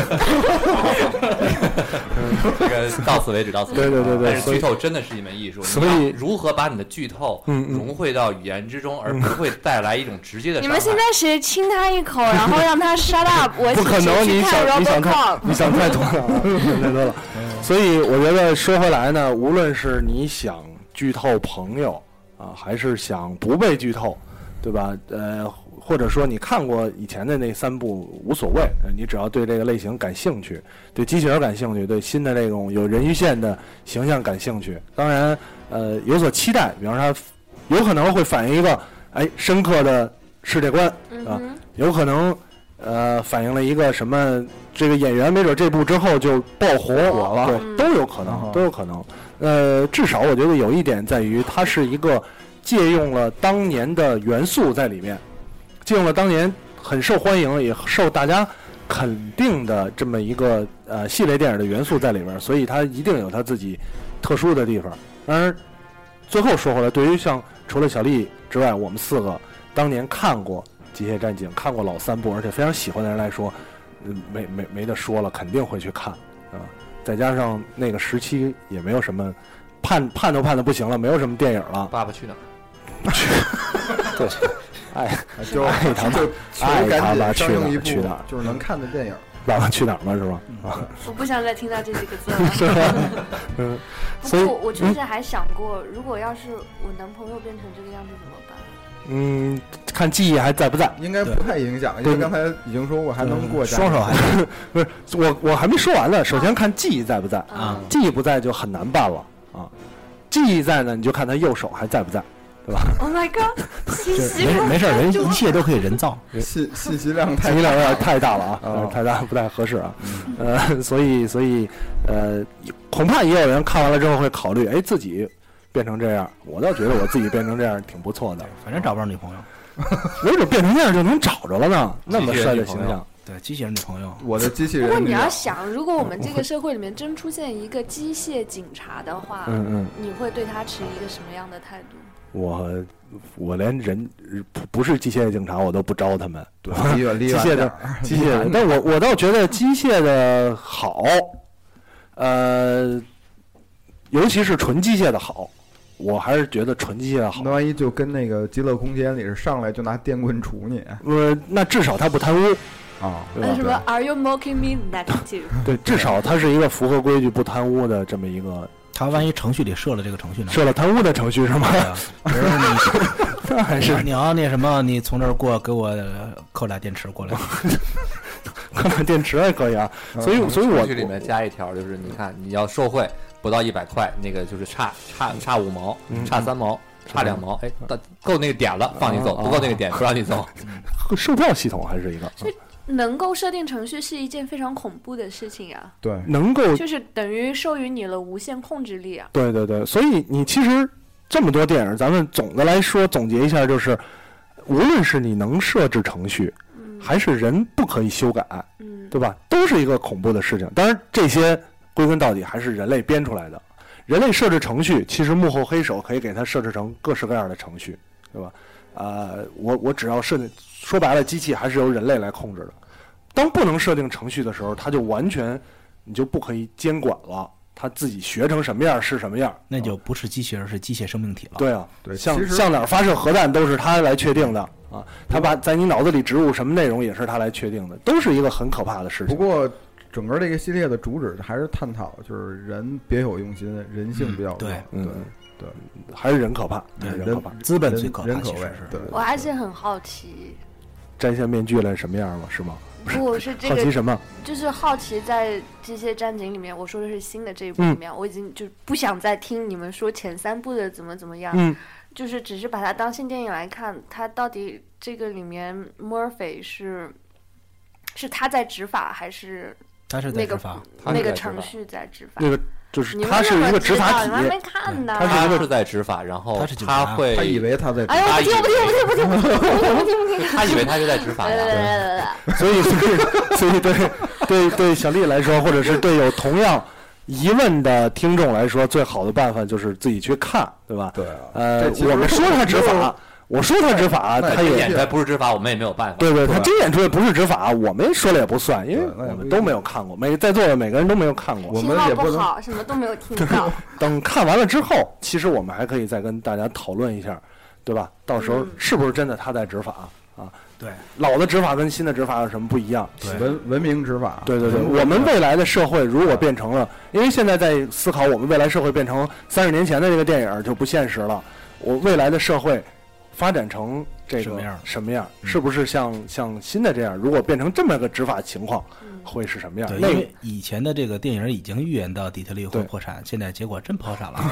S4: 这个到此为止，到此为
S1: 对
S4: 止。
S1: 对对对
S4: 但是
S1: 所以
S4: 剧透真的是一门艺术，
S1: 所以
S4: 你要如何把你的剧透
S1: 嗯嗯
S4: 融汇到语言之中，而不会带来一种直接的
S5: 你
S4: 伤害
S5: 们。现在谁亲他一口，然后让他 shut up？我
S1: 不可
S5: 请
S1: 能，
S5: 去
S1: 你
S5: 看
S1: 想你想太
S5: Robocop。
S1: 你想太多了啊，你想太多了。所以我觉得说回来呢，无论是你想剧透朋友，啊，还是想不被剧透，对吧？呃，或者说你看过以前的那三部无所谓，呃你只要对这个类型感兴趣，对机器人感兴趣，对新的这种有人鱼线的形象感兴趣，当然呃有所期待，比方说它有可能会反映一个哎深刻的世界观，
S5: 嗯
S1: 啊
S5: 哼，
S1: 有可能呃反映了一个什么这个演员没准这部之后就爆红
S5: 火了
S1: 对，
S5: 嗯
S1: 都有可
S2: 啊
S1: 能，都有可能。呃，至少我觉得有一点在于，它是一个借用了当年的元素在里面，借用了当年很受欢迎也受大家肯定的这么一个呃系列电影的元素在里边儿，所以它一定有它自己特殊的地方。当然，最后说回来，对于像除了小丽之外，我们四个当年看过《机械战警》、看过老三部，而且非常喜欢的人来说，嗯，没没没得说了，肯定会去看啊。再加上那个时期也没有什么盼 盼都盼的不行了，没有什么电影了，嗯
S4: 爸爸去哪儿？
S2: 就
S1: 爱他
S2: 就
S1: 爱
S2: 求
S1: 他
S2: 赶
S1: 吧
S2: 紧
S1: 去
S2: 上
S1: 哪儿
S2: 映一
S1: 去哪
S2: 部
S1: 儿
S2: 就是能看的电影。
S1: 《爸爸去哪儿》了是吧？
S5: 我不想再听到这几个字 了。
S1: 嗯，
S5: 不
S1: 所以嗯
S5: 过我确实还想过，如果要是我男朋友变成这个样子怎么办？
S1: 嗯，看记忆还在不在？
S2: 应该不太影响，因
S1: 对嗯
S2: 为刚才已经说过还能过家。
S6: 双手还
S1: 不是我我还没说完呢，首先看记忆在不在。
S6: 啊
S5: 嗯
S1: 记忆不在就很难办了啊。记忆在呢，你就看他右手还在不在。
S5: ，Oh my god，其
S6: 就是
S5: 实
S6: 没事没 事，人一切都可以人造。
S2: 信信息量太
S1: 信息量有点太大了
S2: 哦
S1: 啊，太大不太合适啊。呃，所以所以呃，恐怕也有人看完了之后会考虑，哎，自己变成这样，我倒觉得我自己变成这样挺不错的，
S3: 反正找不着女朋友。
S1: 没准变成这样就能找着了呢。那么帅的形象，
S3: 对，机器人女朋友，
S2: 我的机器
S5: 不
S2: 人。
S5: 过你要想，如果我们这个社会里面真出现一个机械警察的话，
S1: 嗯嗯，
S5: 你会对他持一个什么样的态度？
S1: 我我连人不不是机械警察我都不招他们，对吧？
S2: 离远离
S1: 机
S2: 远
S1: 械
S2: 点
S1: 的
S2: 儿，
S1: 机械的，但我我倒觉得机械的好，呃，尤其是纯机械的好，我还是觉得纯机械的好
S2: 那。万一就跟那个《极乐空间》里是上来就拿电棍杵你呃啊
S1: 呃，那至少它不贪 污，？对
S5: 呃那什么
S1: 吧？
S5: Are you mocking me? That too。
S1: 对，至少它是一个符合规矩、不贪污的这么一个
S3: 他万一程序里设了这个程序呢？
S1: 设了贪污的程序是 吗？
S3: 对啊，比如说你
S1: 那还是
S2: 嗯
S3: 你要那什么，你从这儿过，给我扣俩电池过来。
S1: 可能电池还可以啊。
S2: 嗯
S1: 所以，所以我
S4: 程序里面加一条，就是你看你要受贿不到一百块，那个就是差差差五毛，
S1: 嗯
S4: 差三毛，差两毛，哎，到够那个点了放你走，
S1: 啊
S4: 不够那个点不让 你走。
S1: 我售票系统还是一个
S5: 就 能够设定程序是一件非常恐怖的事情啊，
S2: 对，
S1: 能够
S5: 就是等于授予你了无限控制力啊。
S1: 对对对，所以你其实这么多电影，咱们总的来说总结一下，就是无论是你能设置程序，
S5: 嗯
S1: 还是人不可以修改，
S5: 嗯，
S1: 对吧？都是一个恐怖的事情。当然，这些归根到底还是人类编出来的。人类设置程序，其实幕后黑手可以给它设置成各式各样的程序，对吧？呃，我我只要设定，说白了，机器还是由人类来控制的。当不能设定程序的时候，它就完全你就不可以监管了，它自己学成什么样是什么样。
S3: 那就不是机器人，是机械生命体了。，
S1: 对啊，
S2: 对
S1: 像
S2: 其实
S1: 向哪儿发射核弹都是他来确定的啊，他把在你脑子里植入什么内容也是他来确定的，都是一个很可怕的事
S2: 不
S1: 情。
S2: 过整个这个系列的主旨还是探讨，就是人别有用心，人性比较重。
S3: 嗯
S1: 对
S2: 对，
S1: 还是人可怕，
S3: 对
S1: 还是人
S2: 人
S1: 可怕。
S3: 资本
S2: 人
S3: 最可怕
S2: 人口
S3: 其实
S2: 味
S3: 是
S2: 对。
S5: 我还是很好奇，
S1: 摘下面具来什么样了？是吗？
S5: 不是这
S1: 好奇
S5: 个，啊
S1: 什么？
S5: 就是好奇在机械战警里面，我说的是新的这一部里面，我已经就不想再听你们说前三部的怎么怎么样，
S1: 嗯，
S5: 就是只是把它当新电影来看，它到底这个里面 Murphy 是是他在执法还是
S3: 他是在
S5: 那
S3: 执
S5: 个
S3: 法。
S4: 他是
S5: 那个
S4: 在执
S5: 程
S4: 法
S5: 序在执法？
S1: 那个就是
S5: 你们
S1: 他是
S5: 怎么
S1: 一个
S5: 知
S1: 执法
S5: 道
S1: 体
S5: 你，们还没看呢。
S4: 他是在执法，然后
S3: 他是警察
S4: 他会
S2: 他以为他在
S5: 哎呦，
S4: 他
S5: 我
S4: 以
S5: 听不听不听不听不听不听不听！
S4: 他以为他是在执法
S5: 来来
S4: 呀。
S5: 来来来，
S1: 所以所以所以对对对小丽来说，或者是对有同样疑问的听众来说，最好的办法就是自己去看，对吧？
S2: 对啊，
S1: 呃
S2: 这其，实
S1: 我们说他执
S2: 就是
S1: 法，我说他执法，
S2: 那
S1: 他
S2: 也不
S1: 也
S2: 一
S4: 演出来不是执法，我们也没有办法。
S1: 对对，
S2: 对
S1: 他经演出的不是执法，我们说了也不算，因为
S2: 对那也
S1: 我
S2: 不
S1: 们
S2: 一定
S1: 都没有看过，每在座的每个人都没有看
S2: 我
S1: 过。
S5: 信
S2: 们
S5: 号
S2: 也不
S5: 不
S2: 能
S5: 好，什么都没有听到。
S1: 等看完了之后，其实我们还可以再跟大家讨论一下，对吧？到时候
S5: 嗯
S1: 是不是真的他在执法啊？
S3: 对，
S1: 老的执法跟新的执法有什么不一样？
S3: 对
S2: 文文明执法。
S1: 对对对，
S2: 文明
S1: 我们未来的社会如果变成了，因为现在在思考我们未来社会变成三十年前的这个电影就不现实了。我未来的社会发展成这个
S3: 什么样嗯
S1: 什么样是不是像像新的这样？如果变成这么个执法情况，会是什么样？
S3: 嗯对，
S1: 那
S3: 因为以前的这个电影已经预言到底特律会
S1: 对
S3: 破产，现在结果真破产了，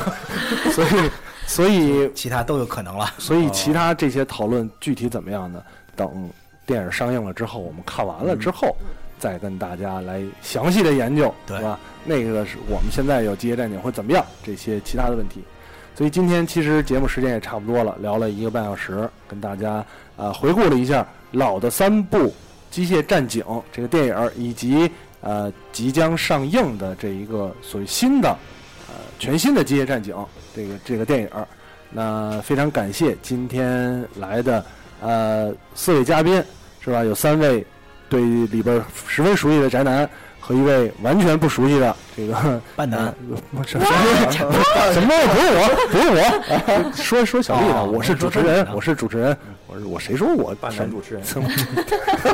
S1: 个所以所以
S3: 其他都有可能了。
S1: 所以其他这些讨论具体怎么样呢？等电影上映了之后，我们看完了之后，再跟大家来详细的研究，
S3: 对
S1: 吧？那个是我们现在有机械战警会怎么样这些其他的问题。所以今天其实节目时间也差不多了，聊了一个半小时，跟大家呃回顾了一下老的三部《机械战警》这个电影儿，以及呃即将上映的这一个所谓新的呃全新的《机械战警》这个这个电影儿。那非常感谢今天来的呃四位嘉宾，是吧？有三位对里边儿十分熟悉的宅男，和一位完全不熟悉的这个
S3: 半男，
S1: 呃什么什么不是我，不是我， 说说小丽呢，
S3: 哦
S1: 我是主持
S3: 我说
S1: 人
S3: 小丽，呢
S1: 我是主持人，我是我谁说我
S7: 扮男主持人，
S1: 什么？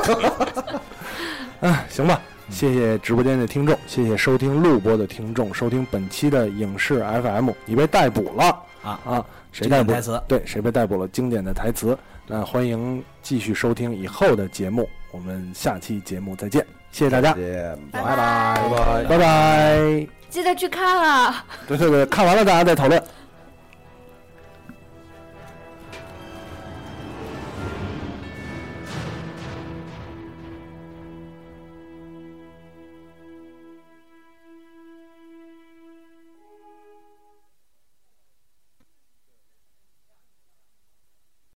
S1: 啊，行吧，谢谢直播间的听众，谢谢收听录播的听众，收听本期的影视 FM，你被逮捕了
S3: 啊
S1: 啊！谁逮
S3: 经典
S1: 捕？
S3: 台词
S1: 对，谁被逮捕了？经典的台词。那欢迎继续收听以后的节目，我们下期节目再见，谢谢大家，
S2: 谢，
S5: 拜
S2: 拜拜
S5: 拜
S2: 拜。
S1: 拜拜。
S5: 记得去看啊。
S1: 对对对，看完了大家再讨论。